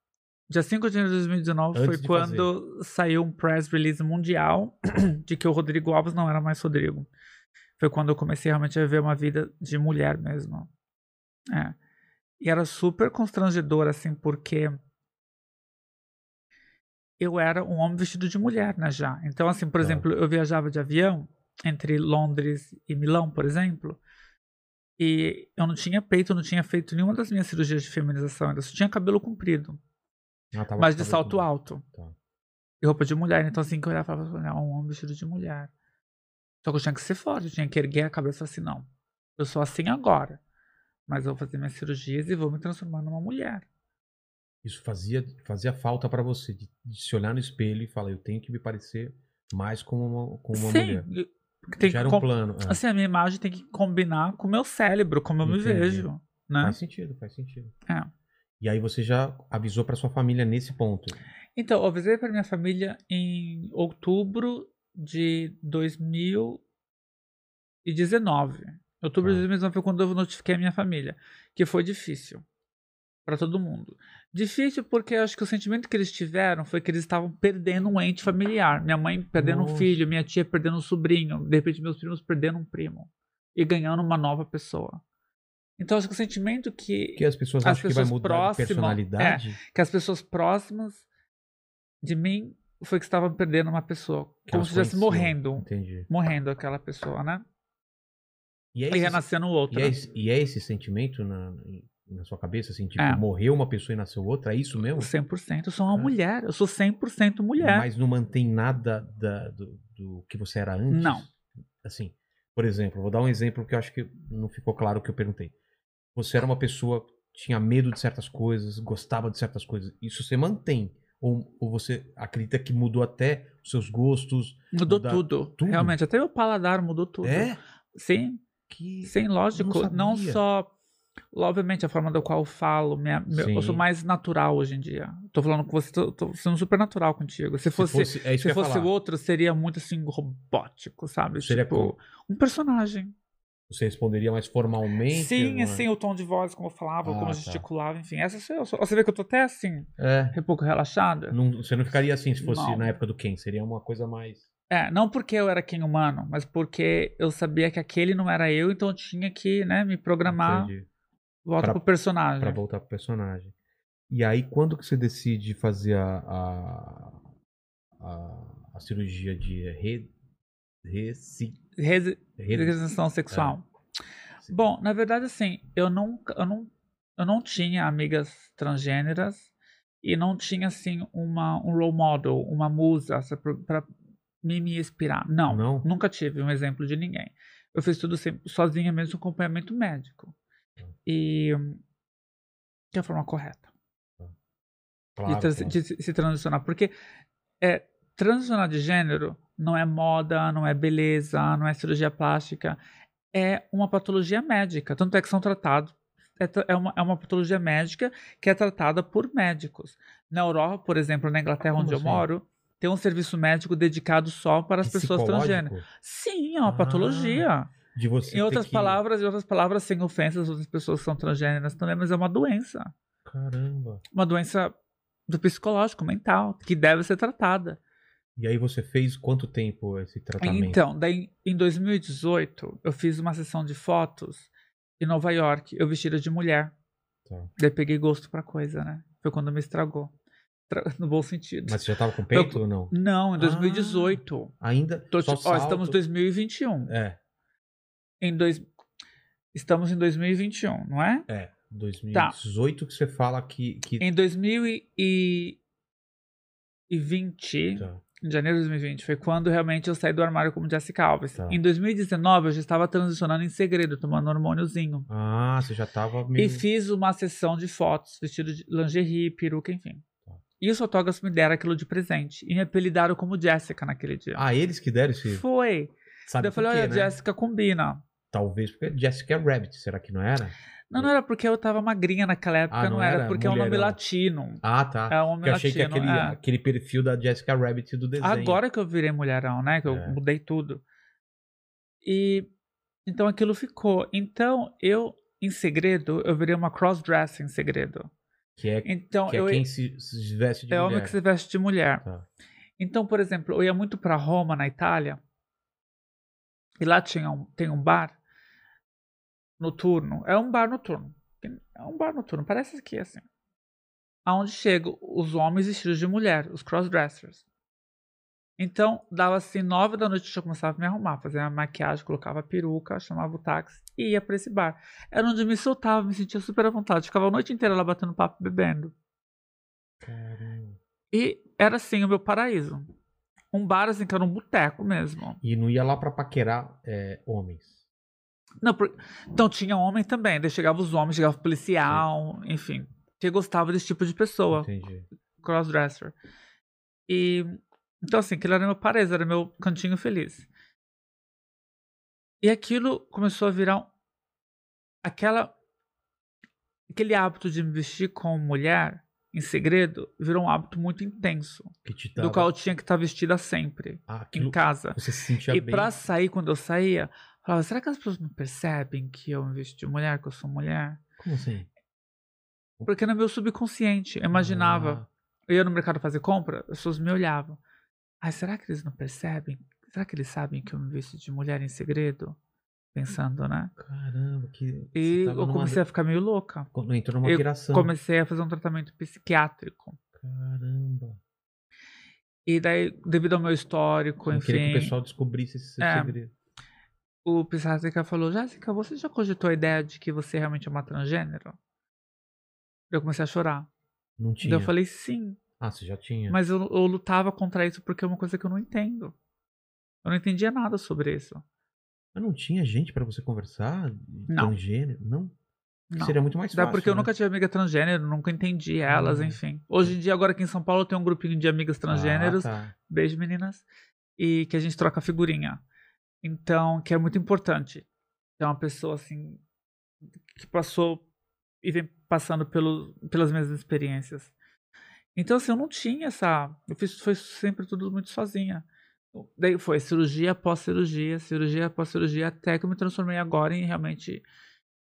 Speaker 3: Dia 5 de janeiro de 2019
Speaker 1: Antes
Speaker 3: foi
Speaker 1: de
Speaker 3: quando saiu um press release mundial [CLEARS THROAT] de que o Rodrigo Alves não era mais Rodrigo. Foi quando eu comecei realmente a viver uma vida de mulher mesmo. É. E era super constrangedor, assim, porque eu era um homem vestido de mulher, né, já. Então, assim, por
Speaker 1: Tá.
Speaker 3: exemplo, eu viajava de avião entre Londres e Milão, por exemplo, e eu não tinha peito, não tinha feito nenhuma das minhas cirurgias de feminização, ainda só tinha cabelo comprido,
Speaker 1: Ah, tava
Speaker 3: mas
Speaker 1: com
Speaker 3: de
Speaker 1: cabelo
Speaker 3: salto
Speaker 1: comprido.
Speaker 3: alto.
Speaker 1: Tá.
Speaker 3: E roupa de mulher, então assim que eu olhava, eu falava, não, um homem vestido de mulher. Só que eu tinha que ser forte, eu tinha que erguer a cabeça e falar assim, não, eu sou assim agora, mas eu vou fazer minhas cirurgias e vou me transformar numa mulher.
Speaker 1: Isso fazia, fazia falta pra você, de, de se olhar no espelho e falar, eu tenho que me parecer mais como uma, como uma
Speaker 3: Sim,
Speaker 1: mulher.
Speaker 3: e- tem
Speaker 1: Já
Speaker 3: que
Speaker 1: era um
Speaker 3: com-
Speaker 1: plano. é.
Speaker 3: Assim, a minha imagem tem que combinar com o meu cérebro, como eu
Speaker 1: Entendi.
Speaker 3: me vejo. Né?
Speaker 1: Faz sentido, faz sentido.
Speaker 3: É.
Speaker 1: E aí você já avisou pra sua família nesse ponto.
Speaker 3: Então, eu avisei pra minha família em outubro de 2019. Outubro de
Speaker 1: Tá.
Speaker 3: 2019 foi quando eu notifiquei a minha família, que foi difícil pra todo mundo. Difícil porque eu acho que o sentimento que eles tiveram foi que eles estavam perdendo um ente familiar. Minha mãe perdendo
Speaker 1: Nossa.
Speaker 3: um filho, minha tia perdendo um sobrinho, de repente meus primos perdendo um primo e ganhando uma nova pessoa. Então, acho que o sentimento que
Speaker 1: Porque as pessoas
Speaker 3: As
Speaker 1: acham que
Speaker 3: pessoas é.
Speaker 1: vai mudar
Speaker 3: próximas-
Speaker 1: de personalidade.
Speaker 3: que as pessoas próximas de mim foi que estavam perdendo uma pessoa.
Speaker 1: que
Speaker 3: como
Speaker 1: elas
Speaker 3: se estivesse
Speaker 1: conheciam.
Speaker 3: morrendo.
Speaker 1: Entendi.
Speaker 3: Morrendo aquela pessoa, né?
Speaker 1: E é
Speaker 3: E
Speaker 1: esse,
Speaker 3: renascendo
Speaker 1: e
Speaker 3: outra.
Speaker 1: é esse, e é esse sentimento na, na sua cabeça, assim, tipo,
Speaker 3: É.
Speaker 1: morreu uma pessoa e nasceu outra, é isso mesmo?
Speaker 3: 100%. Eu sou uma
Speaker 1: É.
Speaker 3: mulher. Eu sou 100% mulher.
Speaker 1: Mas não mantém nada da- do, do que você era antes?
Speaker 3: Não.
Speaker 1: Assim, por exemplo, vou dar um exemplo que eu acho que não ficou claro o que eu perguntei. Você era uma pessoa que tinha medo de certas coisas, gostava de certas coisas. Isso você mantém? Ou, ou você acredita que mudou até os seus gostos?
Speaker 3: mudou
Speaker 1: mudar
Speaker 3: tudo.
Speaker 1: tudo?
Speaker 3: Realmente. Até meu paladar mudou tudo.
Speaker 1: É?
Speaker 3: Sim,
Speaker 1: Que...
Speaker 3: sim, lógico.
Speaker 1: Não
Speaker 3: Não,
Speaker 1: sabia.
Speaker 3: só. Obviamente, a forma da qual eu falo, minha- meu- eu
Speaker 1: Sim.
Speaker 3: sou mais natural hoje em dia. Tô falando com você, tô, tô sendo super natural contigo. Se fosse,
Speaker 1: é isso
Speaker 3: se
Speaker 1: que eu ia
Speaker 3: fosse
Speaker 1: falar.
Speaker 3: o outro, seria muito assim, robótico, sabe?
Speaker 1: Seria
Speaker 3: tipo,
Speaker 1: como?
Speaker 3: um personagem.
Speaker 1: Você responderia mais formalmente?
Speaker 3: Sim,
Speaker 1: não é?
Speaker 3: assim, o tom de voz, como eu falava,
Speaker 1: Ah,
Speaker 3: como
Speaker 1: tá.
Speaker 3: eu gesticulava, enfim. Essa sou eu. Sou- Você vê que eu tô até assim,
Speaker 1: É.
Speaker 3: um pouco relaxada.
Speaker 1: Não- você não ficaria assim se fosse
Speaker 3: Não.
Speaker 1: na época do Ken. Seria uma coisa mais.
Speaker 3: É, não porque eu era quem humano, mas porque eu sabia que aquele não era eu, então eu tinha que, né, me programar,
Speaker 1: Entendi.
Speaker 3: volta
Speaker 1: Pra-
Speaker 3: pro personagem.
Speaker 1: Pra voltar pro personagem. E aí, quando que você decide fazer a, a, a, a cirurgia de re, resi-
Speaker 3: Resi-
Speaker 1: re-
Speaker 3: Regressão sexual. Bom, na verdade, assim, eu nunca, eu não, eu não tinha amigas transgêneras e não tinha, assim, uma, um role model, uma musa essa pra, pra me, me inspirar. Não,
Speaker 1: Não?
Speaker 3: nunca tive um exemplo de ninguém. Eu fiz tudo sempre, sozinha mesmo, com acompanhamento médico. E hum, que é a forma correta
Speaker 1: claro,
Speaker 3: de, trans-
Speaker 1: claro.
Speaker 3: de se- se transicionar. Porque é, transicionar de gênero não é moda, não é beleza, não é cirurgia plástica. É uma patologia médica. Tanto é que são tratados. É, tra- é uma, é uma patologia médica que é tratada por médicos. Na Europa, por exemplo, na Inglaterra,
Speaker 1: Como
Speaker 3: onde eu
Speaker 1: assim?
Speaker 3: moro, tem um serviço médico dedicado só para as pessoas
Speaker 1: Psicológico?
Speaker 3: transgêneras. Sim, é uma
Speaker 1: Ah,
Speaker 3: patologia.
Speaker 1: De você
Speaker 3: Em
Speaker 1: ter
Speaker 3: outras
Speaker 1: que-
Speaker 3: palavras, em outras palavras, sem ofensas, outras pessoas são transgêneras também, mas é uma doença
Speaker 1: Caramba.
Speaker 3: uma doença do psicológico, mental, que deve ser tratada.
Speaker 1: E aí você fez quanto tempo esse tratamento?
Speaker 3: Então, daí em 2018, eu fiz uma sessão de fotos em Nova York, eu vestida de mulher.
Speaker 1: Tá.
Speaker 3: Daí peguei gosto pra coisa, né? Foi quando me estragou. Tra- [LAUGHS] No bom sentido.
Speaker 1: Mas você já tava com peito ou não?
Speaker 3: Não, em
Speaker 1: Ah.
Speaker 3: 2018.
Speaker 1: Ainda?
Speaker 3: Tô
Speaker 1: só
Speaker 3: te- Ó, estamos Tá. em
Speaker 1: salto?
Speaker 3: 2021.
Speaker 1: É,
Speaker 3: Em dois... Estamos em 2021, não é?
Speaker 1: é. 2018 que você fala que... que...
Speaker 3: Em 2020,
Speaker 1: Tá.
Speaker 3: em janeiro de 2020, foi quando realmente eu saí do armário como Jessica Alves.
Speaker 1: Tá.
Speaker 3: Em 2019, eu já estava transicionando em segredo, tomando um hormôniozinho.
Speaker 1: Ah, você já tava meio...
Speaker 3: E fiz uma sessão de fotos, vestido de lingerie, peruca, enfim.
Speaker 1: Tá.
Speaker 3: E os fotógrafos me deram aquilo de presente. E me apelidaram como Jessica naquele dia.
Speaker 1: Ah, eles que deram esse...
Speaker 3: Foi.
Speaker 1: Sabe
Speaker 3: Daí eu falei,
Speaker 1: por quê,
Speaker 3: olha,
Speaker 1: né?
Speaker 3: Jessica combina.
Speaker 1: Talvez porque Jessica Rabbit, será que não era?
Speaker 3: Não, não era porque eu tava magrinha naquela época,
Speaker 1: Ah,
Speaker 3: não, era, porque é um nome
Speaker 1: mulherão.
Speaker 3: latino.
Speaker 1: Ah, tá.
Speaker 3: É um homem
Speaker 1: Porque eu achei que
Speaker 3: latino,
Speaker 1: aquele,
Speaker 3: é.
Speaker 1: aquele perfil da Jessica Rabbit do desenho.
Speaker 3: Agora que eu virei mulherão, né? Que eu
Speaker 1: É.
Speaker 3: mudei tudo. E então aquilo ficou. Então eu, em segredo, eu virei uma crossdresser em segredo.
Speaker 1: Que é,
Speaker 3: Então
Speaker 1: que é
Speaker 3: eu
Speaker 1: quem se, se veste de
Speaker 3: é homem
Speaker 1: mulher.
Speaker 3: que se veste de mulher.
Speaker 1: Tá.
Speaker 3: Então, por exemplo, eu ia muito pra Roma, na Itália, e lá tinha um, tem um bar noturno. É um bar noturno. É um bar noturno, parece que é assim. Aonde chegam os homens vestidos de mulher, os crossdressers. Então, dava assim, nove da noite eu já começava a me arrumar, fazia a maquiagem, colocava a peruca, chamava o táxi e ia pra esse bar. Era onde eu me soltava, me sentia super à vontade. Ficava a noite inteira lá batendo papo, bebendo.
Speaker 1: Caramba.
Speaker 3: E era assim o meu paraíso. Um bar assim que era um boteco mesmo.
Speaker 1: E não ia lá pra paquerar é, homens.
Speaker 3: Não, por- Então tinha homem também, daí chegava os homens, chegava o policial, enfim. Que gostava desse tipo de pessoa,
Speaker 1: Entendi.
Speaker 3: crossdresser. E então assim, aquilo era meu paraíso, era meu cantinho feliz. E aquilo começou a virar um- aquela aquele hábito de me vestir como mulher em segredo virou um hábito muito intenso,
Speaker 1: Que te
Speaker 3: do qual eu tinha que estar vestida sempre
Speaker 1: Ah,
Speaker 3: em
Speaker 1: aquilo-
Speaker 3: casa.
Speaker 1: Você se sentia
Speaker 3: e
Speaker 1: bem.
Speaker 3: pra sair, quando eu saía, eu falava, será que as pessoas não percebem que eu me visto de mulher, que eu sou mulher?
Speaker 1: Como assim?
Speaker 3: Porque no meu subconsciente, eu imaginava.
Speaker 1: Ah,
Speaker 3: Eu ia no mercado fazer compra, as pessoas me olhavam. Ai, será que eles não percebem? Será que eles sabem que eu me visto de mulher em segredo? Pensando, né?
Speaker 1: Ah, caramba, que. você
Speaker 3: E
Speaker 1: tava
Speaker 3: eu
Speaker 1: numa-
Speaker 3: comecei a ficar meio louca.
Speaker 1: Quando entrou numa
Speaker 3: eu
Speaker 1: piração.
Speaker 3: Comecei a fazer um tratamento psiquiátrico.
Speaker 1: Caramba.
Speaker 3: E daí, devido ao meu histórico,
Speaker 1: Não queria
Speaker 3: enfim.
Speaker 1: que o pessoal descobrisse esse seu
Speaker 3: É.
Speaker 1: segredo.
Speaker 3: o psiquiatra falou, Jéssica, você já cogitou a ideia de que você realmente é uma transgênero? Eu comecei a chorar.
Speaker 1: Não
Speaker 3: Daí
Speaker 1: tinha.
Speaker 3: Eu falei, sim,
Speaker 1: Ah, você já tinha.
Speaker 3: mas eu, eu lutava contra isso porque é uma coisa que eu não entendo. Eu não entendia nada sobre isso.
Speaker 1: Mas não tinha gente pra você conversar? de
Speaker 3: Não.
Speaker 1: Transgênero? Não?
Speaker 3: Não.
Speaker 1: Seria muito mais
Speaker 3: Dá
Speaker 1: fácil.
Speaker 3: porque eu
Speaker 1: né?
Speaker 3: nunca tive amiga transgênero, nunca entendi elas,
Speaker 1: Ah.
Speaker 3: enfim. Hoje em dia, agora aqui em São Paulo, eu tenho um grupinho de amigas transgêneros.
Speaker 1: Ah, tá.
Speaker 3: Beijo, meninas. E que a gente troca figurinha. Então, que é muito importante. É uma pessoa assim que passou e vem passando pelo, pelas mesmas experiências. Então, assim, eu não tinha essa. Eu fiz foi sempre tudo muito sozinha. Daí foi cirurgia após cirurgia, cirurgia após cirurgia, até que eu me transformei agora em realmente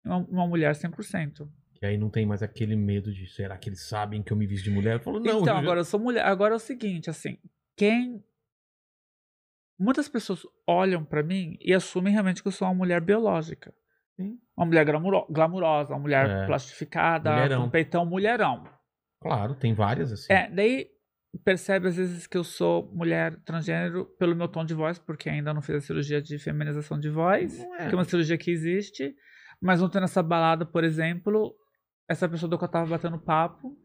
Speaker 3: uma, uma mulher 100%.
Speaker 1: E aí não tem mais aquele medo de será que eles sabem que eu me visto de mulher? Eu falo, não.
Speaker 3: Então,
Speaker 1: eu já-
Speaker 3: agora eu sou mulher. Agora é o seguinte, assim, quem. Muitas pessoas olham pra mim e assumem realmente que eu sou uma mulher biológica.
Speaker 1: Sim.
Speaker 3: Uma mulher glamuro- glamurosa, uma mulher
Speaker 1: É.
Speaker 3: plastificada,
Speaker 1: Mulherão.
Speaker 3: com peitão mulherão.
Speaker 1: Claro, tem várias assim.
Speaker 3: É, daí percebe às vezes que eu sou mulher transgênero pelo meu tom de voz, porque ainda não fiz a cirurgia de feminização de voz,
Speaker 1: Não é.
Speaker 3: que é uma cirurgia que existe. Mas ontem nessa balada, por exemplo, essa pessoa do que eu tava batendo papo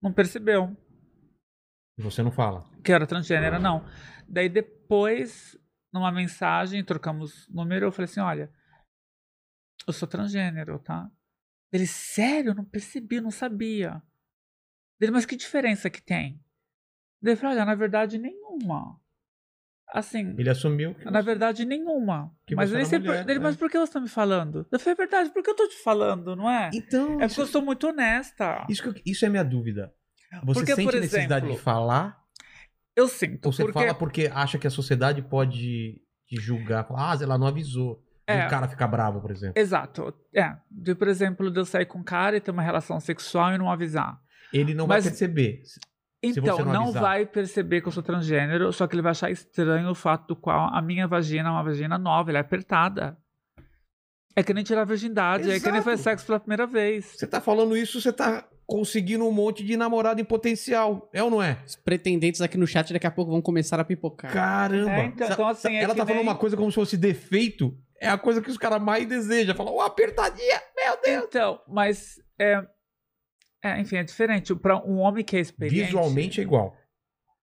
Speaker 3: não percebeu
Speaker 1: E você não fala.
Speaker 3: que era transgênero, não. Daí depois, numa mensagem, trocamos número, eu falei assim, olha, eu sou transgênero, tá? Ele, sério? Eu não percebi, eu não sabia. Ele, mas que diferença que tem? Daí eu falei, olha, na verdade, nenhuma. Assim,
Speaker 1: Ele assumiu que.
Speaker 3: na verdade, nenhuma.
Speaker 1: Que
Speaker 3: mas
Speaker 1: você
Speaker 3: ele
Speaker 1: era
Speaker 3: sempre,
Speaker 1: mulher,
Speaker 3: ele,
Speaker 1: né?
Speaker 3: mas por que você tá me falando? Eu falei, é verdade, por que eu tô te falando, não é?
Speaker 1: Então,
Speaker 3: É porque
Speaker 1: isso,
Speaker 3: eu sou muito honesta.
Speaker 1: isso, que eu- isso é minha dúvida. Você
Speaker 3: Porque,
Speaker 1: sente
Speaker 3: por
Speaker 1: necessidade de
Speaker 3: exemplo,
Speaker 1: falar?
Speaker 3: Eu sinto.
Speaker 1: Ou você
Speaker 3: porque...
Speaker 1: fala porque acha que a sociedade pode te julgar? Falar, ah, ela não avisou.
Speaker 3: É.
Speaker 1: E o cara fica bravo, por exemplo.
Speaker 3: Exato. É. De, por exemplo, de eu sair com um cara e ter uma relação sexual e não avisar.
Speaker 1: Ele não
Speaker 3: Mas-
Speaker 1: vai perceber.
Speaker 3: Então,
Speaker 1: você não
Speaker 3: não
Speaker 1: avisar.
Speaker 3: vai perceber que eu sou transgênero, só que ele vai achar estranho o fato do qual a minha vagina é uma vagina nova, ela é apertada. É que nem tirar a virgindade, é que nem
Speaker 1: Exato.
Speaker 3: fazer sexo pela primeira vez.
Speaker 1: Você tá falando isso, você tá conseguindo um monte de namorado em potencial. É ou não é?
Speaker 2: Os pretendentes aqui no chat daqui a pouco vão começar a pipocar.
Speaker 1: Caramba!
Speaker 3: É, então,
Speaker 1: Sa-
Speaker 3: então, assim,
Speaker 1: sa-
Speaker 3: é
Speaker 1: ela
Speaker 3: que
Speaker 1: tá falando
Speaker 3: nem-
Speaker 1: uma coisa como se fosse defeito. É a coisa que os caras mais desejam. Fala, ô, apertadinha! Meu Deus!
Speaker 3: Então, mas é, é, enfim, é diferente. Pra um homem que é experiente.
Speaker 1: Visualmente é igual.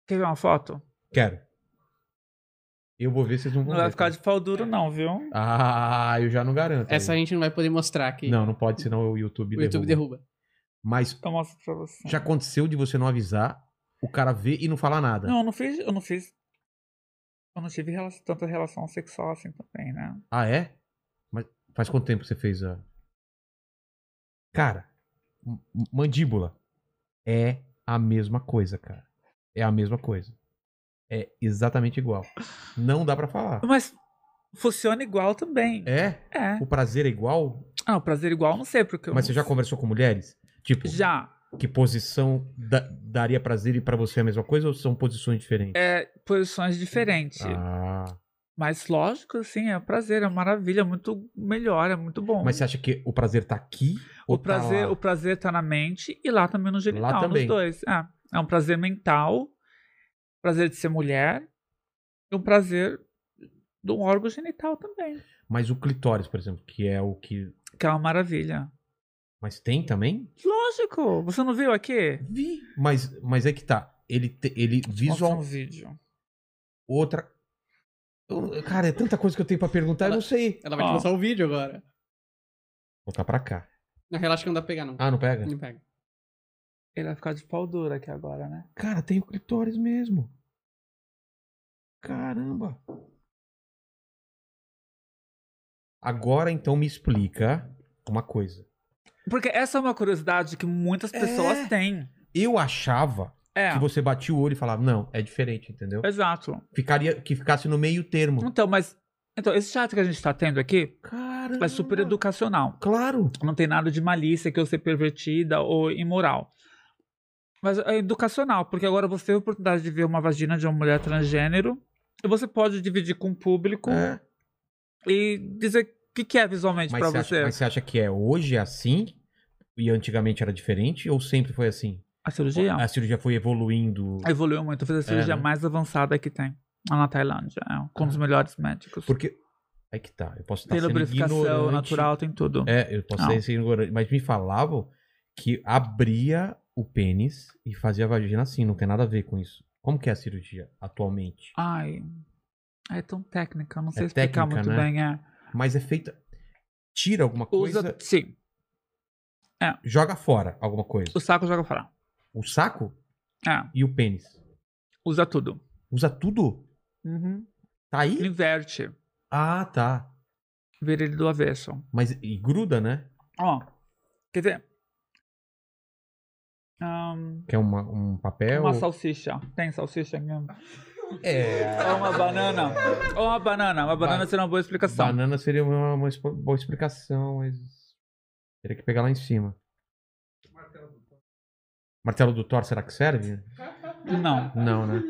Speaker 3: Quer ver uma foto?
Speaker 1: Quero. Eu vou ver se vocês vão
Speaker 3: Não
Speaker 1: ver, É.
Speaker 3: vai ficar
Speaker 1: cara.
Speaker 3: de pau duro, não, viu?
Speaker 1: Ah, eu já não garanto.
Speaker 2: Essa a
Speaker 1: aí.
Speaker 2: gente não vai poder mostrar aqui.
Speaker 1: Não, não pode, senão o YouTube
Speaker 2: o YouTube derruba.
Speaker 1: Mas
Speaker 3: Então mostro pra você.
Speaker 1: já aconteceu de você não avisar, o cara ver e não falar nada.
Speaker 3: Não, eu não fiz. Eu não fiz. Eu não tive relação- tanta relação sexual assim também, né?
Speaker 1: Ah, é? Mas faz quanto tempo você fez a. Cara, m- mandíbula é a mesma coisa, cara. É a mesma coisa. É exatamente igual. Não dá pra falar.
Speaker 3: Mas funciona igual também.
Speaker 1: É?
Speaker 3: É.
Speaker 1: O prazer é igual?
Speaker 3: Ah, o prazer igual, não sei, porque eu
Speaker 1: Mas
Speaker 3: não
Speaker 1: você já
Speaker 3: sei.
Speaker 1: conversou com mulheres? Tipo,
Speaker 3: Já.
Speaker 1: que posição da- daria prazer e pra você é a mesma coisa ou são posições diferentes?
Speaker 3: É, posições diferentes.
Speaker 1: Ah.
Speaker 3: Mas lógico, assim, é prazer, é maravilha, é muito melhor, é muito bom.
Speaker 1: Mas você acha que o prazer tá aqui?
Speaker 3: O
Speaker 1: ou tá
Speaker 3: prazer,
Speaker 1: lá?
Speaker 3: o prazer tá na mente e lá também no genital,
Speaker 1: também.
Speaker 3: nos dois. É, é um prazer mental, prazer de ser mulher e um prazer do órgão genital também.
Speaker 1: Mas o clitóris, por exemplo, que é o que.
Speaker 3: Que é uma maravilha.
Speaker 1: Mas tem também?
Speaker 3: Lógico, você não viu aqui?
Speaker 1: Vi. Mas, mas é que tá. Ele, te- ele
Speaker 3: Mostra
Speaker 1: visual.
Speaker 3: um vídeo.
Speaker 1: Outra. Eu- Cara, é tanta coisa que eu tenho pra perguntar, eu não sei.
Speaker 2: Ela vai
Speaker 3: Ó.
Speaker 2: te mostrar o vídeo agora.
Speaker 1: Vou botar pra cá.
Speaker 2: Não, relaxa que não dá pra pegar, não.
Speaker 1: Ah, não pega?
Speaker 2: Não pega.
Speaker 3: Ele vai ficar de pau duro aqui agora, né?
Speaker 1: Cara, tem o clitóris mesmo. Caramba. Agora então me explica uma coisa.
Speaker 3: Porque essa é uma curiosidade que muitas
Speaker 1: É.
Speaker 3: pessoas têm.
Speaker 1: Eu achava
Speaker 3: É,
Speaker 1: que você batia o olho e falava, não, é diferente, entendeu?
Speaker 3: exato.
Speaker 1: Ficaria que ficasse no meio termo.
Speaker 3: Então, mas. Então, esse chat que a gente tá tendo aqui
Speaker 1: Caramba.
Speaker 3: é super educacional.
Speaker 1: Claro.
Speaker 3: Não tem nada de malícia que eu ser pervertida ou imoral. Mas é educacional, porque agora você tem a oportunidade de ver uma vagina de uma mulher transgênero. E você pode dividir com o público
Speaker 1: É.
Speaker 3: e dizer o que, que é visualmente
Speaker 1: Mas
Speaker 3: pra
Speaker 1: você,
Speaker 3: você.
Speaker 1: Acha, mas você acha que é hoje assim e antigamente era diferente ou sempre foi assim?
Speaker 3: A cirurgia
Speaker 1: A cirurgia foi evoluindo.
Speaker 3: evoluiu muito. Eu fiz a cirurgia
Speaker 1: Tipo, né?
Speaker 3: mais avançada que tem lá na Tailândia. É, com os melhores médicos.
Speaker 1: Porque aí que tá, eu posso estar
Speaker 3: Tem
Speaker 1: sendo
Speaker 3: lubrificação
Speaker 1: ignorante.
Speaker 3: natural, tem tudo.
Speaker 1: É, eu posso
Speaker 3: Não.
Speaker 1: estar sendo ignorante, mas me falavam que abria o pênis e fazia a vagina assim, não tem nada a ver com isso. Como que é a cirurgia atualmente?
Speaker 3: Ai. É tão técnica, não sei
Speaker 1: É
Speaker 3: explicar
Speaker 1: técnica, né?
Speaker 3: muito bem. É.
Speaker 1: Mas é feita tira alguma coisa,
Speaker 3: Usa. Sim,
Speaker 1: joga fora alguma coisa.
Speaker 3: o saco joga fora.
Speaker 1: O saco
Speaker 3: É,
Speaker 1: e o pênis.
Speaker 3: usa tudo.
Speaker 1: Usa tudo?
Speaker 3: Uhum.
Speaker 1: Tá aí?
Speaker 3: Inverte.
Speaker 1: Ah, tá.
Speaker 3: Vira ele do avesso.
Speaker 1: Mas e gruda, né?
Speaker 3: Ó, quer ver? Ahn,
Speaker 1: Que é uma, um papel.
Speaker 3: uma salsicha. Tem salsicha aqui?
Speaker 1: É.
Speaker 3: É uma banana. Ou uma banana. Uma banana
Speaker 1: Ba-
Speaker 3: seria uma boa explicação.
Speaker 1: Banana seria uma, uma expo- boa explicação, mas. Teria que pegar lá em cima. Martelo do Thor, será que serve?
Speaker 3: Não.
Speaker 1: Não, né?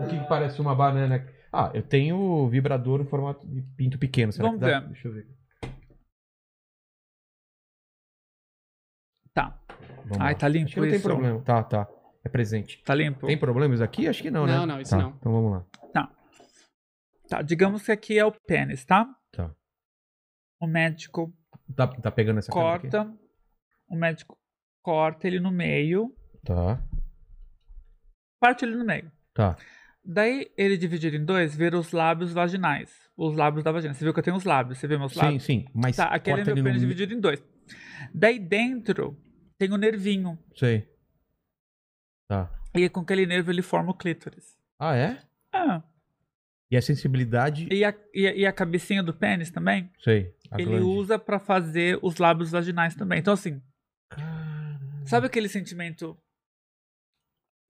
Speaker 1: O que, que parece uma banana? Ah, eu tenho vibrador em formato de pinto pequeno. Será
Speaker 3: Vamos
Speaker 1: que dá?
Speaker 3: ver.
Speaker 1: Deixa eu ver.
Speaker 3: Tá.
Speaker 1: Vamos
Speaker 3: Ai,
Speaker 1: lá.
Speaker 3: tá
Speaker 1: Acho que
Speaker 3: limpo
Speaker 1: não tem
Speaker 3: isso.
Speaker 1: problema. Tá, tá. É presente.
Speaker 3: Tá limpo?
Speaker 1: Tem problemas aqui? Acho que não, né?
Speaker 2: Não, não, isso
Speaker 1: Tá,
Speaker 2: não.
Speaker 1: Então vamos lá.
Speaker 3: Tá, digamos que aqui é o pênis, tá?
Speaker 1: Tá.
Speaker 3: O médico
Speaker 1: Tá, tá pegando essa câmera aqui?
Speaker 3: corta. O médico corta ele no meio.
Speaker 1: Tá.
Speaker 3: Parte ele no meio.
Speaker 1: Tá.
Speaker 3: Daí ele dividido em dois, ver os lábios vaginais. Os lábios da vagina. Você viu que eu tenho os lábios. Você viu meus
Speaker 1: Sim,
Speaker 3: lábios?
Speaker 1: sim. Mas
Speaker 3: Tá, aquele é
Speaker 1: corta
Speaker 3: meu
Speaker 1: ele
Speaker 3: pênis
Speaker 1: no...
Speaker 3: dividido em dois. Daí dentro tem o nervinho.
Speaker 1: Sei. Tá.
Speaker 3: E com aquele nervo ele forma o clítoris.
Speaker 1: Ah, é?
Speaker 3: Ah,
Speaker 1: E a sensibilidade.
Speaker 3: e a, e a, e a cabecinha do pênis também?
Speaker 1: Sei. a
Speaker 3: ele
Speaker 1: glande.
Speaker 3: usa pra fazer os lábios vaginais também. Então, assim,
Speaker 1: Caramba.
Speaker 3: sabe aquele sentimento.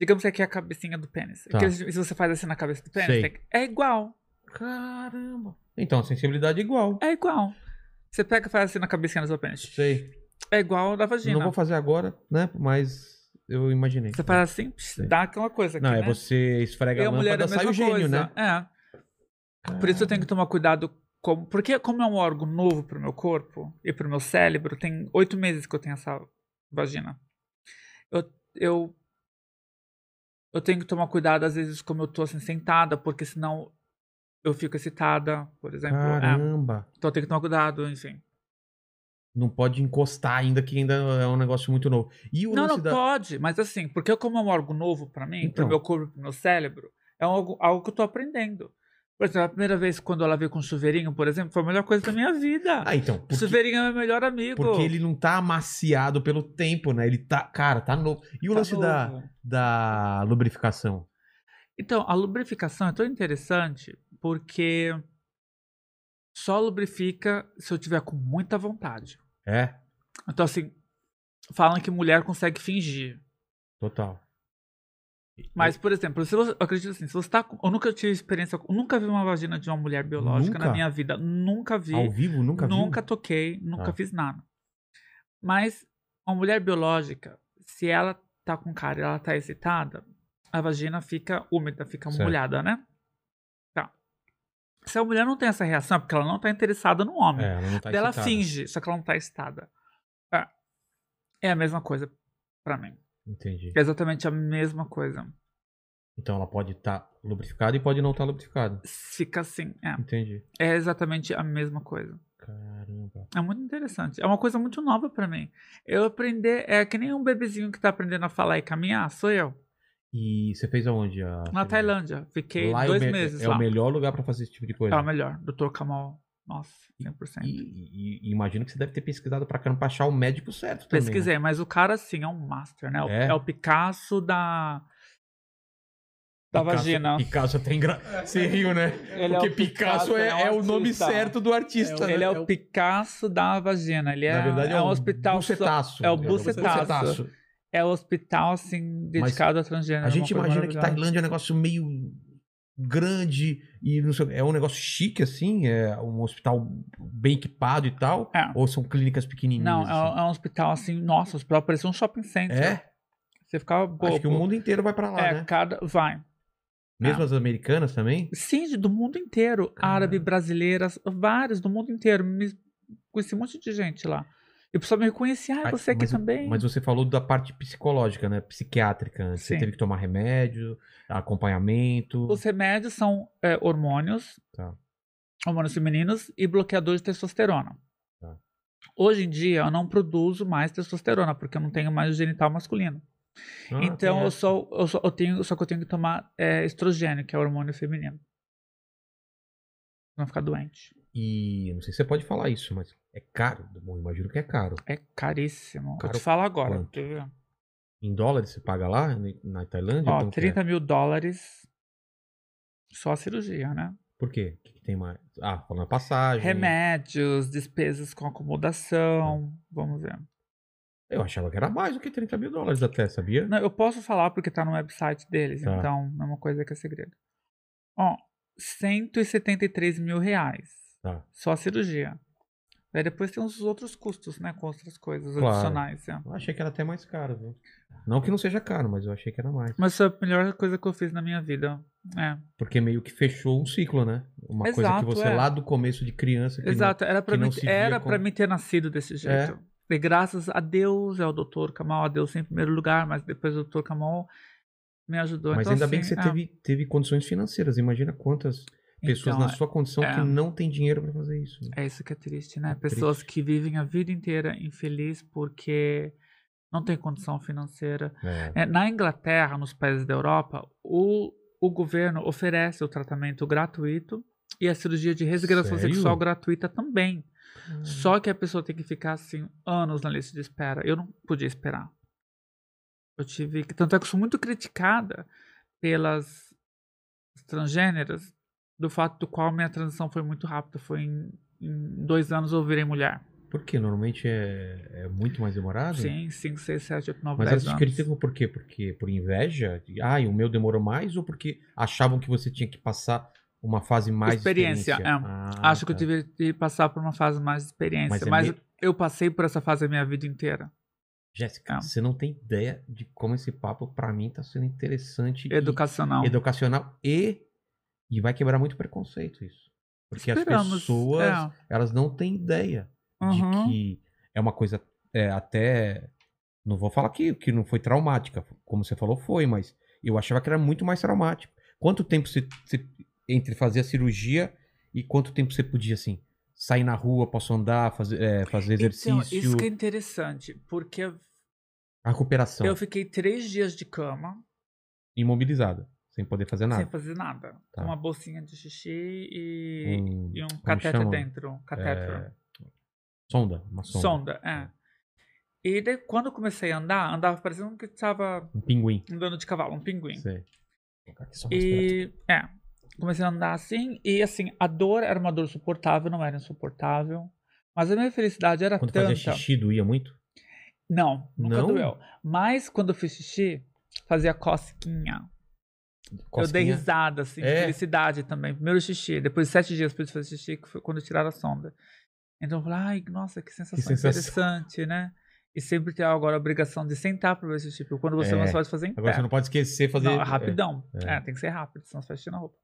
Speaker 3: Digamos que aqui é a cabecinha do pênis.
Speaker 1: Tá.
Speaker 3: Aquele sentimento- se você faz assim na cabeça do pênis,
Speaker 1: Sei.
Speaker 3: tem que- é igual.
Speaker 1: Caramba. Então, a sensibilidade é igual.
Speaker 3: É igual. Você pega e faz assim na cabecinha do seu pênis.
Speaker 1: Sei.
Speaker 3: É igual da vagina.
Speaker 1: Não vou fazer agora, né? Mas eu imaginei.
Speaker 3: Você para assim, pss,
Speaker 1: Sei.
Speaker 3: dá aquela coisa aqui,
Speaker 1: Não,
Speaker 3: né?
Speaker 1: é você esfrega
Speaker 3: Eu,
Speaker 1: a
Speaker 3: mulher, é
Speaker 1: lâmpada,
Speaker 3: a
Speaker 1: sai
Speaker 3: mesma
Speaker 1: o gênio,
Speaker 3: coisa.
Speaker 1: né?
Speaker 3: É. Por isso eu tenho que tomar cuidado. Com... Porque, como é um órgão novo pro meu corpo e pro meu cérebro, tem oito meses que eu tenho essa vagina. Eu, eu, eu tenho que tomar cuidado, às vezes, como eu tô assim, sentada, porque senão eu fico excitada, por exemplo. É.
Speaker 1: Caramba.
Speaker 3: Então eu tenho que tomar cuidado, enfim.
Speaker 1: Não pode encostar ainda, que ainda é um negócio muito novo. E o
Speaker 3: Não,
Speaker 1: lance
Speaker 3: não
Speaker 1: da...
Speaker 3: pode, mas assim, porque como é um órgão novo pra mim,
Speaker 1: Então.
Speaker 3: pro meu corpo, pro meu cérebro, é algo, algo que eu tô aprendendo. Por exemplo, a primeira vez quando ela veio com chuveirinho, por exemplo, foi a melhor coisa da minha vida.
Speaker 1: Ah, então.
Speaker 3: O
Speaker 1: Porque,
Speaker 3: chuveirinho é meu melhor amigo.
Speaker 1: porque ele não tá amaciado pelo tempo, né? Ele tá. Cara, tá novo. E o
Speaker 3: Tá
Speaker 1: lance da,
Speaker 3: novo.
Speaker 1: da lubrificação?
Speaker 3: Então, a lubrificação é tão interessante porque só lubrifica se eu tiver com muita vontade.
Speaker 1: É,
Speaker 3: Então, assim, falam que mulher consegue fingir.
Speaker 1: total.
Speaker 3: Mas, por exemplo, se você, eu acredito assim, se você tá com, Eu nunca tive experiência, eu nunca vi uma vagina de uma mulher biológica
Speaker 1: Nunca?
Speaker 3: na minha vida. Nunca vi.
Speaker 1: Ao vivo, nunca vi.
Speaker 3: toquei, nunca
Speaker 1: Ah.
Speaker 3: fiz nada. Mas uma mulher biológica, se ela tá com cara e ela tá excitada, a vagina fica úmida, fica
Speaker 1: Certo.
Speaker 3: molhada, né? Tá. Se a mulher não tem essa reação, é porque ela não tá interessada no homem.
Speaker 1: É, ela não tá
Speaker 3: Daí ela
Speaker 1: excitada.
Speaker 3: finge, só que ela não tá excitada. É, é a mesma coisa pra mim.
Speaker 1: Entendi.
Speaker 3: É exatamente a mesma coisa.
Speaker 1: Então ela pode estar lubrificada e pode não estar lubrificada.
Speaker 3: Fica assim, é.
Speaker 1: Entendi.
Speaker 3: É exatamente a mesma coisa.
Speaker 1: Caramba.
Speaker 3: É muito interessante. É uma coisa muito nova pra mim. Eu aprender. É que nem um bebezinho que tá aprendendo a falar e caminhar, sou eu.
Speaker 1: E você fez aonde? A...
Speaker 3: Na Tailândia. Fiquei
Speaker 1: Lá é o
Speaker 3: dois
Speaker 1: me-
Speaker 3: meses
Speaker 1: É
Speaker 3: lá.
Speaker 1: o melhor lugar pra fazer esse tipo de coisa.
Speaker 3: É o melhor. Dr. Kamal. Nossa, 100%.
Speaker 1: E, e- e imagino que você deve ter pesquisado pra caramba pra achar o médico certo também. né?
Speaker 3: Pesquisei, mas o cara, assim, é um master, né? O-
Speaker 1: É?
Speaker 3: É, o Picasso da. Da
Speaker 1: Picasso-
Speaker 3: vagina.
Speaker 1: Picasso é até engra... Você riu, né?
Speaker 3: Ele é
Speaker 1: Porque
Speaker 3: o
Speaker 1: Picasso,
Speaker 3: Picasso,
Speaker 1: é,
Speaker 3: é um
Speaker 1: é o nome
Speaker 3: artista.
Speaker 1: certo do artista.
Speaker 3: Ele
Speaker 1: né?
Speaker 3: é
Speaker 2: É
Speaker 3: o
Speaker 2: o-
Speaker 3: Picasso da vagina. Ele é,
Speaker 1: Na verdade, é,
Speaker 3: é um
Speaker 1: o
Speaker 3: hospital.
Speaker 1: Bucetaço. um
Speaker 3: é o
Speaker 1: bucetaço.
Speaker 3: bucetaço. É um hospital, assim, dedicado a transgênero.
Speaker 1: A
Speaker 3: é uma
Speaker 1: gente
Speaker 3: coisa
Speaker 1: imagina que
Speaker 3: maravilhosa.
Speaker 1: Tailândia é um negócio meio grande e não sei, é um negócio chique assim, é um hospital bem equipado e tal,
Speaker 3: É.
Speaker 1: ou são clínicas pequenininhas?
Speaker 3: Não, é, um-
Speaker 1: assim?
Speaker 3: é um hospital assim, nossa, o hospital parecia um shopping center.
Speaker 1: é,
Speaker 3: Você ficava bobo.
Speaker 1: acho que o mundo inteiro vai pra lá,
Speaker 3: um é,
Speaker 1: né?
Speaker 3: cada. Vai.
Speaker 1: Mesmo as americanas também?
Speaker 3: Sim, de- do mundo inteiro.
Speaker 1: Cara.
Speaker 3: Árabe, brasileiras, várias do mundo inteiro. Me, conheci um monte de gente lá. E o pessoal me reconhecia, ah,
Speaker 1: Ah,
Speaker 3: você aqui
Speaker 1: mas,
Speaker 3: também.
Speaker 1: Mas você falou da parte psicológica, né? Psiquiátrica. antes. Você
Speaker 3: Sim.
Speaker 1: teve que tomar remédio, acompanhamento.
Speaker 3: Os remédios são é, hormônios,
Speaker 1: Tá.
Speaker 3: hormônios femininos e bloqueador de testosterona.
Speaker 1: Tá.
Speaker 3: Hoje em dia eu não produzo mais testosterona, porque eu não tenho mais o genital masculino.
Speaker 1: Ah,
Speaker 3: então
Speaker 1: tem
Speaker 3: eu
Speaker 1: essa.
Speaker 3: só, eu só eu tenho, só que eu tenho que tomar é, estrogênio, que é o hormônio feminino. Pra não ficar doente.
Speaker 1: E não sei se você pode falar isso, mas é caro. Bom, imagino que é caro.
Speaker 3: É caríssimo. Eu
Speaker 1: Caro
Speaker 3: te falo agora.
Speaker 1: quanto?
Speaker 3: quer ver?
Speaker 1: Em dólares você paga lá né, na Tailândia?
Speaker 3: Ó,
Speaker 1: Como que é?
Speaker 3: 30 mil dólares só a cirurgia, né?
Speaker 1: Por quê? O que, que tem mais? Ah, falando a passagem.
Speaker 3: Remédios, despesas com acomodação. Vamos ver.
Speaker 1: Eu achava que era mais do que 30 mil dólares até, sabia?
Speaker 3: Não, eu posso falar porque tá no website deles,
Speaker 1: Tá.
Speaker 3: então não é uma coisa que é segredo. Ó, 173 mil reais.
Speaker 1: Tá.
Speaker 3: Só a cirurgia. Daí depois tem os outros custos, né? Com outras coisas
Speaker 1: Claro.
Speaker 3: adicionais. é.
Speaker 1: Eu achei que era até mais caro, viu? Não que não seja caro, mas eu achei que era mais.
Speaker 3: Mas foi a melhor coisa que eu fiz na minha vida. É.
Speaker 1: Porque meio que fechou um ciclo, né? Uma coisa que
Speaker 3: Exato,
Speaker 1: você
Speaker 3: é.
Speaker 1: lá do começo de criança. que
Speaker 3: Exato, era pra
Speaker 1: que não
Speaker 3: mim,
Speaker 1: se via
Speaker 3: era
Speaker 1: como- É.
Speaker 3: pra mim ter nascido desse jeito. E graças a Deus, é o Dr. Kamal, a Deus em primeiro lugar, mas depois o Dr. Kamal me ajudou.
Speaker 1: Não... Mas
Speaker 3: Então,
Speaker 1: ainda bem que
Speaker 3: assim,
Speaker 1: você
Speaker 3: é.
Speaker 1: teve, teve condições financeiras. Imagina quantas pessoas
Speaker 3: Então,
Speaker 1: na sua condição
Speaker 3: é.
Speaker 1: que não tem dinheiro pra fazer isso. né?
Speaker 3: É isso que é triste, né?
Speaker 1: É
Speaker 3: Pessoas
Speaker 1: triste.
Speaker 3: que vivem a vida inteira infeliz porque não tem condição financeira.
Speaker 1: É.
Speaker 3: É, na Inglaterra, nos países da Europa, o, o governo oferece o tratamento gratuito e a cirurgia de resignação
Speaker 1: Sério?
Speaker 3: sexual gratuita também. Só que a pessoa tem que ficar assim anos na lista de espera. Eu não podia esperar. Eu tive que. Tanto é que eu sou muito criticada pelas transgêneras do fato do qual minha transição foi muito rápida. Foi em, em dois anos eu virei mulher.
Speaker 1: Porque normalmente é, é muito mais demorado?
Speaker 3: Sim, 5, 6, 7, 8, 9,
Speaker 1: Mas
Speaker 3: 10
Speaker 1: elas te
Speaker 3: anos.
Speaker 1: criticam por quê? Porque por inveja? De, Ai, o meu demorou mais ou porque achavam que você tinha que passar uma fase mais de
Speaker 3: Experiência, é.
Speaker 1: Ah,
Speaker 3: Acho que eu
Speaker 1: tá.
Speaker 3: tive que passar por uma fase mais de experiência.
Speaker 1: Mas
Speaker 3: Mas,
Speaker 1: é me-
Speaker 3: eu passei por essa fase a minha vida inteira.
Speaker 1: Jéssica,
Speaker 3: Ah.
Speaker 1: você não tem ideia de como esse papo, pra mim, tá sendo interessante. e
Speaker 3: Educacional.
Speaker 1: educacional e. E vai quebrar muito preconceito isso. Porque as
Speaker 3: Esperamos,
Speaker 1: pessoas,
Speaker 3: é.
Speaker 1: elas não têm ideia
Speaker 3: Uhum.
Speaker 1: de que é uma coisa é, até. Não vou falar que, que não foi traumática. Como você falou, foi, mas eu achava que era muito mais traumático. Quanto tempo você, você- entre fazer a cirurgia e quanto tempo você podia, assim, sair na rua, posso andar, fazer, é, fazer
Speaker 3: Então,
Speaker 1: exercício,
Speaker 3: isso que é interessante, porque
Speaker 1: a recuperação
Speaker 3: eu fiquei três dias de cama
Speaker 1: imobilizada, sem poder fazer nada.
Speaker 3: sem fazer nada.
Speaker 1: Tá.
Speaker 3: Uma bolsinha de xixi e,
Speaker 1: Um-
Speaker 3: e um
Speaker 1: como
Speaker 3: cateter
Speaker 1: chama?
Speaker 3: dentro. Cateter.
Speaker 1: É, Sonda, uma sonda.
Speaker 3: Sonda, é. E daí, quando eu comecei a andar, andava parecendo que estava
Speaker 1: Um pinguim.
Speaker 3: andando de cavalo, um pinguim.
Speaker 1: Sei. Vou colocar aqui só mais perto.
Speaker 3: E é, comecei a andar assim e assim, a dor era uma dor suportável, não era insuportável, mas a minha felicidade era
Speaker 1: Quando
Speaker 3: tanta.
Speaker 1: fazia xixi, doía muito?
Speaker 3: Não, nunca
Speaker 1: Não?
Speaker 3: doeu. Mas quando eu fiz xixi, fazia cosquinha. Eu dei
Speaker 1: Cosquinha?
Speaker 3: risada assim, de
Speaker 1: É.
Speaker 3: felicidade também. Primeiro xixi, depois de sete dias depois de fazer xixi, que foi quando tiraram a sonda. Então eu falei, ai, nossa, que sensação,
Speaker 1: sensação.
Speaker 3: interessante, né? E sempre ter agora a obrigação de sentar pra ver xixi, porque quando você
Speaker 1: É.
Speaker 3: não pode fazer em pé.
Speaker 1: Agora você não pode esquecer fazer.
Speaker 3: Não, rapidão.
Speaker 1: É.
Speaker 3: É. tem que ser rápido, senão você vai tirar a roupa.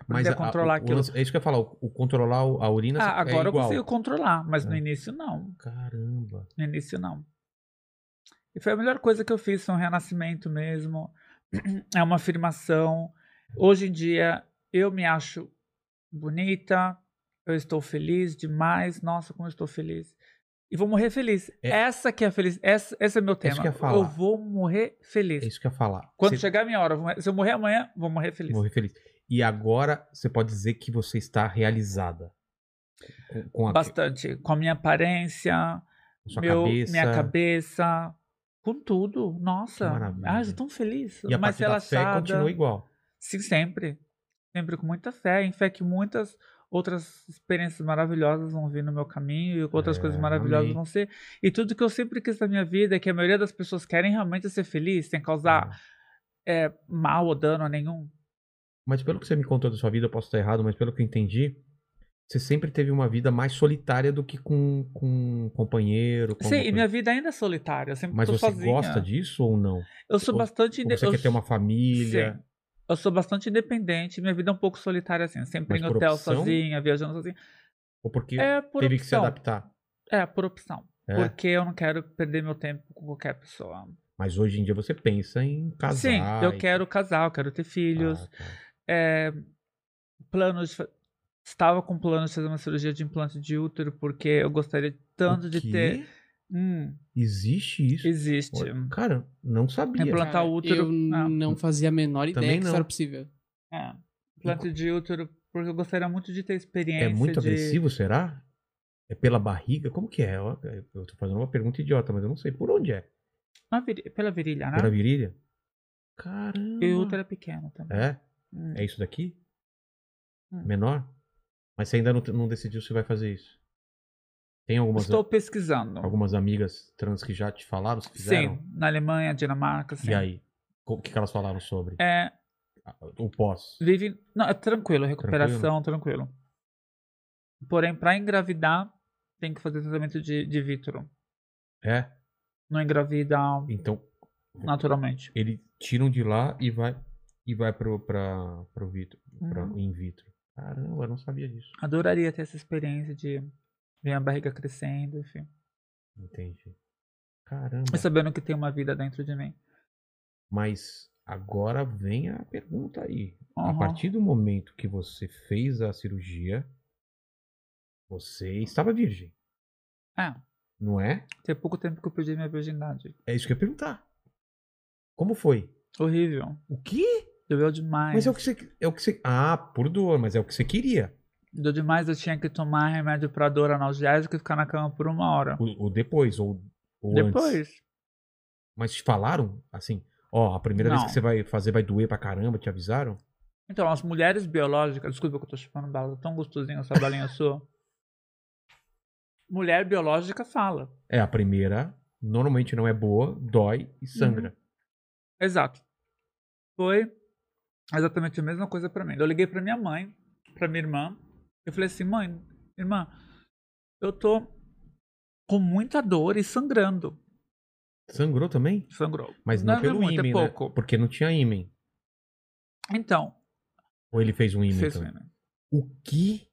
Speaker 1: é,
Speaker 3: Mas
Speaker 1: a-
Speaker 3: controlar
Speaker 1: o- o
Speaker 3: aquilo.
Speaker 1: lance- é isso que eu ia falar. O, o controlar o- a urina
Speaker 3: Ah,
Speaker 1: é
Speaker 3: agora eu
Speaker 1: igual.
Speaker 3: consigo controlar, mas no
Speaker 1: É.
Speaker 3: início não.
Speaker 1: Caramba.
Speaker 3: No início não. E foi a melhor coisa que eu fiz, foi um renascimento mesmo. [CLEARS THROAT] É uma afirmação. Hoje em dia eu me acho bonita, eu estou feliz demais. Nossa, como eu estou feliz. E vou morrer feliz.
Speaker 1: É.
Speaker 3: Essa que é a feliz, essa, esse é meu tema.
Speaker 1: que eu ia falar.
Speaker 3: eu vou morrer
Speaker 1: É
Speaker 3: feliz.
Speaker 1: isso que eu ia falar.
Speaker 3: Quando
Speaker 1: você
Speaker 3: chegar a minha hora, eu vou morrer- se eu morrer amanhã, vou morrer feliz.
Speaker 1: morrer feliz. E agora você pode dizer que você está realizada. Com, com a
Speaker 3: Bastante. Com a minha aparência,
Speaker 1: com sua
Speaker 3: meu-
Speaker 1: cabeça.
Speaker 3: minha cabeça, com tudo. Nossa,
Speaker 1: Que maravilha.
Speaker 3: ah, eu estou tão feliz.
Speaker 1: E a
Speaker 3: mais
Speaker 1: parte da fé
Speaker 3: relaxada.
Speaker 1: continua igual.
Speaker 3: Sim, sempre. Sempre com muita fé. Em fé que muitas outras experiências maravilhosas vão vir no meu caminho e outras
Speaker 1: É,
Speaker 3: coisas maravilhosas
Speaker 1: amém.
Speaker 3: vão ser. E tudo que eu sempre quis na minha vida, é que a maioria das pessoas querem realmente ser feliz, sem causar
Speaker 1: Ah,
Speaker 3: é, mal ou dano a nenhum.
Speaker 1: Mas pelo que você me contou da sua vida, eu posso estar errado, mas pelo que eu entendi, você sempre teve uma vida mais solitária do que com, com um companheiro. Com
Speaker 3: Sim,
Speaker 1: alguma
Speaker 3: e
Speaker 1: coisa.
Speaker 3: minha vida ainda é solitária. Eu sempre
Speaker 1: Mas
Speaker 3: tô
Speaker 1: você
Speaker 3: sozinha.
Speaker 1: gosta disso ou não?
Speaker 3: Eu sou
Speaker 1: Ou-
Speaker 3: bastante...
Speaker 1: Ou
Speaker 3: inde-
Speaker 1: você
Speaker 3: eu
Speaker 1: quer ter uma família?
Speaker 3: Sim. Eu sou bastante independente, minha vida é um pouco solitária assim, sempre
Speaker 1: Mas
Speaker 3: em
Speaker 1: por
Speaker 3: hotel
Speaker 1: opção?
Speaker 3: sozinha, viajando sozinha.
Speaker 1: Ou porque
Speaker 3: É por
Speaker 1: teve que se
Speaker 3: opção.
Speaker 1: adaptar?
Speaker 3: é, por opção.
Speaker 1: É.
Speaker 3: Porque eu não quero perder meu tempo com qualquer pessoa.
Speaker 1: Mas hoje em dia você pensa em casar.
Speaker 3: Sim, eu
Speaker 1: e-
Speaker 3: quero casar, eu quero ter filhos.
Speaker 1: Ah, tá.
Speaker 3: É, planos de fa- Estava com planos de fazer uma cirurgia de implante de útero, porque eu gostaria tanto
Speaker 1: O
Speaker 3: de
Speaker 1: quê?
Speaker 3: ter. Hum,
Speaker 1: Existe isso?
Speaker 3: existe.
Speaker 1: Olha, Cara, não sabia. É
Speaker 3: Implante- Plantar
Speaker 2: Cara,
Speaker 3: útero-
Speaker 2: Eu
Speaker 3: Ah.
Speaker 2: não fazia a menor ideia
Speaker 1: Também
Speaker 2: que
Speaker 1: não.
Speaker 2: isso era possível.
Speaker 3: É, implante de útero, porque eu gostaria muito de ter experiência.
Speaker 1: É muito
Speaker 3: de...
Speaker 1: agressivo, será? É pela barriga? Como que é? Eu eu tô fazendo uma pergunta idiota, mas eu não sei por onde é.
Speaker 3: Na viri- Pela virilha, né?
Speaker 1: Pela virilha? Caramba.
Speaker 3: E o útero é pequeno também.
Speaker 1: É?
Speaker 3: Hum.
Speaker 1: É isso daqui?
Speaker 3: Hum.
Speaker 1: Menor? Mas você ainda não, não decidiu se vai fazer isso? Tem algumas,
Speaker 3: Estou pesquisando.
Speaker 1: algumas amigas trans que já te falaram, se fizeram?
Speaker 3: Sim, na Alemanha, Dinamarca, sim.
Speaker 1: E aí? Co- O que, que elas falaram sobre?
Speaker 3: É,
Speaker 1: Ah, O pós.
Speaker 3: vive. Não, é tranquilo, recuperação, tranquilo. Porém, pra engravidar, tem que fazer tratamento de, de vitro.
Speaker 1: É?
Speaker 3: Não engravida
Speaker 1: Então,
Speaker 3: naturalmente.
Speaker 1: eles tiram de lá e vai, e vai pro, pra, pro vitro, pra-
Speaker 3: Uhum.
Speaker 1: in vitro. Caramba, eu não sabia disso.
Speaker 3: Adoraria ter essa experiência de ver a barriga crescendo, enfim.
Speaker 1: Entendi. Caramba.
Speaker 3: E sabendo que tem uma vida dentro de mim.
Speaker 1: Mas agora vem a pergunta aí. A
Speaker 3: Uhum.
Speaker 1: partir do momento que você fez a cirurgia, você estava virgem,
Speaker 3: É,
Speaker 1: não é?
Speaker 3: tem pouco tempo que eu perdi minha virgindade.
Speaker 1: É isso que eu ia perguntar. Como foi?
Speaker 3: Horrível.
Speaker 1: O quê?
Speaker 3: Doeu demais.
Speaker 1: Mas é o que você. É o que você ah, por dor, mas é o que você queria.
Speaker 3: Doeu demais, eu tinha que tomar remédio pra dor analgésica e ficar na cama por uma hora.
Speaker 1: O, o depois, ou, ou antes.
Speaker 3: Depois.
Speaker 1: Mas te falaram, assim, ó, a primeira vez
Speaker 3: Não.
Speaker 1: que você vai fazer vai doer pra caramba, te avisaram?
Speaker 3: Então, as mulheres biológicas. Desculpa que eu tô chupando bala, tão gostosinho essa
Speaker 1: [LAUGHS]
Speaker 3: balinha sua. Mulher biológica fala.
Speaker 1: É, a primeira normalmente não é boa, dói
Speaker 3: Uhum.
Speaker 1: e sangra.
Speaker 3: Exato. Foi exatamente a mesma coisa pra mim. Eu liguei pra minha mãe, pra minha irmã. Eu falei assim: mãe, irmã, eu tô com muita dor e sangrando.
Speaker 1: Sangrou também?
Speaker 3: Sangrou.
Speaker 1: Mas não,
Speaker 3: é
Speaker 1: pelo
Speaker 3: muito,
Speaker 1: ímã,
Speaker 3: é pouco.
Speaker 1: né? Porque não tinha ímã.
Speaker 3: Então,
Speaker 1: Ou ele fez um ímã,
Speaker 3: fez
Speaker 1: então?
Speaker 3: o ímã.
Speaker 1: O que?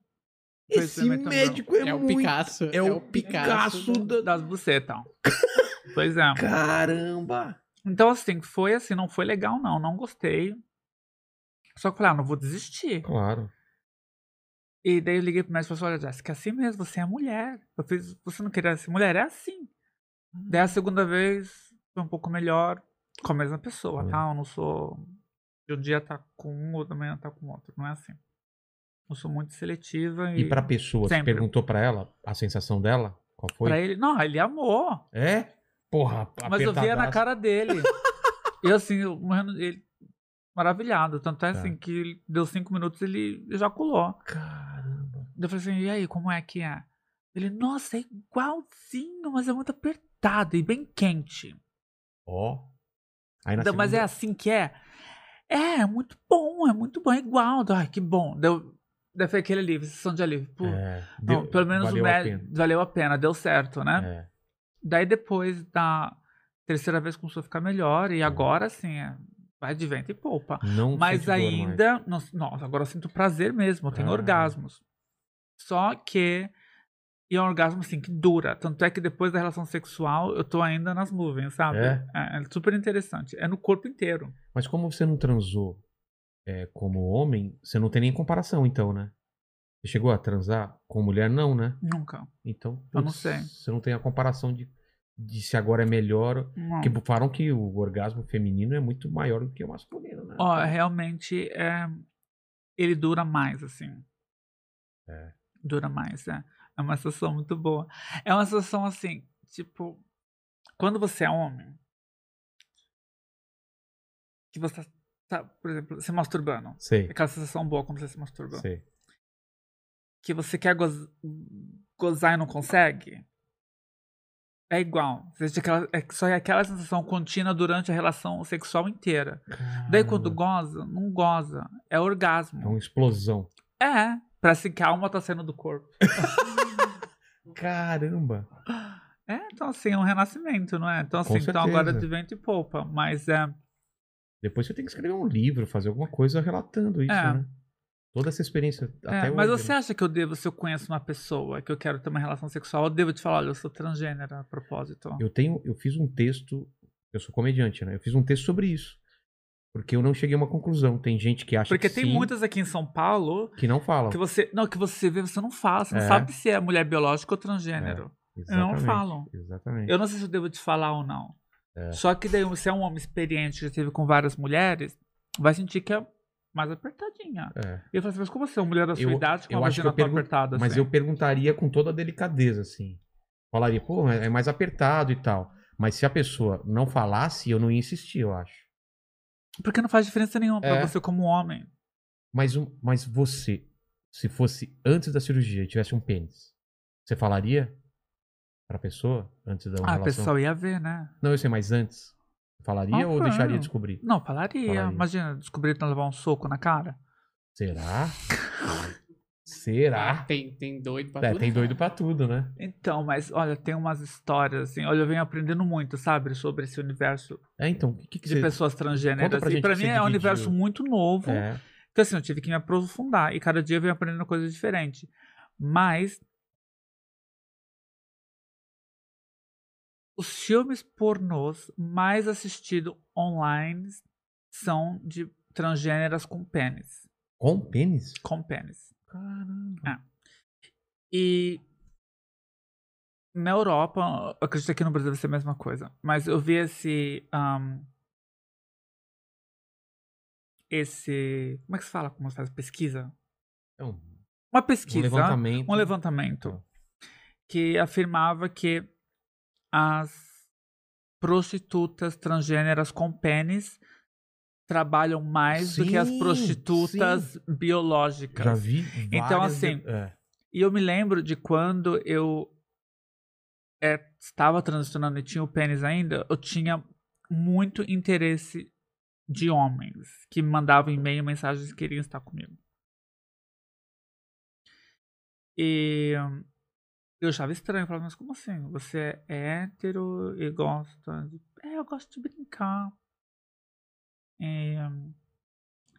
Speaker 3: Fez o
Speaker 1: Esse
Speaker 3: ímã também.
Speaker 1: médico é,
Speaker 2: É o
Speaker 1: muito...
Speaker 2: Picasso.
Speaker 1: É o Picasso
Speaker 2: né?
Speaker 1: da...
Speaker 3: das bucetas. pois é.
Speaker 1: Caramba!
Speaker 3: Então, assim, foi assim, não foi legal, não. Não gostei. Só que eu falei, ah, não vou desistir.
Speaker 1: Claro.
Speaker 3: E daí eu liguei pro médico e falei, olha, Jéssica, é assim mesmo, você é mulher. Eu fiz, você não queria ser mulher, é assim. Daí a segunda vez foi um pouco melhor com a mesma pessoa,
Speaker 1: Hum.
Speaker 3: tá? Eu não sou. de Um dia tá com um, outro amanhã tá com outro. Não é assim. Eu sou muito seletiva e.
Speaker 1: E pra pessoa, você
Speaker 3: Sempre.
Speaker 1: perguntou pra ela a sensação dela? Qual foi?
Speaker 3: pra ele. Não, ele amou.
Speaker 1: É? Porra,
Speaker 3: Mas eu via na
Speaker 1: apertadaço. [LAUGHS]
Speaker 3: cara dele. e assim, eu morrendo ele maravilhado. Tanto é
Speaker 1: Tá.
Speaker 3: assim que ele- deu cinco minutos ele ejaculou.
Speaker 1: Caramba.
Speaker 3: Eu falei assim, e aí, como é que é? Ele, nossa, é igualzinho, mas é muito apertado e bem quente.
Speaker 1: Ó. Aí na
Speaker 3: Então, mas é
Speaker 1: segunda-
Speaker 3: assim que é? É, é muito bom, é muito bom, é igual. Ai, que bom. Deu, deu foi aquele alívio, sessão de alívio. Pô,
Speaker 1: É,
Speaker 3: tipo, não,
Speaker 1: deu-
Speaker 3: pelo menos
Speaker 1: valeu
Speaker 3: o
Speaker 1: a
Speaker 3: médico
Speaker 1: pena.
Speaker 3: valeu a pena, deu certo, né?
Speaker 1: É.
Speaker 3: Daí depois da terceira vez começou a ficar melhor e agora sim, é, vai de vento e poupa.
Speaker 1: Não sente
Speaker 3: Mas
Speaker 1: dor mais.
Speaker 3: ainda, não- nossa, agora eu sinto prazer mesmo, eu tenho
Speaker 1: Ah.
Speaker 3: orgasmos. Só que e é um orgasmo assim que dura, tanto é que depois da relação sexual eu tô ainda nas nuvens, sabe?
Speaker 1: É?
Speaker 3: é super interessante, é no corpo inteiro.
Speaker 1: Mas como você não transou é, como homem, você não tem nem comparação, então, né? Você chegou a transar com mulher, não, né?
Speaker 3: Nunca.
Speaker 1: Então,
Speaker 3: Eu não
Speaker 1: putz,
Speaker 3: sei.
Speaker 1: Você não tem a comparação de, de se agora é melhor.
Speaker 3: Não.
Speaker 1: Porque falaram que o orgasmo feminino é muito maior do que o masculino, né?
Speaker 3: Ó, realmente é, ele dura mais, assim.
Speaker 1: É.
Speaker 3: Dura mais, é. É uma sensação muito boa. É uma sensação assim, tipo, quando você é homem, que você tá- tá, por exemplo, se masturbando.
Speaker 1: Sei,
Speaker 3: Aquela sensação boa quando você se masturba.
Speaker 1: sei.
Speaker 3: Que você quer goz- gozar e não consegue. É igual. Existe aquela, é, só é aquela sensação contínua durante a relação sexual inteira. Daí quando
Speaker 1: Caramba,
Speaker 3: goza, não goza. É
Speaker 1: É
Speaker 3: orgasmo.
Speaker 1: uma explosão.
Speaker 3: É. Parece que a alma tá saindo do corpo.
Speaker 1: Caramba.
Speaker 3: É, então assim, é um renascimento, não é? Então assim,
Speaker 1: Com
Speaker 3: então agora é
Speaker 1: certeza.
Speaker 3: de vento e poupa. Mas é.
Speaker 1: Depois você tem que escrever um livro, fazer alguma coisa relatando isso,
Speaker 3: É.
Speaker 1: né? Toda essa experiência
Speaker 3: é,
Speaker 1: até
Speaker 3: mas
Speaker 1: hoje,
Speaker 3: você
Speaker 1: né?
Speaker 3: acha que eu devo, se eu conheço uma pessoa que eu quero ter uma relação sexual, eu devo te falar, olha, eu sou transgênero a propósito.
Speaker 1: Eu tenho, eu fiz um texto, eu sou comediante, né? Eu fiz um texto sobre isso. Porque eu não cheguei a uma conclusão. Tem gente que acha
Speaker 3: Porque
Speaker 1: que
Speaker 3: tem
Speaker 1: sim,
Speaker 3: muitas aqui em São Paulo
Speaker 1: que não falam.
Speaker 3: que você. Não, que você vê, você não fala. Você
Speaker 1: É.
Speaker 3: não sabe se é mulher biológica ou transgênero.
Speaker 1: Exatamente,
Speaker 3: falam.
Speaker 1: Exatamente.
Speaker 3: Eu não sei se eu devo te falar ou não.
Speaker 1: É.
Speaker 3: Só que daí, se é um homem experiente que já teve com várias mulheres, vai sentir que é mais apertadinha.
Speaker 1: É.
Speaker 3: E eu falo assim, mas como você é uma mulher da sua
Speaker 1: Eu-
Speaker 3: idade com
Speaker 1: eu
Speaker 3: a
Speaker 1: acho que
Speaker 3: vagina
Speaker 1: eu
Speaker 3: tão
Speaker 1: pergun-
Speaker 3: apertada
Speaker 1: Mas
Speaker 3: assim?
Speaker 1: eu perguntaria com toda a delicadeza, assim. Falaria, pô, é é mais apertado e tal. Mas se a pessoa não falasse, eu não ia insistir, eu acho.
Speaker 3: Porque não faz diferença nenhuma pra
Speaker 1: É.
Speaker 3: você como homem.
Speaker 1: Mas, um- mas você, se fosse antes da cirurgia e tivesse um pênis, você falaria pra pessoa antes da
Speaker 3: ah,
Speaker 1: relação?
Speaker 3: o pessoal ia ver, né?
Speaker 1: Não, eu sei, mas antes. Falaria
Speaker 3: Ah,
Speaker 1: ou
Speaker 3: claro.
Speaker 1: deixaria descobrir?
Speaker 3: Não, falaria.
Speaker 1: Falaria.
Speaker 3: Imagina, descobrir que levar um soco na cara.
Speaker 1: Será?
Speaker 2: Ah,
Speaker 1: Será?
Speaker 2: tem, tem doido pra
Speaker 1: É,
Speaker 2: tudo.
Speaker 1: tem doido pra tudo, né?
Speaker 3: Então, mas olha, tem umas histórias assim. Olha, eu venho aprendendo muito, sabe? Sobre esse universo
Speaker 1: É, então, o que, que
Speaker 3: de
Speaker 1: você...
Speaker 3: pessoas
Speaker 1: Conta
Speaker 3: transgêneras.
Speaker 1: pra
Speaker 3: e
Speaker 1: gente
Speaker 3: pra
Speaker 1: que
Speaker 3: mim
Speaker 1: você
Speaker 3: é um
Speaker 1: dividiu.
Speaker 3: universo muito novo.
Speaker 1: É,
Speaker 3: Então, assim, eu tive que me aprofundar e cada dia eu venho aprendendo coisas diferentes. Mas. Os filmes pornôs mais assistidos online são de transgêneras com pênis.
Speaker 1: com pênis?
Speaker 3: Com pênis.
Speaker 1: Caramba.
Speaker 3: E. Na Europa, eu acredito que no Brasil vai ser a mesma coisa. Mas eu vi esse. ahn, esse. Como é que se fala? Como se faz? Pesquisa?
Speaker 1: Então,
Speaker 3: Uma
Speaker 1: um
Speaker 3: pesquisa.
Speaker 1: levantamento.
Speaker 3: um levantamento que afirmava que as prostitutas transgêneras com pênis trabalham mais do que as
Speaker 1: Sim,
Speaker 3: prostitutas biológicas.
Speaker 1: Já vi
Speaker 3: Então,
Speaker 1: várias-
Speaker 3: assim,
Speaker 1: é.
Speaker 3: E eu me lembro de quando eu é, estava transicionando e tinha o pênis ainda, eu tinha muito interesse de homens que me mandavam e-mail, mensagens que queriam estar comigo. E hum, eu achava estranho, eu falava, mas como assim? Você é hétero e gosta de eu gosto de brincar. E, hum,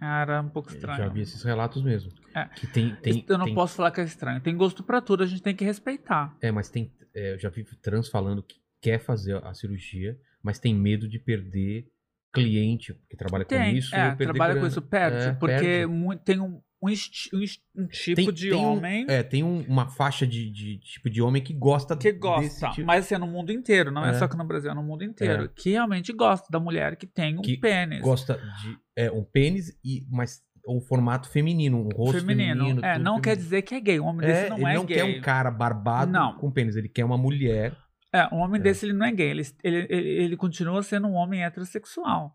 Speaker 3: era um pouco
Speaker 1: Eu
Speaker 3: estranho.
Speaker 1: já vi esses relatos mesmo.
Speaker 3: É.
Speaker 1: Que tem, tem,
Speaker 3: eu não
Speaker 1: tem-
Speaker 3: posso falar que é estranho. Tem gosto pra tudo, a gente tem que respeitar.
Speaker 1: É, mas tem. é, eu já vi trans falando que quer fazer a cirurgia, mas tem medo de perder cliente que trabalha com
Speaker 3: Tem,
Speaker 1: isso.
Speaker 3: é,
Speaker 1: ou perder
Speaker 3: trabalha com
Speaker 1: grana.
Speaker 3: isso, perde.
Speaker 1: É,
Speaker 3: porque
Speaker 1: perde.
Speaker 3: mu- tem um, um esti- um esti- um tipo
Speaker 1: Tem-
Speaker 3: de
Speaker 1: tem um-
Speaker 3: homem
Speaker 1: É, tem um- uma faixa de, de tipo de homem que gosta
Speaker 3: que
Speaker 1: desse
Speaker 3: gosta.
Speaker 1: tipo-
Speaker 3: Mas assim, é no mundo inteiro, não é.
Speaker 1: É.
Speaker 3: só que no Brasil, é no mundo inteiro.
Speaker 1: É.
Speaker 3: Que realmente gosta da mulher que tem um
Speaker 1: Que
Speaker 3: pênis.
Speaker 1: gosta de é, um pênis e mas o formato feminino, um rosto
Speaker 3: feminino.
Speaker 1: feminino.
Speaker 3: é,
Speaker 1: tudo
Speaker 3: não quer
Speaker 1: feminino.
Speaker 3: dizer que é gay. Um homem
Speaker 1: É,
Speaker 3: desse não
Speaker 1: ele
Speaker 3: é
Speaker 1: não
Speaker 3: gay.
Speaker 1: quer um cara barbado
Speaker 3: Não.
Speaker 1: com pênis, ele quer uma mulher.
Speaker 3: É, um homem
Speaker 1: É.
Speaker 3: desse ele não é gay. Ele, ele, ele, ele continua sendo um homem heterossexual.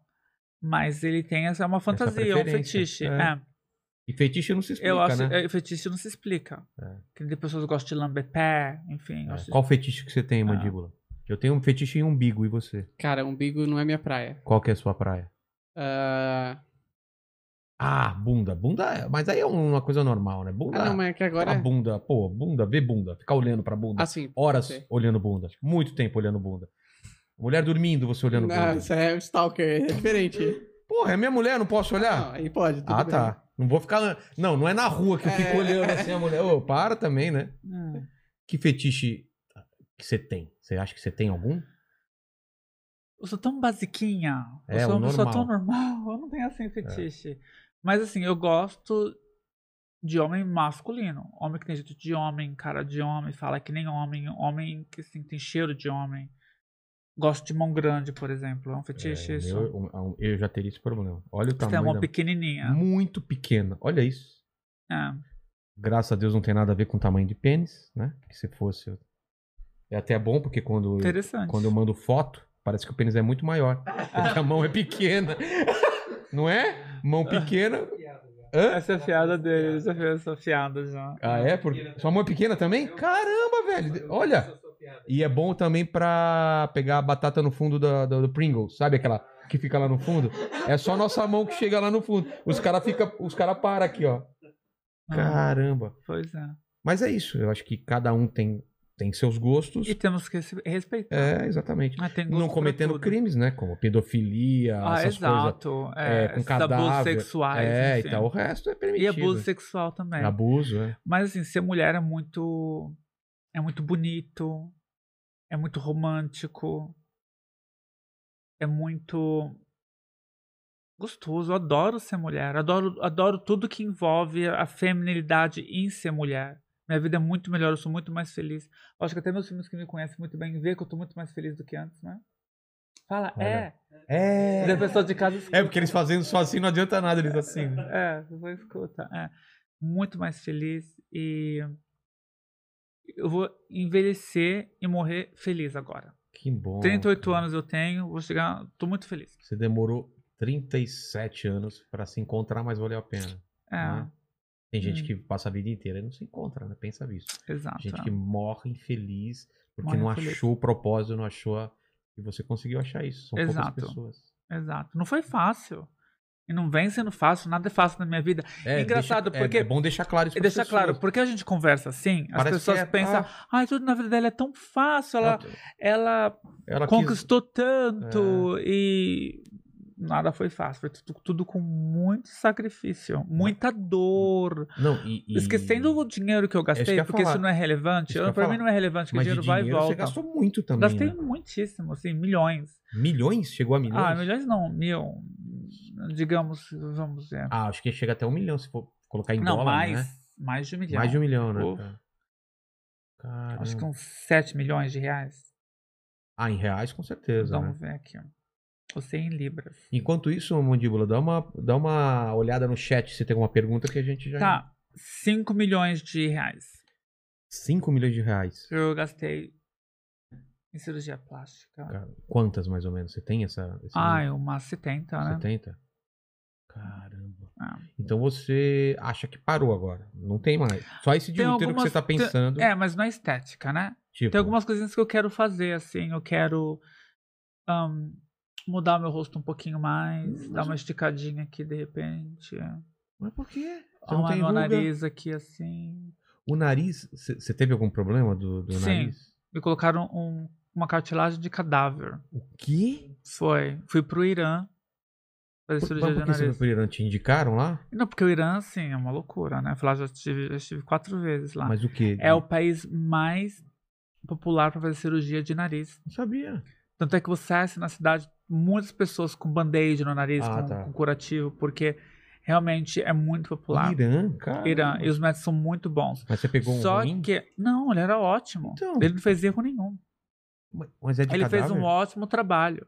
Speaker 3: Mas ele tem essa uma fantasia, um
Speaker 1: preferência,
Speaker 3: fetiche.
Speaker 1: é.
Speaker 3: é.
Speaker 1: E fetiche não se explica,
Speaker 3: Eu acho
Speaker 1: né?
Speaker 3: é, fetiche não se explica.
Speaker 1: É.
Speaker 3: Tem tem pessoas que gostam de lamber pé, enfim.
Speaker 1: É.
Speaker 3: gostam de-
Speaker 1: Qual fetiche que você tem,
Speaker 3: Ah.
Speaker 1: mandíbula? Eu tenho um fetiche em umbigo e você?
Speaker 2: Cara, umbigo não é minha praia.
Speaker 1: Qual que é a sua praia?
Speaker 2: Ah,
Speaker 1: Ah, bunda. Bunda, é- mas aí é uma coisa normal, né? Bunda.
Speaker 2: ah, não, mas é que
Speaker 1: aquela
Speaker 2: agora.
Speaker 1: bunda, pô, bunda, vê bunda, ficar olhando pra bunda.
Speaker 2: Assim.
Speaker 1: Horas
Speaker 2: sei.
Speaker 1: olhando bunda, muito tempo olhando bunda. Mulher dormindo, você olhando
Speaker 2: Não,
Speaker 1: bunda.
Speaker 2: isso é Stalker, é diferente.
Speaker 1: Porra, é minha mulher, não posso olhar?
Speaker 2: Não, aí pode. tudo
Speaker 1: ah,
Speaker 2: bem.
Speaker 1: tá. Não vou ficar. Não, não é na rua que eu fico
Speaker 2: É.
Speaker 1: olhando assim a mulher. Ô, para também, né?
Speaker 3: Hum.
Speaker 1: Que fetiche que você tem? Você acha que você tem algum?
Speaker 3: Eu sou tão basiquinha. Eu
Speaker 1: É,
Speaker 3: sou
Speaker 1: o
Speaker 3: uma pessoa tão
Speaker 1: normal. É.
Speaker 3: normal. [LAUGHS] Eu não tenho assim fetiche. Mas assim, eu gosto de homem masculino. Homem que tem jeito de homem, cara de homem, fala que nem homem. Homem que assim, tem cheiro de homem. Gosto de mão grande, por exemplo. É um fetiche
Speaker 1: É, o
Speaker 3: isso.
Speaker 1: meu- o- o- eu já teria esse problema. Olha o
Speaker 3: Você tem
Speaker 1: tamanho.
Speaker 3: a mão
Speaker 1: da-
Speaker 3: pequenininha.
Speaker 1: Muito pequena. Olha isso.
Speaker 3: É.
Speaker 1: Graças a Deus não tem nada a ver com o tamanho de pênis, né? Que se fosse. eu- É até bom porque quando, eu-
Speaker 3: Interessante.
Speaker 1: quando eu mando foto, parece que o pênis é muito maior. Porque a mão é pequena. [LAUGHS] Não é?
Speaker 3: Ah.
Speaker 1: Mão pequena. Hã?
Speaker 3: [LAUGHS] Essa é a fiada dele, já fez essa fiada já.
Speaker 1: Ah, é? Porque... Sua mão é pequena também? Caramba, velho. Olha. E é bom também pra pegar a batata no fundo da- da- do Pringles, sabe aquela que fica lá no fundo? É só nossa mão que chega lá no fundo. Os caras fica, os cara param aqui, ó. Ah. Caramba.
Speaker 3: Ah, Pois é.
Speaker 1: Mas é isso. Eu acho que cada um tem, tem seus gostos.
Speaker 3: E temos que se respeitar.
Speaker 1: É, exatamente.
Speaker 3: Ah, tem gosto
Speaker 1: Não
Speaker 3: pra
Speaker 1: cometendo
Speaker 3: tudo.
Speaker 1: crimes, né? Como pedofilia,
Speaker 3: Ah,
Speaker 1: essas coisas.
Speaker 3: exato.
Speaker 1: É,
Speaker 3: É,
Speaker 1: com
Speaker 3: esses
Speaker 1: cadáver.
Speaker 3: abusos sexuais.
Speaker 1: É,
Speaker 3: enfim.
Speaker 1: e tal. O resto é permitido.
Speaker 3: E abuso sexual também.
Speaker 1: Abuso, é.
Speaker 3: Mas assim, ser mulher é muito. É muito bonito. É muito romântico. É muito. Gostoso. Eu adoro ser mulher. Adoro, adoro tudo que envolve a feminilidade em ser mulher. Minha vida é muito melhor, eu sou muito mais feliz. Eu acho que até meus filhos que me conhecem muito bem vê que eu tô muito mais feliz do que antes, né? Fala,
Speaker 1: Olha.
Speaker 3: é.
Speaker 1: É.
Speaker 3: E a pessoa de casa
Speaker 1: É, porque eles fazendo só assim não adianta nada, eles assim. né?
Speaker 3: É, vou escutar. É. Muito mais feliz e eu vou envelhecer e morrer feliz agora.
Speaker 1: Que bom.
Speaker 3: 38
Speaker 1: cara.
Speaker 3: anos eu tenho, vou chegar, tô muito feliz.
Speaker 1: Você demorou 37 anos pra se encontrar, mas valeu a pena.
Speaker 3: É,
Speaker 1: Ah, Tem gente
Speaker 3: Hum.
Speaker 1: que passa a vida inteira e não se encontra, né? Pensa nisso.
Speaker 3: exato.
Speaker 1: Gente
Speaker 3: é.
Speaker 1: que morre infeliz porque
Speaker 3: Morre
Speaker 1: não
Speaker 3: infeliz.
Speaker 1: achou o propósito, não achou a... E você conseguiu achar isso. São
Speaker 3: Exato.
Speaker 1: poucas pessoas.
Speaker 3: Exato. Não foi fácil. E não vem sendo fácil, nada é fácil na minha vida.
Speaker 1: É,
Speaker 3: Engraçado,
Speaker 1: deixa- é,
Speaker 3: porque-
Speaker 1: É, bom deixar claro isso
Speaker 3: E
Speaker 1: pras
Speaker 3: deixar
Speaker 1: pessoas.
Speaker 3: claro, porque a gente conversa assim, as
Speaker 1: Parece que
Speaker 3: pessoas
Speaker 1: é,
Speaker 3: pensam,
Speaker 1: ah,
Speaker 3: ai, tudo na vida dela é tão fácil, ela, ela
Speaker 1: ela quis-
Speaker 3: conquistou tanto
Speaker 1: É.
Speaker 3: e nada foi fácil. Foi tudo, tudo com muito sacrifício, muita dor.
Speaker 1: Não, e, e-
Speaker 3: Esquecendo o dinheiro que eu
Speaker 1: isso que eu
Speaker 3: gastei,
Speaker 1: ia
Speaker 3: porque isso
Speaker 1: falar.
Speaker 3: não é relevante.
Speaker 1: Isso que eu ia
Speaker 3: Para mim
Speaker 1: falar.
Speaker 3: não é relevante, que o
Speaker 1: Mas de
Speaker 3: dinheiro, vai e
Speaker 1: dinheiro
Speaker 3: volta.
Speaker 1: Você gastou muito também.
Speaker 3: Gastei
Speaker 1: né?
Speaker 3: muitíssimo, assim, milhões.
Speaker 1: Milhões? Chegou a milhões?
Speaker 3: Ah, milhões não, mil. Digamos, vamos dizer.
Speaker 1: Ah, acho que chega até um milhão se for colocar em
Speaker 3: não,
Speaker 1: dólar,
Speaker 3: mais.
Speaker 1: né?
Speaker 3: Mais de um milhão.
Speaker 1: Mais de um milhão, né?
Speaker 3: Pô.
Speaker 1: cara? Caramba.
Speaker 3: Acho que é um uns 7 milhões de reais.
Speaker 1: Ah, em reais com certeza, né?
Speaker 3: Vamos ver aqui. ó. Ou 100 libras.
Speaker 1: Enquanto isso, Mandíbula, dá uma, dá uma olhada no chat se tem alguma pergunta que a gente já...
Speaker 3: Tá, 5 milhões de reais.
Speaker 1: 5 milhões de reais.
Speaker 3: Eu gastei em cirurgia plástica.
Speaker 1: Cara, quantas, mais ou menos? Você tem essa... esse
Speaker 3: Ai,
Speaker 1: número?
Speaker 3: umas 70, Ah, né?
Speaker 1: 70? Caramba.
Speaker 3: Ah.
Speaker 1: Então você acha que parou agora. Não tem mais. Só esse
Speaker 3: Tem
Speaker 1: dinheiro inteiro que
Speaker 3: algumas-
Speaker 1: você tá
Speaker 3: tem-
Speaker 1: pensando.
Speaker 3: É, mas não é estética, né?
Speaker 1: tipo,
Speaker 3: Tem algumas coisinhas que eu quero fazer, assim. Eu quero ahn, mudar meu rosto um pouquinho mais, dar uma esticadinha aqui de repente.
Speaker 1: Mas por quê? Você não
Speaker 3: Arrumar
Speaker 1: Ah, tem
Speaker 3: meu
Speaker 1: ruga?
Speaker 3: nariz aqui, assim.
Speaker 1: O nariz... Você teve algum problema do, do
Speaker 3: Sim.
Speaker 1: nariz?
Speaker 3: Me colocaram um- uma cartilagem de cadáver.
Speaker 1: O quê?
Speaker 3: Foi. Fui pro Irã fazer
Speaker 1: Por,
Speaker 3: cirurgia
Speaker 1: mas por
Speaker 3: de
Speaker 1: que você foi
Speaker 3: nariz.
Speaker 1: pro Irã? Te indicaram lá?
Speaker 3: Não, porque o Irã, assim, é uma loucura, né? Falar, já estive, já estive quatro vezes lá.
Speaker 1: Mas o quê?
Speaker 3: É o país mais popular pra fazer cirurgia de nariz.
Speaker 1: Não sabia.
Speaker 3: Tanto é que você acha na cidade muitas pessoas com band-aid no nariz,
Speaker 1: Ah,
Speaker 3: com,
Speaker 1: tá.
Speaker 3: com curativo, porque realmente é muito popular.
Speaker 1: Irã, cara.
Speaker 3: Irã. E os médicos são muito bons.
Speaker 1: Mas você pegou um
Speaker 3: Só
Speaker 1: ruim?
Speaker 3: que. Não, ele era ótimo.
Speaker 1: Então.
Speaker 3: Ele não fez erro nenhum.
Speaker 1: Mas é de
Speaker 3: ele
Speaker 1: cadáver?
Speaker 3: fez um ótimo trabalho.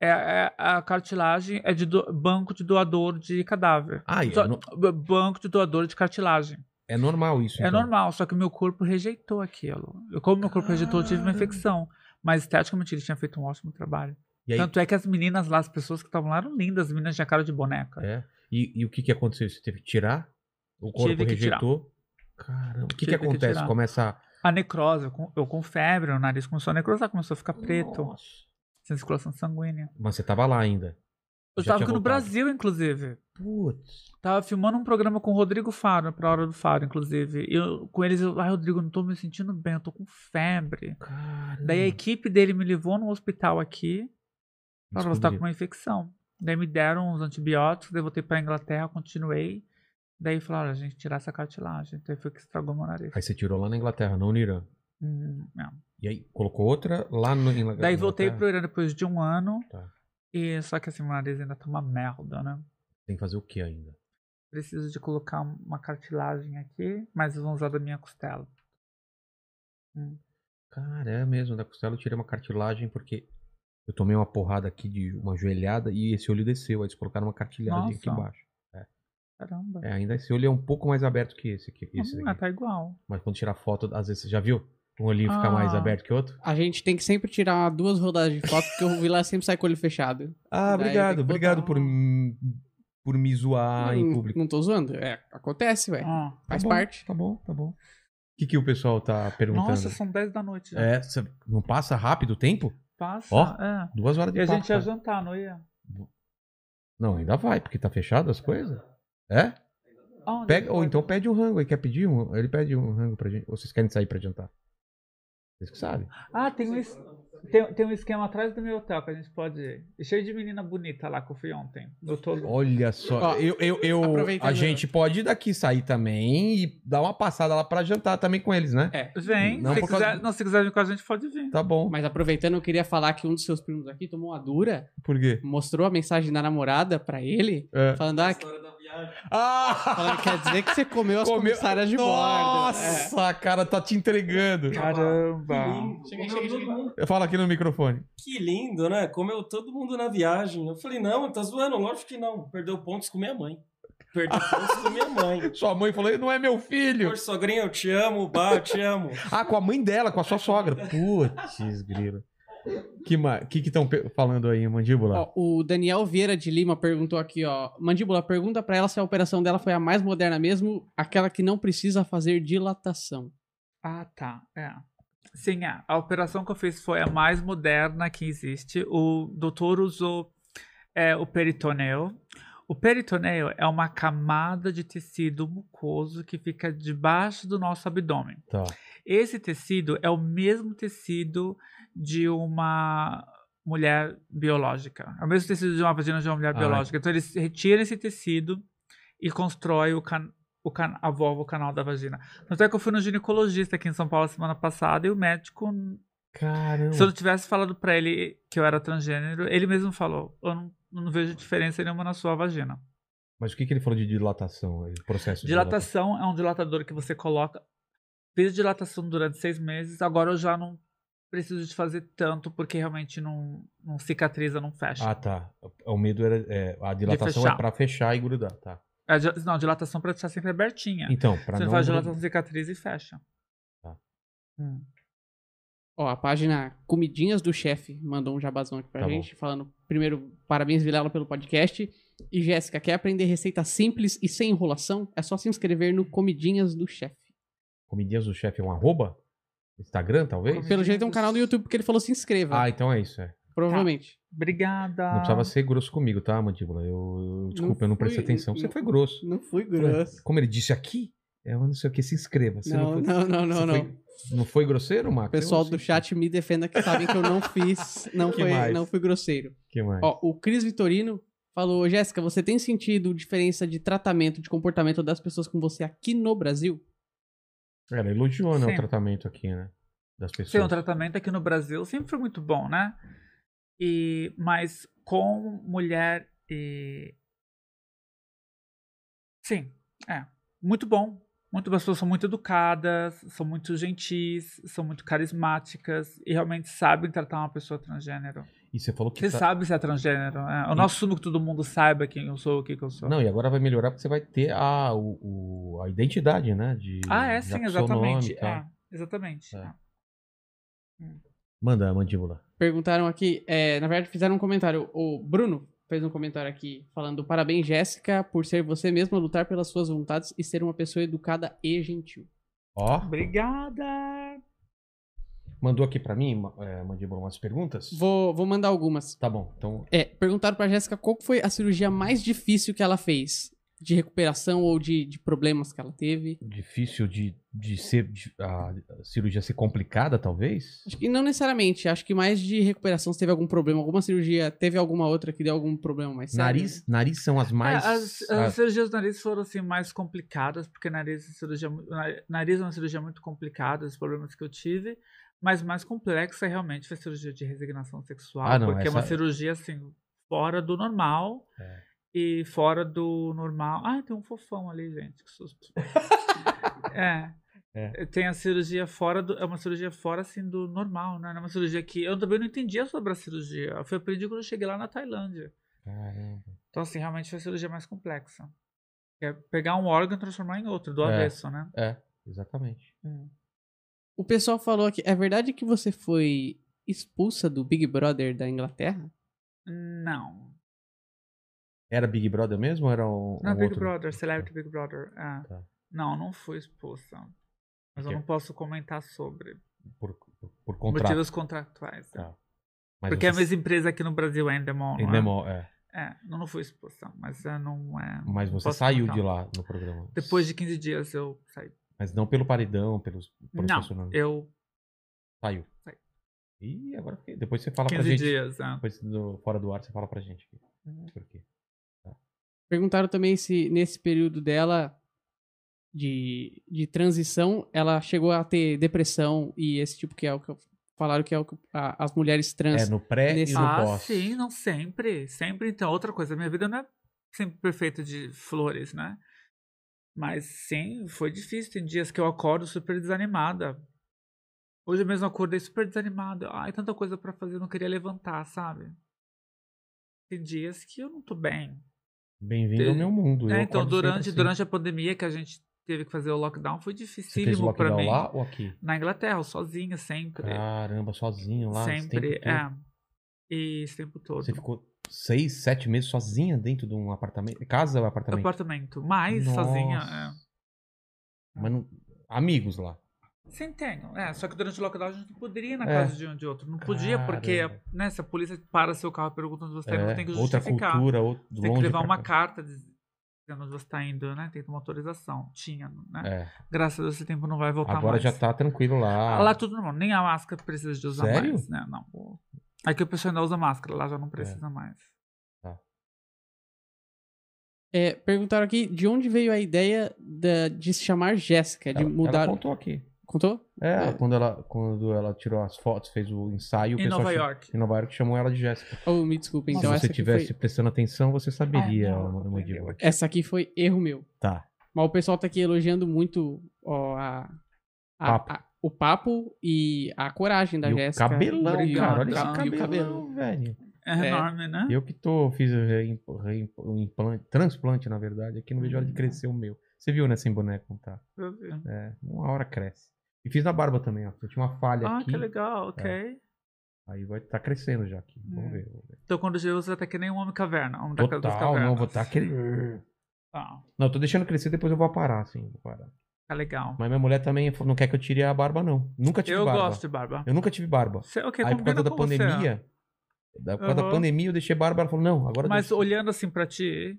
Speaker 3: É, é- a cartilagem é de do- banco de doador de cadáver.
Speaker 1: Ah, é,
Speaker 3: Só-
Speaker 1: no-
Speaker 3: b- Banco de doador de cartilagem.
Speaker 1: é normal isso,
Speaker 3: É
Speaker 1: então.
Speaker 3: normal, só que o meu corpo rejeitou aquilo. Eu, como meu corpo rejeitou, eu tive uma
Speaker 1: Caramba.
Speaker 3: infecção. Mas esteticamente ele tinha feito um ótimo trabalho.
Speaker 1: E aí,
Speaker 3: Tanto é que as meninas lá, as pessoas que estavam lá eram lindas, as meninas tinham cara de boneca.
Speaker 1: É. E, e o que que aconteceu? Você teve que tirar? O corpo
Speaker 3: Tive que tirar.
Speaker 1: rejeitou? Caramba. O que que
Speaker 3: Tive que
Speaker 1: acontece?
Speaker 3: tirar.
Speaker 1: Começa a...
Speaker 3: A necrose, eu com, eu com febre, o nariz começou a necrosar, começou a ficar preto,
Speaker 1: Nossa.
Speaker 3: sem circulação sanguínea.
Speaker 1: Mas você tava lá ainda. Já
Speaker 3: Eu estava
Speaker 1: tinha
Speaker 3: aqui no
Speaker 1: voltado.
Speaker 3: Brasil, inclusive.
Speaker 1: Putz.
Speaker 3: Tava filmando um programa com o Rodrigo Faro, pra Hora do Faro, inclusive. E Eu, com eles, eu, ai, Rodrigo, eu não tô me sentindo bem, eu tô com febre.
Speaker 1: Caramba.
Speaker 3: Daí a equipe dele me levou no hospital aqui. Falaram, você tá com
Speaker 1: Descobri.
Speaker 3: uma infecção. Daí me deram uns antibióticos, daí voltei pra Inglaterra, continuei. Daí falaram, a gente tirar essa cartilagem. Daí foi que estragou meu nariz.
Speaker 1: Aí você tirou lá na Inglaterra, não no Irã.
Speaker 3: Hum, não.
Speaker 1: E aí colocou outra lá no Inglaterra.
Speaker 3: Daí voltei pro Irã depois de um ano.
Speaker 1: Tá.
Speaker 3: E só que assim, meu nariz ainda tá uma merda, né?
Speaker 1: Tem que fazer o que ainda?
Speaker 3: Preciso de colocar uma cartilagem aqui, mas vão usar da minha costela.
Speaker 1: Cara, é mesmo. Da costela eu tirei uma cartilagem porque eu tomei uma porrada aqui de uma joelhada e esse olho desceu. Aí eles colocaram uma cartilagem aqui
Speaker 3: Nossa.
Speaker 1: embaixo.
Speaker 3: Caramba.
Speaker 1: É, ainda esse olho é um pouco mais aberto que esse aqui. Esse
Speaker 3: Hum,
Speaker 1: daqui.
Speaker 3: tá igual.
Speaker 1: Mas quando tirar foto, às vezes você já viu? Um olhinho fica mais
Speaker 3: Ah.
Speaker 1: aberto que o outro?
Speaker 2: A gente tem que sempre tirar duas rodadas de foto, porque o Vilar sempre sai com o olho fechado.
Speaker 1: Ah,
Speaker 2: Daí tem
Speaker 1: obrigado.
Speaker 2: que
Speaker 1: Obrigado
Speaker 3: um
Speaker 2: botar
Speaker 1: por, m- por me zoar Ah, em
Speaker 3: Hum,
Speaker 2: Não-
Speaker 1: público.
Speaker 2: Não tô zoando. É, acontece, ué.
Speaker 3: Ah.
Speaker 1: Tá
Speaker 2: Faz
Speaker 1: bom,
Speaker 2: parte.
Speaker 1: Tá bom, tá bom. O que, que o pessoal tá perguntando?
Speaker 3: Nossa, são 10 da noite. Já.
Speaker 1: É, cê- não passa rápido o tempo?
Speaker 3: Passa.
Speaker 1: Ó.
Speaker 3: é.
Speaker 1: Duas horas de
Speaker 3: E a
Speaker 1: papo,
Speaker 3: gente ia
Speaker 1: cara.
Speaker 3: jantar, não ia?
Speaker 1: Não, ainda vai, porque tá fechado as coisas. É?
Speaker 3: Aonde
Speaker 1: Pega, ou
Speaker 3: foi?
Speaker 1: então pede um rango. Ele quer pedir um. Ele pede um rango pra gente. Ou vocês querem sair pra jantar? Vocês que sabem.
Speaker 3: Ah, tem um, es- tem, tem um esquema atrás do meu hotel que a gente pode ir. E Cheio de menina bonita lá que eu fui ontem. Eu tô...
Speaker 1: Olha só.
Speaker 2: Ó,
Speaker 1: eu, eu, eu-
Speaker 2: aproveitando-
Speaker 1: a gente pode daqui sair também e dar uma passada lá pra jantar também com eles, né?
Speaker 2: É.
Speaker 3: Vem,
Speaker 1: Não,
Speaker 3: se,
Speaker 1: por
Speaker 3: quiser,
Speaker 1: causa-
Speaker 3: não, se quiser vir com a gente, pode vir.
Speaker 1: Tá bom.
Speaker 2: Mas aproveitando, eu queria falar que um dos seus primos aqui tomou uma dura,
Speaker 1: Por quê?
Speaker 2: mostrou a mensagem da namorada pra ele,
Speaker 1: É.
Speaker 2: falando, ah,
Speaker 1: Ah!
Speaker 2: falando, quer dizer que você comeu as
Speaker 1: Comeu-
Speaker 2: comissárias de
Speaker 3: né?
Speaker 2: bordo. É.
Speaker 1: Nossa, cara, tá te entregando.
Speaker 3: Caramba.
Speaker 1: Tá.
Speaker 2: Chega aí,
Speaker 4: Comeu
Speaker 2: chega aí,
Speaker 4: todo
Speaker 2: chega aí.
Speaker 4: mundo.
Speaker 1: Fala aqui no microfone.
Speaker 4: Que lindo, né? Comeu todo mundo na viagem. Eu falei, não, ele tá zoando. Lógico que não. Perdeu pontos com minha mãe. Perdeu pontos com minha mãe.
Speaker 1: Sua mãe falou, não é meu filho.
Speaker 4: Por sogrinha, eu te amo. Bah, eu te amo.
Speaker 1: Ah, com a mãe dela, com a sua sogra. Putz, grilo. Que ma... que estão falando aí, mandíbula?
Speaker 2: Ó, o Daniel Vieira de Lima perguntou aqui, ó. Mandíbula, pergunta pra ela se a operação dela foi a mais moderna mesmo, aquela que não precisa fazer dilatação.
Speaker 3: Ah, tá. É. Sim, é. a operação que eu fiz foi a mais moderna que existe. O doutor usou é, o peritoneu. O peritoneu é uma camada de tecido mucoso que fica debaixo do nosso abdômen.
Speaker 1: Tá.
Speaker 3: Esse tecido é o mesmo tecido de uma mulher biológica. É o mesmo tecido de uma vagina de uma mulher
Speaker 1: Ah,
Speaker 3: biológica. Então eles retiram esse tecido e constroem o can o can a válvula, o canal da vagina. Tanto é que eu fui no ginecologista aqui em São Paulo semana passada e o médico,
Speaker 1: Caramba.
Speaker 3: se eu não tivesse falado pra ele que eu era transgênero, ele mesmo falou: Eu não, não vejo diferença nenhuma na sua vagina.
Speaker 1: Mas o que, que ele falou de dilatação? aí, Processo de
Speaker 3: Dilatação é um dilatador que você coloca. Fiz dilatação durante seis meses, agora eu já não preciso de fazer tanto, porque realmente não, não cicatriza, não fecha.
Speaker 1: Ah, tá. O medo era. é, a dilatação
Speaker 3: fechar.
Speaker 1: é pra fechar e grudar, tá?
Speaker 3: É di- não, dilatação pra deixar sempre abertinha.
Speaker 1: Então, pra
Speaker 3: É. Você
Speaker 1: não.
Speaker 3: faz dilatação, cicatriza e fecha.
Speaker 1: Tá.
Speaker 3: Hum.
Speaker 2: Ó, a página Comidinhas do Chefe mandou um jabazão aqui pra
Speaker 1: Tá
Speaker 2: gente, falando, primeiro, parabéns, Vilela, pelo podcast. E Jéssica, quer aprender receita simples e sem enrolação? É só se inscrever no Comidinhas do Chefe.
Speaker 1: Comidinhas do chefe é um arroba? Instagram, talvez?
Speaker 3: Comidinhas
Speaker 2: Pelo jeito é um
Speaker 3: do
Speaker 2: canal no YouTube, porque ele falou se inscreva,
Speaker 1: Ah, então é isso. é.
Speaker 2: provavelmente.
Speaker 3: Obrigada.
Speaker 1: Não precisava ser grosso comigo, tá, mandíbula? Eu, eu- desculpa, eu não prestei
Speaker 2: fui-
Speaker 1: atenção. Você
Speaker 2: não-
Speaker 1: foi grosso.
Speaker 2: Não fui
Speaker 1: Como ele disse aqui, Eu não sei o que, se inscreva. Você
Speaker 2: Não,
Speaker 1: foi-
Speaker 2: não, não, não,
Speaker 1: você
Speaker 2: não.
Speaker 1: foi- não foi grosseiro, Marco?
Speaker 2: O pessoal
Speaker 1: Eu não
Speaker 2: do
Speaker 1: sei.
Speaker 2: chat me defenda que sabem que eu não fiz,
Speaker 1: [LAUGHS]
Speaker 2: não,
Speaker 1: Que
Speaker 2: foi,
Speaker 1: mais?
Speaker 2: não fui grosseiro.
Speaker 1: que mais?
Speaker 2: Ó, o Cris Vitorino falou, Jéssica, você tem sentido diferença de tratamento, de comportamento das pessoas com você aqui no Brasil?
Speaker 1: Cara, elogiou né, o
Speaker 3: Sim. um
Speaker 1: tratamento aqui, né? Das
Speaker 3: Sim, o
Speaker 1: pessoas.
Speaker 3: tratamento aqui no Brasil sempre foi muito bom, né? E, mas com mulher e. Sim, é. Muito bom. Muito, as pessoas são muito educadas, são muito gentis, são muito carismáticas e realmente sabem tratar uma pessoa transgênero.
Speaker 1: E você falou que.
Speaker 3: Você
Speaker 1: tá-
Speaker 3: sabe se é transgênero, né? Eu não assumo que todo mundo saiba quem eu sou, o que, que eu sou.
Speaker 1: Não, e agora vai melhorar porque você vai ter a, o, o- a identidade, né? De,
Speaker 3: ah, é
Speaker 1: já
Speaker 3: sim,
Speaker 1: com seu nome e
Speaker 3: exatamente.
Speaker 1: tal.
Speaker 3: É, exatamente.
Speaker 1: É.
Speaker 3: é.
Speaker 1: Manda a mandíbula.
Speaker 2: Perguntaram aqui, é, na verdade fizeram um comentário, o Bruno fez um comentário aqui falando, parabéns Jéssica por ser você mesma, lutar pelas suas vontades e ser uma pessoa educada e gentil.
Speaker 1: Ó,
Speaker 3: Obrigada!
Speaker 1: mandou aqui pra mim, ma- é, mandíbula, umas perguntas.
Speaker 2: Vou, vou mandar algumas.
Speaker 1: Tá bom, então.
Speaker 2: É, perguntaram pra Jéssica qual que foi a cirurgia mais difícil que ela fez. De recuperação ou de, de problemas que ela teve.
Speaker 1: Difícil de, de ser. de- a, a cirurgia ser complicada, talvez?
Speaker 2: Acho que não necessariamente. Acho que mais de recuperação se teve algum problema. Alguma cirurgia, teve alguma outra que deu algum problema mais sério.
Speaker 1: Nariz, nariz são as mais.
Speaker 3: É, as,
Speaker 1: a-
Speaker 3: as cirurgias do nariz foram assim mais complicadas, porque nariz é, cirurgia, mu- na- nariz é uma cirurgia muito complicada, os problemas que eu tive, mas mais complexa realmente foi a cirurgia de resignação sexual,
Speaker 1: Ah, não,
Speaker 3: porque é uma
Speaker 1: essa-
Speaker 3: cirurgia assim fora do normal.
Speaker 1: É.
Speaker 3: E fora do normal. Ah, tem um fofão ali, gente. Que
Speaker 1: [LAUGHS]
Speaker 3: susto. é.
Speaker 1: É.
Speaker 3: Tem a cirurgia fora do. É uma cirurgia fora assim do normal, né? Não É uma cirurgia que. Eu também não entendia sobre a cirurgia. Eu fui aprendi quando eu cheguei lá na Tailândia.
Speaker 1: Caramba.
Speaker 3: Então, assim, realmente foi a cirurgia mais complexa. É pegar um órgão e transformar em outro, do
Speaker 1: É. Hum.
Speaker 3: avesso, né?
Speaker 1: É, exatamente.
Speaker 2: O pessoal falou aqui. É verdade que você foi expulsa do Big Brother da Inglaterra?
Speaker 3: Não.
Speaker 1: Era Big Brother mesmo ou era o.
Speaker 3: Não, é
Speaker 1: o
Speaker 3: Big
Speaker 1: Um outro?
Speaker 3: Brother, Celebrity Big Brother. é.
Speaker 1: Tá.
Speaker 3: Não, não fui expulsa. Mas
Speaker 1: Ok.
Speaker 3: eu não posso comentar sobre.
Speaker 1: Por, por, por contrato.
Speaker 3: Motivos contratuais. é.
Speaker 1: Tá. Mas
Speaker 3: Porque a
Speaker 1: você-
Speaker 3: mesma empresa aqui no Brasil é Endemol, não é?
Speaker 1: Endemol, é.
Speaker 3: É, não, não fui expulsa, mas é, não é...
Speaker 1: Mas você
Speaker 3: posso
Speaker 1: saiu
Speaker 3: comentar.
Speaker 1: de lá no programa.
Speaker 3: Depois de 15 dias eu saí.
Speaker 1: Mas não pelo paredão, pelos
Speaker 3: Não, eu...
Speaker 1: Saiu.
Speaker 3: Saí.
Speaker 1: E agora fiquei. Depois você fala pra
Speaker 3: 15
Speaker 1: gente.
Speaker 3: dias, é.
Speaker 1: Depois do, fora do ar você fala pra gente.
Speaker 2: É.
Speaker 1: Por quê?
Speaker 2: Perguntaram também se nesse período dela de, de transição ela chegou a ter depressão e esse tipo que é o que eu- falaram que é o que a- as mulheres trans.
Speaker 1: É no pré
Speaker 2: Nesse-
Speaker 1: e no
Speaker 3: Ah,
Speaker 1: pós.
Speaker 3: sim, não sempre. Sempre, então, outra coisa. Minha vida não é sempre perfeita de flores, né? Mas sim, foi difícil. Tem dias que eu acordo super desanimada. Hoje mesmo eu acordei super desanimada. Ai, tanta coisa pra fazer, eu não queria levantar, sabe? Tem dias que eu não tô bem.
Speaker 1: Bem-vindo ao meu mundo. Eu
Speaker 3: É, então,
Speaker 1: acordo sempre
Speaker 3: durante,
Speaker 1: assim.
Speaker 3: durante a pandemia que a gente teve que fazer o lockdown, foi
Speaker 1: Você fez o
Speaker 3: dificílimo pra
Speaker 1: lockdown
Speaker 3: mim.
Speaker 1: lá ou aqui?
Speaker 3: Na Inglaterra, eu sozinha, sempre.
Speaker 1: Caramba, sozinho lá. esse
Speaker 3: sempre,
Speaker 1: tempo todo.
Speaker 3: é. E esse tempo todo.
Speaker 1: Você ficou seis, sete meses sozinha dentro de um apartamento. Casa ou apartamento?
Speaker 3: apartamento, mas sozinha.
Speaker 1: Nossa.
Speaker 3: É.
Speaker 1: Mas não... Amigos lá.
Speaker 3: Sim, tenho. É, só que durante o lockdown a gente não poderia ir na
Speaker 1: É.
Speaker 3: casa de um de outro. Não podia, porque
Speaker 1: Caramba.
Speaker 3: né, se a polícia para seu carro e pergunta onde você está indo, você
Speaker 1: É,
Speaker 3: tem que
Speaker 1: outra
Speaker 3: justificar.
Speaker 1: cultura, outro,
Speaker 3: Você tem que
Speaker 1: longe
Speaker 3: levar
Speaker 1: pra
Speaker 3: uma
Speaker 1: cá.
Speaker 3: carta diz- dizendo onde você está indo, né? Tem que ter uma autorização. Tinha, né?
Speaker 1: É.
Speaker 3: Graças a Deus esse tempo não vai voltar
Speaker 1: Agora
Speaker 3: mais.
Speaker 1: já tá tranquilo lá.
Speaker 3: Lá tudo normal, nem a máscara precisa de usar
Speaker 1: Sério?
Speaker 3: mais, né? Não. Aqui o pessoal ainda usa máscara, lá já não precisa mais.
Speaker 2: É, perguntaram aqui de onde veio a ideia da- de se chamar Jéssica, de
Speaker 1: Ela-
Speaker 2: mudar.
Speaker 1: Ela contou aqui.
Speaker 2: Contou?
Speaker 1: É,
Speaker 2: É.
Speaker 1: Quando, ela, quando ela tirou as fotos, fez o ensaio. o
Speaker 3: Em
Speaker 1: pessoal
Speaker 3: Nova
Speaker 1: chamou-
Speaker 3: York.
Speaker 1: Em Nova York chamou ela de Jéssica.
Speaker 2: Ou me desculpem, então
Speaker 1: Se
Speaker 2: essa
Speaker 1: você
Speaker 2: aqui
Speaker 1: tivesse
Speaker 2: foi.
Speaker 1: prestando atenção, você saberia.
Speaker 3: Ah, não,
Speaker 1: Amanda
Speaker 3: aprendeu
Speaker 1: Mandíbula.
Speaker 3: aqui.
Speaker 2: Essa aqui foi erro meu.
Speaker 1: Tá.
Speaker 2: Mas o pessoal tá aqui elogiando muito ó, a- a-
Speaker 1: Papo.
Speaker 2: a- o papo e a coragem da
Speaker 1: E o
Speaker 2: Jéssica.
Speaker 1: cabelão,
Speaker 2: Obrigado.
Speaker 1: cara. Olha
Speaker 2: E o
Speaker 1: esse cabelão,
Speaker 2: cabelão.
Speaker 1: velho.
Speaker 3: É,
Speaker 2: É.
Speaker 3: enorme, né?
Speaker 1: Eu que tô, fiz o reim- reim- o implante, transplante, na verdade, aqui no vejo a
Speaker 2: Hum.
Speaker 1: hora de crescer o meu. Você viu, né, sem boneco, tá?
Speaker 3: Eu vi.
Speaker 1: É, uma hora cresce. E fiz na barba também, ó. Eu tinha uma falha
Speaker 3: Ah,
Speaker 1: aqui. É.
Speaker 3: que legal, ok.
Speaker 1: Aí vai tá crescendo já aqui. Vamos
Speaker 3: Hum.
Speaker 1: ver. Vamos ver.
Speaker 3: Então quando chega você vai estar que nem um homem caverna. Homem da casa das
Speaker 1: Total,
Speaker 3: cavernas.
Speaker 1: não, vou tá aquele.
Speaker 3: Tá,
Speaker 1: Não, eu tô deixando crescer, depois eu vou parar, assim. Vou parar.
Speaker 3: tá legal.
Speaker 1: Mas minha mulher também falou, não quer que eu tire a barba, não. Nunca tive
Speaker 3: Eu
Speaker 1: tipo barba.
Speaker 3: gosto de barba.
Speaker 1: Eu nunca tive barba.
Speaker 3: Você, ok,
Speaker 1: Aí por
Speaker 3: combina
Speaker 1: causa da
Speaker 3: com você. né?
Speaker 1: pandemia. da- por causa da
Speaker 3: Aham.
Speaker 1: pandemia eu deixei barba, ela falou, não, agora eu
Speaker 3: Mas
Speaker 1: deixo.
Speaker 3: olhando assim pra ti,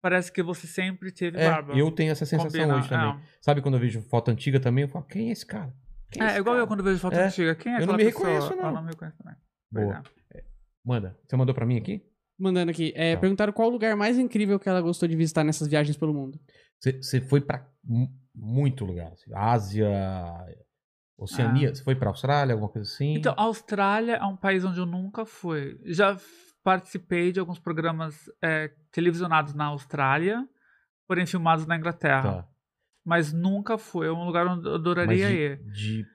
Speaker 3: parece que você sempre teve
Speaker 1: É,
Speaker 3: barba.
Speaker 1: eu tenho essa sensação
Speaker 3: Combina,
Speaker 1: hoje também.
Speaker 3: é.
Speaker 1: Sabe quando eu vejo foto antiga também, eu falo, quem é esse cara? Quem
Speaker 3: É,
Speaker 1: esse
Speaker 3: igual
Speaker 1: cara?
Speaker 3: eu quando vejo foto
Speaker 1: É,
Speaker 3: antiga. Quem é
Speaker 1: eu não
Speaker 3: aquela
Speaker 1: me
Speaker 3: pessoa?
Speaker 1: reconheço, não.
Speaker 3: Ah, não me reconheço também. Pois
Speaker 1: Boa.
Speaker 3: é.
Speaker 1: Manda. Você mandou pra mim aqui?
Speaker 2: Mandando aqui. É,
Speaker 1: Tá.
Speaker 2: Perguntaram qual o lugar mais incrível que ela gostou de visitar nessas viagens pelo mundo.
Speaker 1: Você- Você foi pra mu- muito lugar. assim, Ásia, Oceania. Você foi pra Austrália, alguma coisa assim?
Speaker 3: Ah. Então, a Austrália é um país onde eu nunca fui. Já f- participei de alguns programas é, televisionados na Austrália, porém filmados na Inglaterra.
Speaker 1: Tá.
Speaker 3: Mas nunca fui. É um lugar onde eu
Speaker 1: Mas
Speaker 3: adoraria ir.
Speaker 1: de, de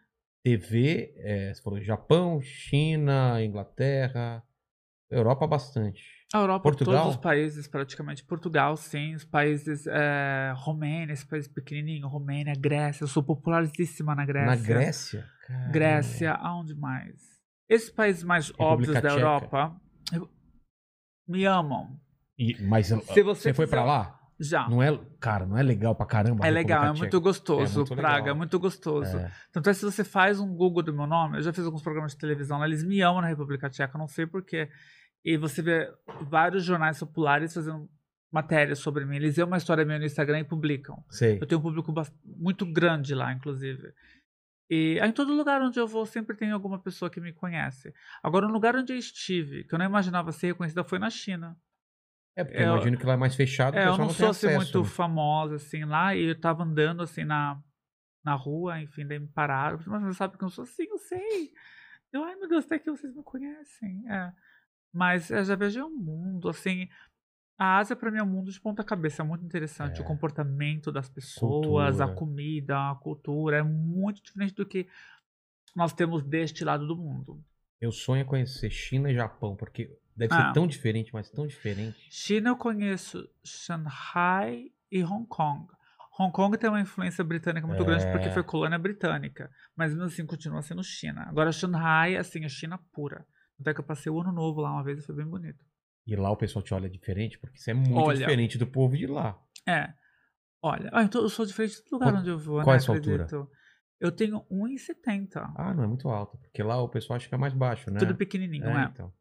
Speaker 1: TV, é, você falou Japão, China, Inglaterra, Europa bastante.
Speaker 3: A Europa,
Speaker 1: Portugal?
Speaker 3: todos os países, praticamente. Portugal, sim. Os países. É, Romênia, esse país pequenininho. Romênia, Grécia. Eu sou popularíssima na Grécia.
Speaker 1: Na Grécia? Caramba.
Speaker 3: Grécia, aonde mais? Esses países mais óbvios da
Speaker 1: Tcheca.
Speaker 3: Europa eu- me amam.
Speaker 1: E- mas eh,
Speaker 3: Se
Speaker 1: você,
Speaker 3: você
Speaker 1: foi pra
Speaker 3: quiser-
Speaker 1: lá?
Speaker 3: Já.
Speaker 1: Não é, cara, não é legal pra caramba.
Speaker 3: É
Speaker 1: a
Speaker 3: legal, é
Speaker 1: República
Speaker 3: muito gostoso.
Speaker 1: É muito legal.
Speaker 3: Praga, é muito gostoso.
Speaker 1: Tcheca.
Speaker 3: Tanto é que se você faz um Google do meu nome, eu já fiz alguns programas de televisão, lá, eles me amam na República Tcheca, não sei porquê. E você vê vários jornais populares fazendo matérias sobre mim. Eles veem uma história minha no Instagram e publicam.
Speaker 1: É, sei.
Speaker 3: Eu tenho um público bas- muito grande lá, inclusive. E ah, em todo lugar onde eu vou, sempre tem alguma pessoa que me conhece. Agora, um lugar onde eu estive, que eu não imaginava ser reconhecida, foi na China.
Speaker 1: É porque eu,
Speaker 3: eu-
Speaker 1: imagino que lá é mais fechado, o
Speaker 3: É, eu
Speaker 1: pessoal
Speaker 3: não
Speaker 1: não tem
Speaker 3: sou assim,
Speaker 1: acesso.
Speaker 3: muito
Speaker 1: né?
Speaker 3: famosa assim lá e eu tava andando assim na, na rua, enfim, daí me pararam. Mas você sabe que eu não sou assim, eu sei. Eu, ai meu Deus, até que vocês me conhecem. É. Mas eu já vejo o mundo, assim. A Ásia pra mim é um mundo de ponta cabeça, é muito interessante.
Speaker 1: É.
Speaker 3: O comportamento das pessoas,
Speaker 1: Cultura.
Speaker 3: a comida, a cultura, é muito diferente do que nós temos deste lado do mundo.
Speaker 1: Meu sonho é conhecer China e Japão, porque deve ser
Speaker 3: Ah.
Speaker 1: tão diferente, mas tão diferente.
Speaker 3: China eu conheço Shanghai e Hong Kong. Hong Kong tem uma influência britânica muito
Speaker 1: É.
Speaker 3: grande porque foi colônia britânica, mas mesmo assim continua sendo China. Agora Shanghai, assim, é China pura. Até que eu passei o ano novo lá uma vez e foi bem bonito.
Speaker 1: E lá o pessoal te olha diferente, porque isso é muito
Speaker 3: Olha.
Speaker 1: diferente do povo de lá.
Speaker 3: É. Olha, ah, então eu sou diferente do lugar
Speaker 1: Qual-
Speaker 3: onde eu vou,
Speaker 1: qual é
Speaker 3: né?
Speaker 1: a sua altura?
Speaker 3: acredito. Eu tenho 1,70.
Speaker 1: Ah, não é muito alto, porque lá o pessoal acha que é mais baixo, né?
Speaker 3: Tudo pequenininho,
Speaker 1: é,
Speaker 3: é.
Speaker 1: então.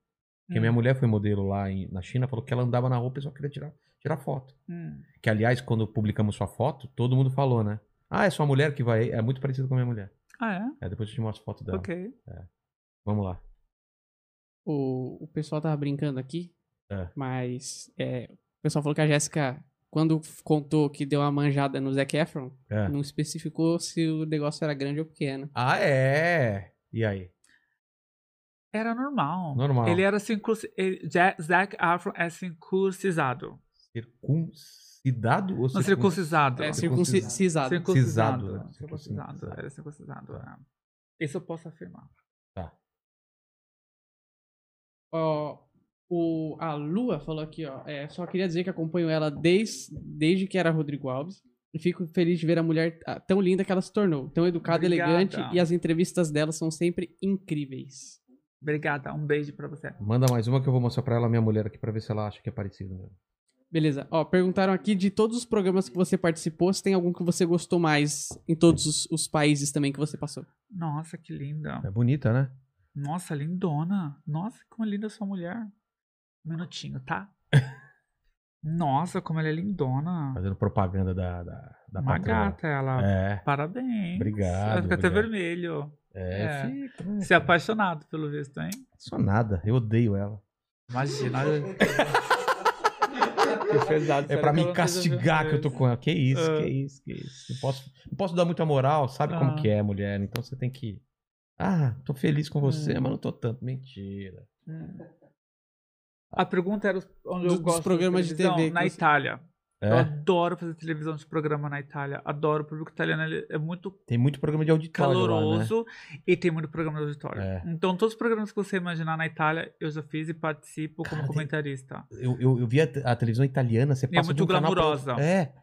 Speaker 1: Porque
Speaker 3: Hum.
Speaker 1: minha mulher foi modelo lá em- na China, falou que ela andava na rua, o pessoal queria tirar, tirar foto.
Speaker 3: Hum.
Speaker 1: Que, aliás, quando publicamos sua foto, todo mundo falou, né? Ah, é sua mulher que vai. aí?" É muito parecido com a minha mulher.
Speaker 3: Ah, é?
Speaker 1: É, depois eu te mostro a foto dela.
Speaker 3: Ok.
Speaker 1: Vamos lá.
Speaker 2: O, o pessoal tava brincando aqui,
Speaker 1: É.
Speaker 2: mas é, o pessoal falou que a Jéssica, quando f- contou que deu uma manjada no Zac Efron,
Speaker 3: Hum.
Speaker 1: É.
Speaker 2: não especificou se o negócio era grande ou pequeno.
Speaker 1: Ah, é! E aí?
Speaker 3: Era normal.
Speaker 1: Normal.
Speaker 3: Ele é era circunci... ele- Ja- Zac Afro é circuncisado.
Speaker 1: Circuncidado ou
Speaker 3: Não, circuncisado.
Speaker 2: É,
Speaker 1: circuncisado.
Speaker 2: circuncisado.
Speaker 1: Circuncisado, né?
Speaker 3: Circuncisado. Circuncisado.
Speaker 1: Circuncisado.
Speaker 3: Era circuncisado. é. Isso eu posso afirmar.
Speaker 2: Ó, o, a Lua falou aqui, ó, é, só queria dizer que acompanho ela desde, desde que era Rodrigo Alves. E fico feliz de ver a mulher ah, tão linda que ela se tornou, tão educada,
Speaker 3: Obrigada.
Speaker 2: elegante, e as entrevistas dela são sempre incríveis.
Speaker 3: Obrigada. Um beijo pra você.
Speaker 1: Manda mais uma que eu vou mostrar pra ela, minha mulher aqui, pra ver se ela acha que é parecido mesmo.
Speaker 2: Beleza. Ó, perguntaram aqui de todos os programas que você participou, se tem algum que você gostou mais em todos os, os países também que você passou.
Speaker 3: Nossa, que linda.
Speaker 1: É bonita, né?
Speaker 3: Nossa, lindona. Nossa, como é linda sua mulher. Um minutinho,
Speaker 1: [LAUGHS]
Speaker 3: tá? Nossa, como ela é lindona.
Speaker 1: Fazendo propaganda da, da, da
Speaker 3: Uma
Speaker 1: patroa.
Speaker 3: gata ela.
Speaker 1: É,
Speaker 3: Parabéns.
Speaker 1: Obrigado,
Speaker 3: Ela fica até
Speaker 1: obrigado.
Speaker 3: vermelho.
Speaker 1: é,
Speaker 3: É.
Speaker 1: fica, né?
Speaker 3: Se apaixonado pelo visto, hein?
Speaker 1: Sou nada, eu odeio ela.
Speaker 3: Imagina. Que [LAUGHS] pesado,
Speaker 1: É
Speaker 3: sério,
Speaker 1: pra
Speaker 3: eu
Speaker 1: me
Speaker 3: não
Speaker 1: castigar que eu tô com ela. Que isso,
Speaker 3: Ah.
Speaker 1: que isso, que isso. Não posso, não posso dar muita moral, sabe como
Speaker 3: Ah.
Speaker 1: que é, mulher? Então você tem que. Ah, tô feliz com você,
Speaker 3: É.
Speaker 1: mas não tô tanto. Mentira.
Speaker 3: A pergunta era os- onde
Speaker 2: Dos-
Speaker 3: eu
Speaker 2: dos
Speaker 3: gosto
Speaker 2: programas de
Speaker 3: televisão,
Speaker 2: TV que
Speaker 3: na
Speaker 2: você-
Speaker 3: Itália. Eu
Speaker 1: É,
Speaker 3: adoro fazer televisão de programa na Itália. Adoro. O público italiano ele é muito
Speaker 1: tem muito programa de auditório. Lá, né?
Speaker 3: caloroso e tem muito programa de auditório.
Speaker 1: É.
Speaker 3: Então, todos os programas que você imaginar na Itália, eu já fiz e participo
Speaker 1: Cara,
Speaker 3: como
Speaker 1: tem-
Speaker 3: comentarista.
Speaker 1: Eu, eu, eu vi a, te- a televisão italiana, você
Speaker 3: E é
Speaker 1: passa de
Speaker 3: muito
Speaker 1: um canal pra outro.
Speaker 3: glamurosa.
Speaker 1: É.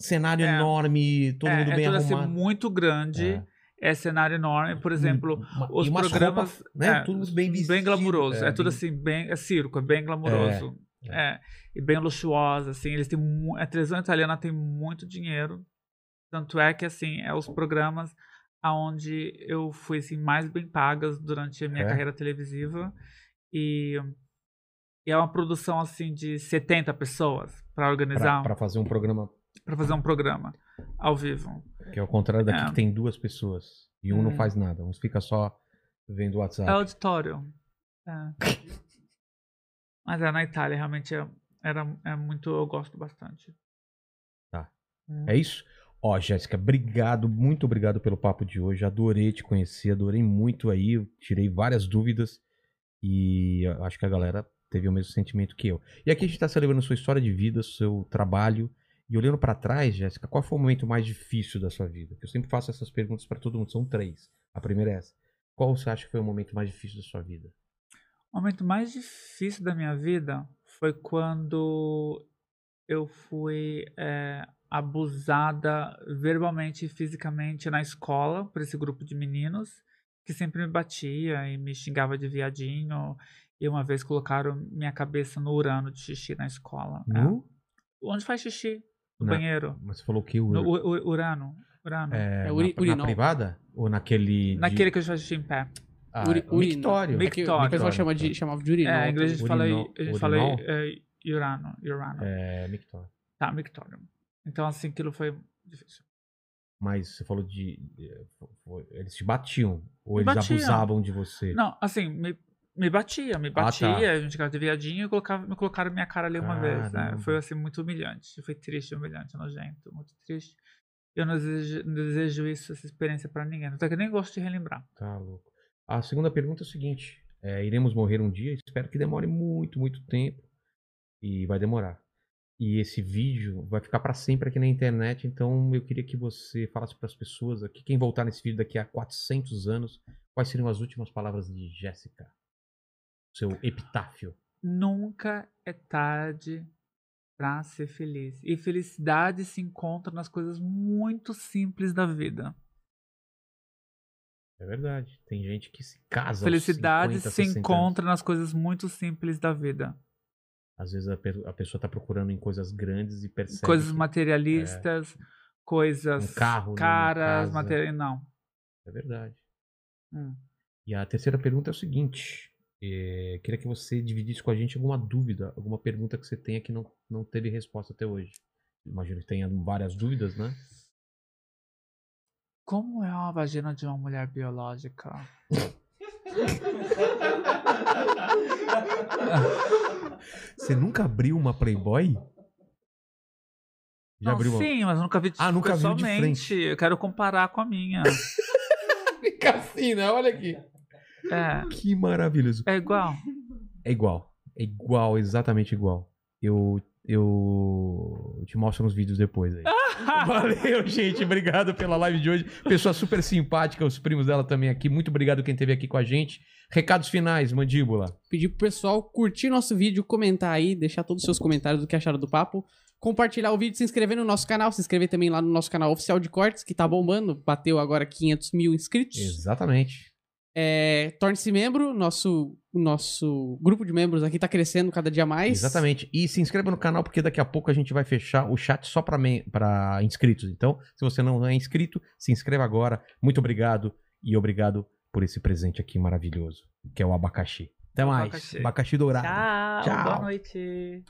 Speaker 1: Cenário
Speaker 3: É.
Speaker 1: enorme, todo
Speaker 3: é,
Speaker 1: mundo
Speaker 3: é
Speaker 1: bem
Speaker 3: tudo assim
Speaker 1: arrumado.
Speaker 3: muito grande,
Speaker 1: É. Hum.
Speaker 3: é. cenário enorme. Por exemplo,
Speaker 1: Uma-
Speaker 3: os
Speaker 1: e umas
Speaker 3: programas,
Speaker 1: roupas, né?
Speaker 3: é,
Speaker 1: tudo bem vestido.
Speaker 3: bem glamuroso. É, tudo
Speaker 1: bem-
Speaker 3: assim, bem. É circo, é bem glamuroso.
Speaker 1: É,
Speaker 3: É. E bem luxuosa, assim. Eles têm. mu- A televisão italiana tem muito dinheiro. Tanto é que, assim, é os programas aonde eu É? fui, assim, mais bem pagas durante a minha
Speaker 1: É?
Speaker 3: carreira televisiva. E E é uma produção assim de 70 pessoas pra organizar,
Speaker 1: Pra,
Speaker 3: um- pra,
Speaker 1: pra fazer um programa
Speaker 3: fazer um programa ao vivo.
Speaker 1: que é o contrário daqui
Speaker 3: É.
Speaker 1: que tem duas pessoas. E um não
Speaker 3: Hum.
Speaker 1: faz nada, um fica só vendo o WhatsApp.
Speaker 3: É auditório.
Speaker 1: [LAUGHS]
Speaker 3: É. Mas é na Itália, realmente é, era, é muito. Eu gosto bastante.
Speaker 1: Tá.
Speaker 3: Hum.
Speaker 1: É isso? Ó, Jéssica, obrigado, muito obrigado pelo papo de hoje. Adorei te conhecer, adorei muito aí. eu Tirei várias dúvidas e eu acho que a galera teve o mesmo sentimento que eu. E aqui a gente tá celebrando sua história de vida, seu trabalho. E olhando pra trás, Jéssica, qual foi o momento mais difícil da sua vida? Que eu sempre faço essas perguntas pra todo mundo, são três. A primeira é essa. Qual você acha que foi o momento mais difícil da sua vida?
Speaker 3: O momento mais difícil da minha vida foi quando eu fui é, abusada verbalmente e fisicamente na escola por esse grupo de meninos que sempre me batia e me xingava de viadinho. E uma vez colocaram minha cabeça no urano de xixi na escola. É.
Speaker 1: No?
Speaker 3: Onde faz xixi? No
Speaker 1: Na-
Speaker 3: banheiro.
Speaker 1: Mas você falou que o.
Speaker 3: No u- u- urano. Urano.
Speaker 1: é,
Speaker 2: É
Speaker 1: na,
Speaker 2: uri-
Speaker 1: na
Speaker 2: urinol.
Speaker 1: privada? Ou naquele. de-
Speaker 3: Naquele que eu faço xixi em pé.
Speaker 1: Ah,
Speaker 2: Uri- urina.
Speaker 1: mictório.
Speaker 2: É que
Speaker 3: Mictório.
Speaker 2: O pessoal chama de, chamava de né? urinol.
Speaker 3: É, em inglês a gente fala,
Speaker 1: Urinol-
Speaker 3: a gente fala
Speaker 1: urinol?
Speaker 3: é, urano. urano.
Speaker 1: É, Mictório.
Speaker 3: Tá, Victorium. Então, assim, aquilo foi difícil.
Speaker 1: Mas você falou de. eh, foi- Eles te batiam. Ou
Speaker 3: Me
Speaker 1: eles
Speaker 3: batiam.
Speaker 1: abusavam de você.
Speaker 3: Não, assim, me, me batia, me
Speaker 1: tá.
Speaker 3: batia, a gente ficava de viadinho e colocava, me colocaram minha cara ali uma vez, né?
Speaker 1: Caramba.
Speaker 3: Foi, assim, muito humilhante. Foi triste, humilhante, nojento, muito triste. Eu não desejo, não desejo isso, essa experiência pra ninguém. Até que eu nem gosto de relembrar.
Speaker 1: Tá louco. A segunda pergunta é o seguinte: eh, iremos morrer um dia? Espero que demore muito, muito tempo. E vai demorar. E esse vídeo vai ficar pra sempre aqui na internet. Então eu queria que você falasse pras pessoas aqui, quem voltar nesse vídeo daqui a 400 anos, quais seriam as últimas palavras de Jéssica? Seu epitáfio.
Speaker 3: Nunca é tarde pra ser feliz. E felicidade se encontra nas coisas muito simples da vida.
Speaker 1: É verdade. Tem gente que se casa. aos
Speaker 3: Felicidade
Speaker 1: 50,
Speaker 3: se
Speaker 1: 60 anos.
Speaker 3: encontra nas coisas muito simples da vida.
Speaker 1: Às vezes a, pe- a pessoa tá procurando em coisas grandes e percebe.
Speaker 3: coisas
Speaker 1: que-
Speaker 3: materialistas, coisas
Speaker 1: É. Um carro, né, uma
Speaker 3: caras,
Speaker 1: casa.
Speaker 3: materiais. Não.
Speaker 1: É verdade.
Speaker 3: Hum.
Speaker 1: E a terceira pergunta é o seguinte: eh, queria que você dividisse com a gente alguma dúvida, alguma pergunta que você tenha que não, não teve resposta até hoje. Imagino que tenha várias dúvidas, né?
Speaker 3: Como é a vagina de uma mulher biológica?
Speaker 1: Você nunca abriu uma Playboy? Já
Speaker 3: Não,
Speaker 1: abriu uma.
Speaker 3: Sim, mas eu nunca vi de-
Speaker 1: Ah, nunca viu de
Speaker 3: pessoalmente.
Speaker 1: frente.
Speaker 3: Eu quero comparar com a minha.
Speaker 1: Fica assim, né? Olha aqui.
Speaker 3: é,
Speaker 1: Que maravilhoso.
Speaker 3: é igual.
Speaker 1: É igual. É igual, exatamente igual. Eu, eu te mostro uns vídeos depois aí. [LAUGHS] Valeu, gente. Obrigado pela live de hoje. Pessoa super simpática, os primos dela também aqui. Muito obrigado quem esteve aqui com a gente. Recados finais, mandíbula.
Speaker 2: pedir pro pessoal curtir nosso vídeo, comentar aí, deixar todos os seus comentários do que acharam do papo, compartilhar o vídeo, se inscrever no nosso canal, se inscrever também lá no nosso canal oficial de cortes, que tá bombando, bateu agora 500 mil inscritos.
Speaker 1: Exatamente.
Speaker 2: É, Torne-se membro, nosso, nosso grupo de membros aqui tá crescendo cada dia mais.
Speaker 1: Exatamente. E se inscreva no canal, porque daqui a pouco a gente vai fechar o chat só pra men- pra inscritos. Então, se você não é inscrito, se inscreva agora. Muito obrigado e obrigado por esse presente aqui maravilhoso, que é o abacaxi. Até mais.
Speaker 3: Abacaxi.
Speaker 1: Abacaxi dourado.
Speaker 3: Tchau,
Speaker 1: Tchau.
Speaker 3: boa noite.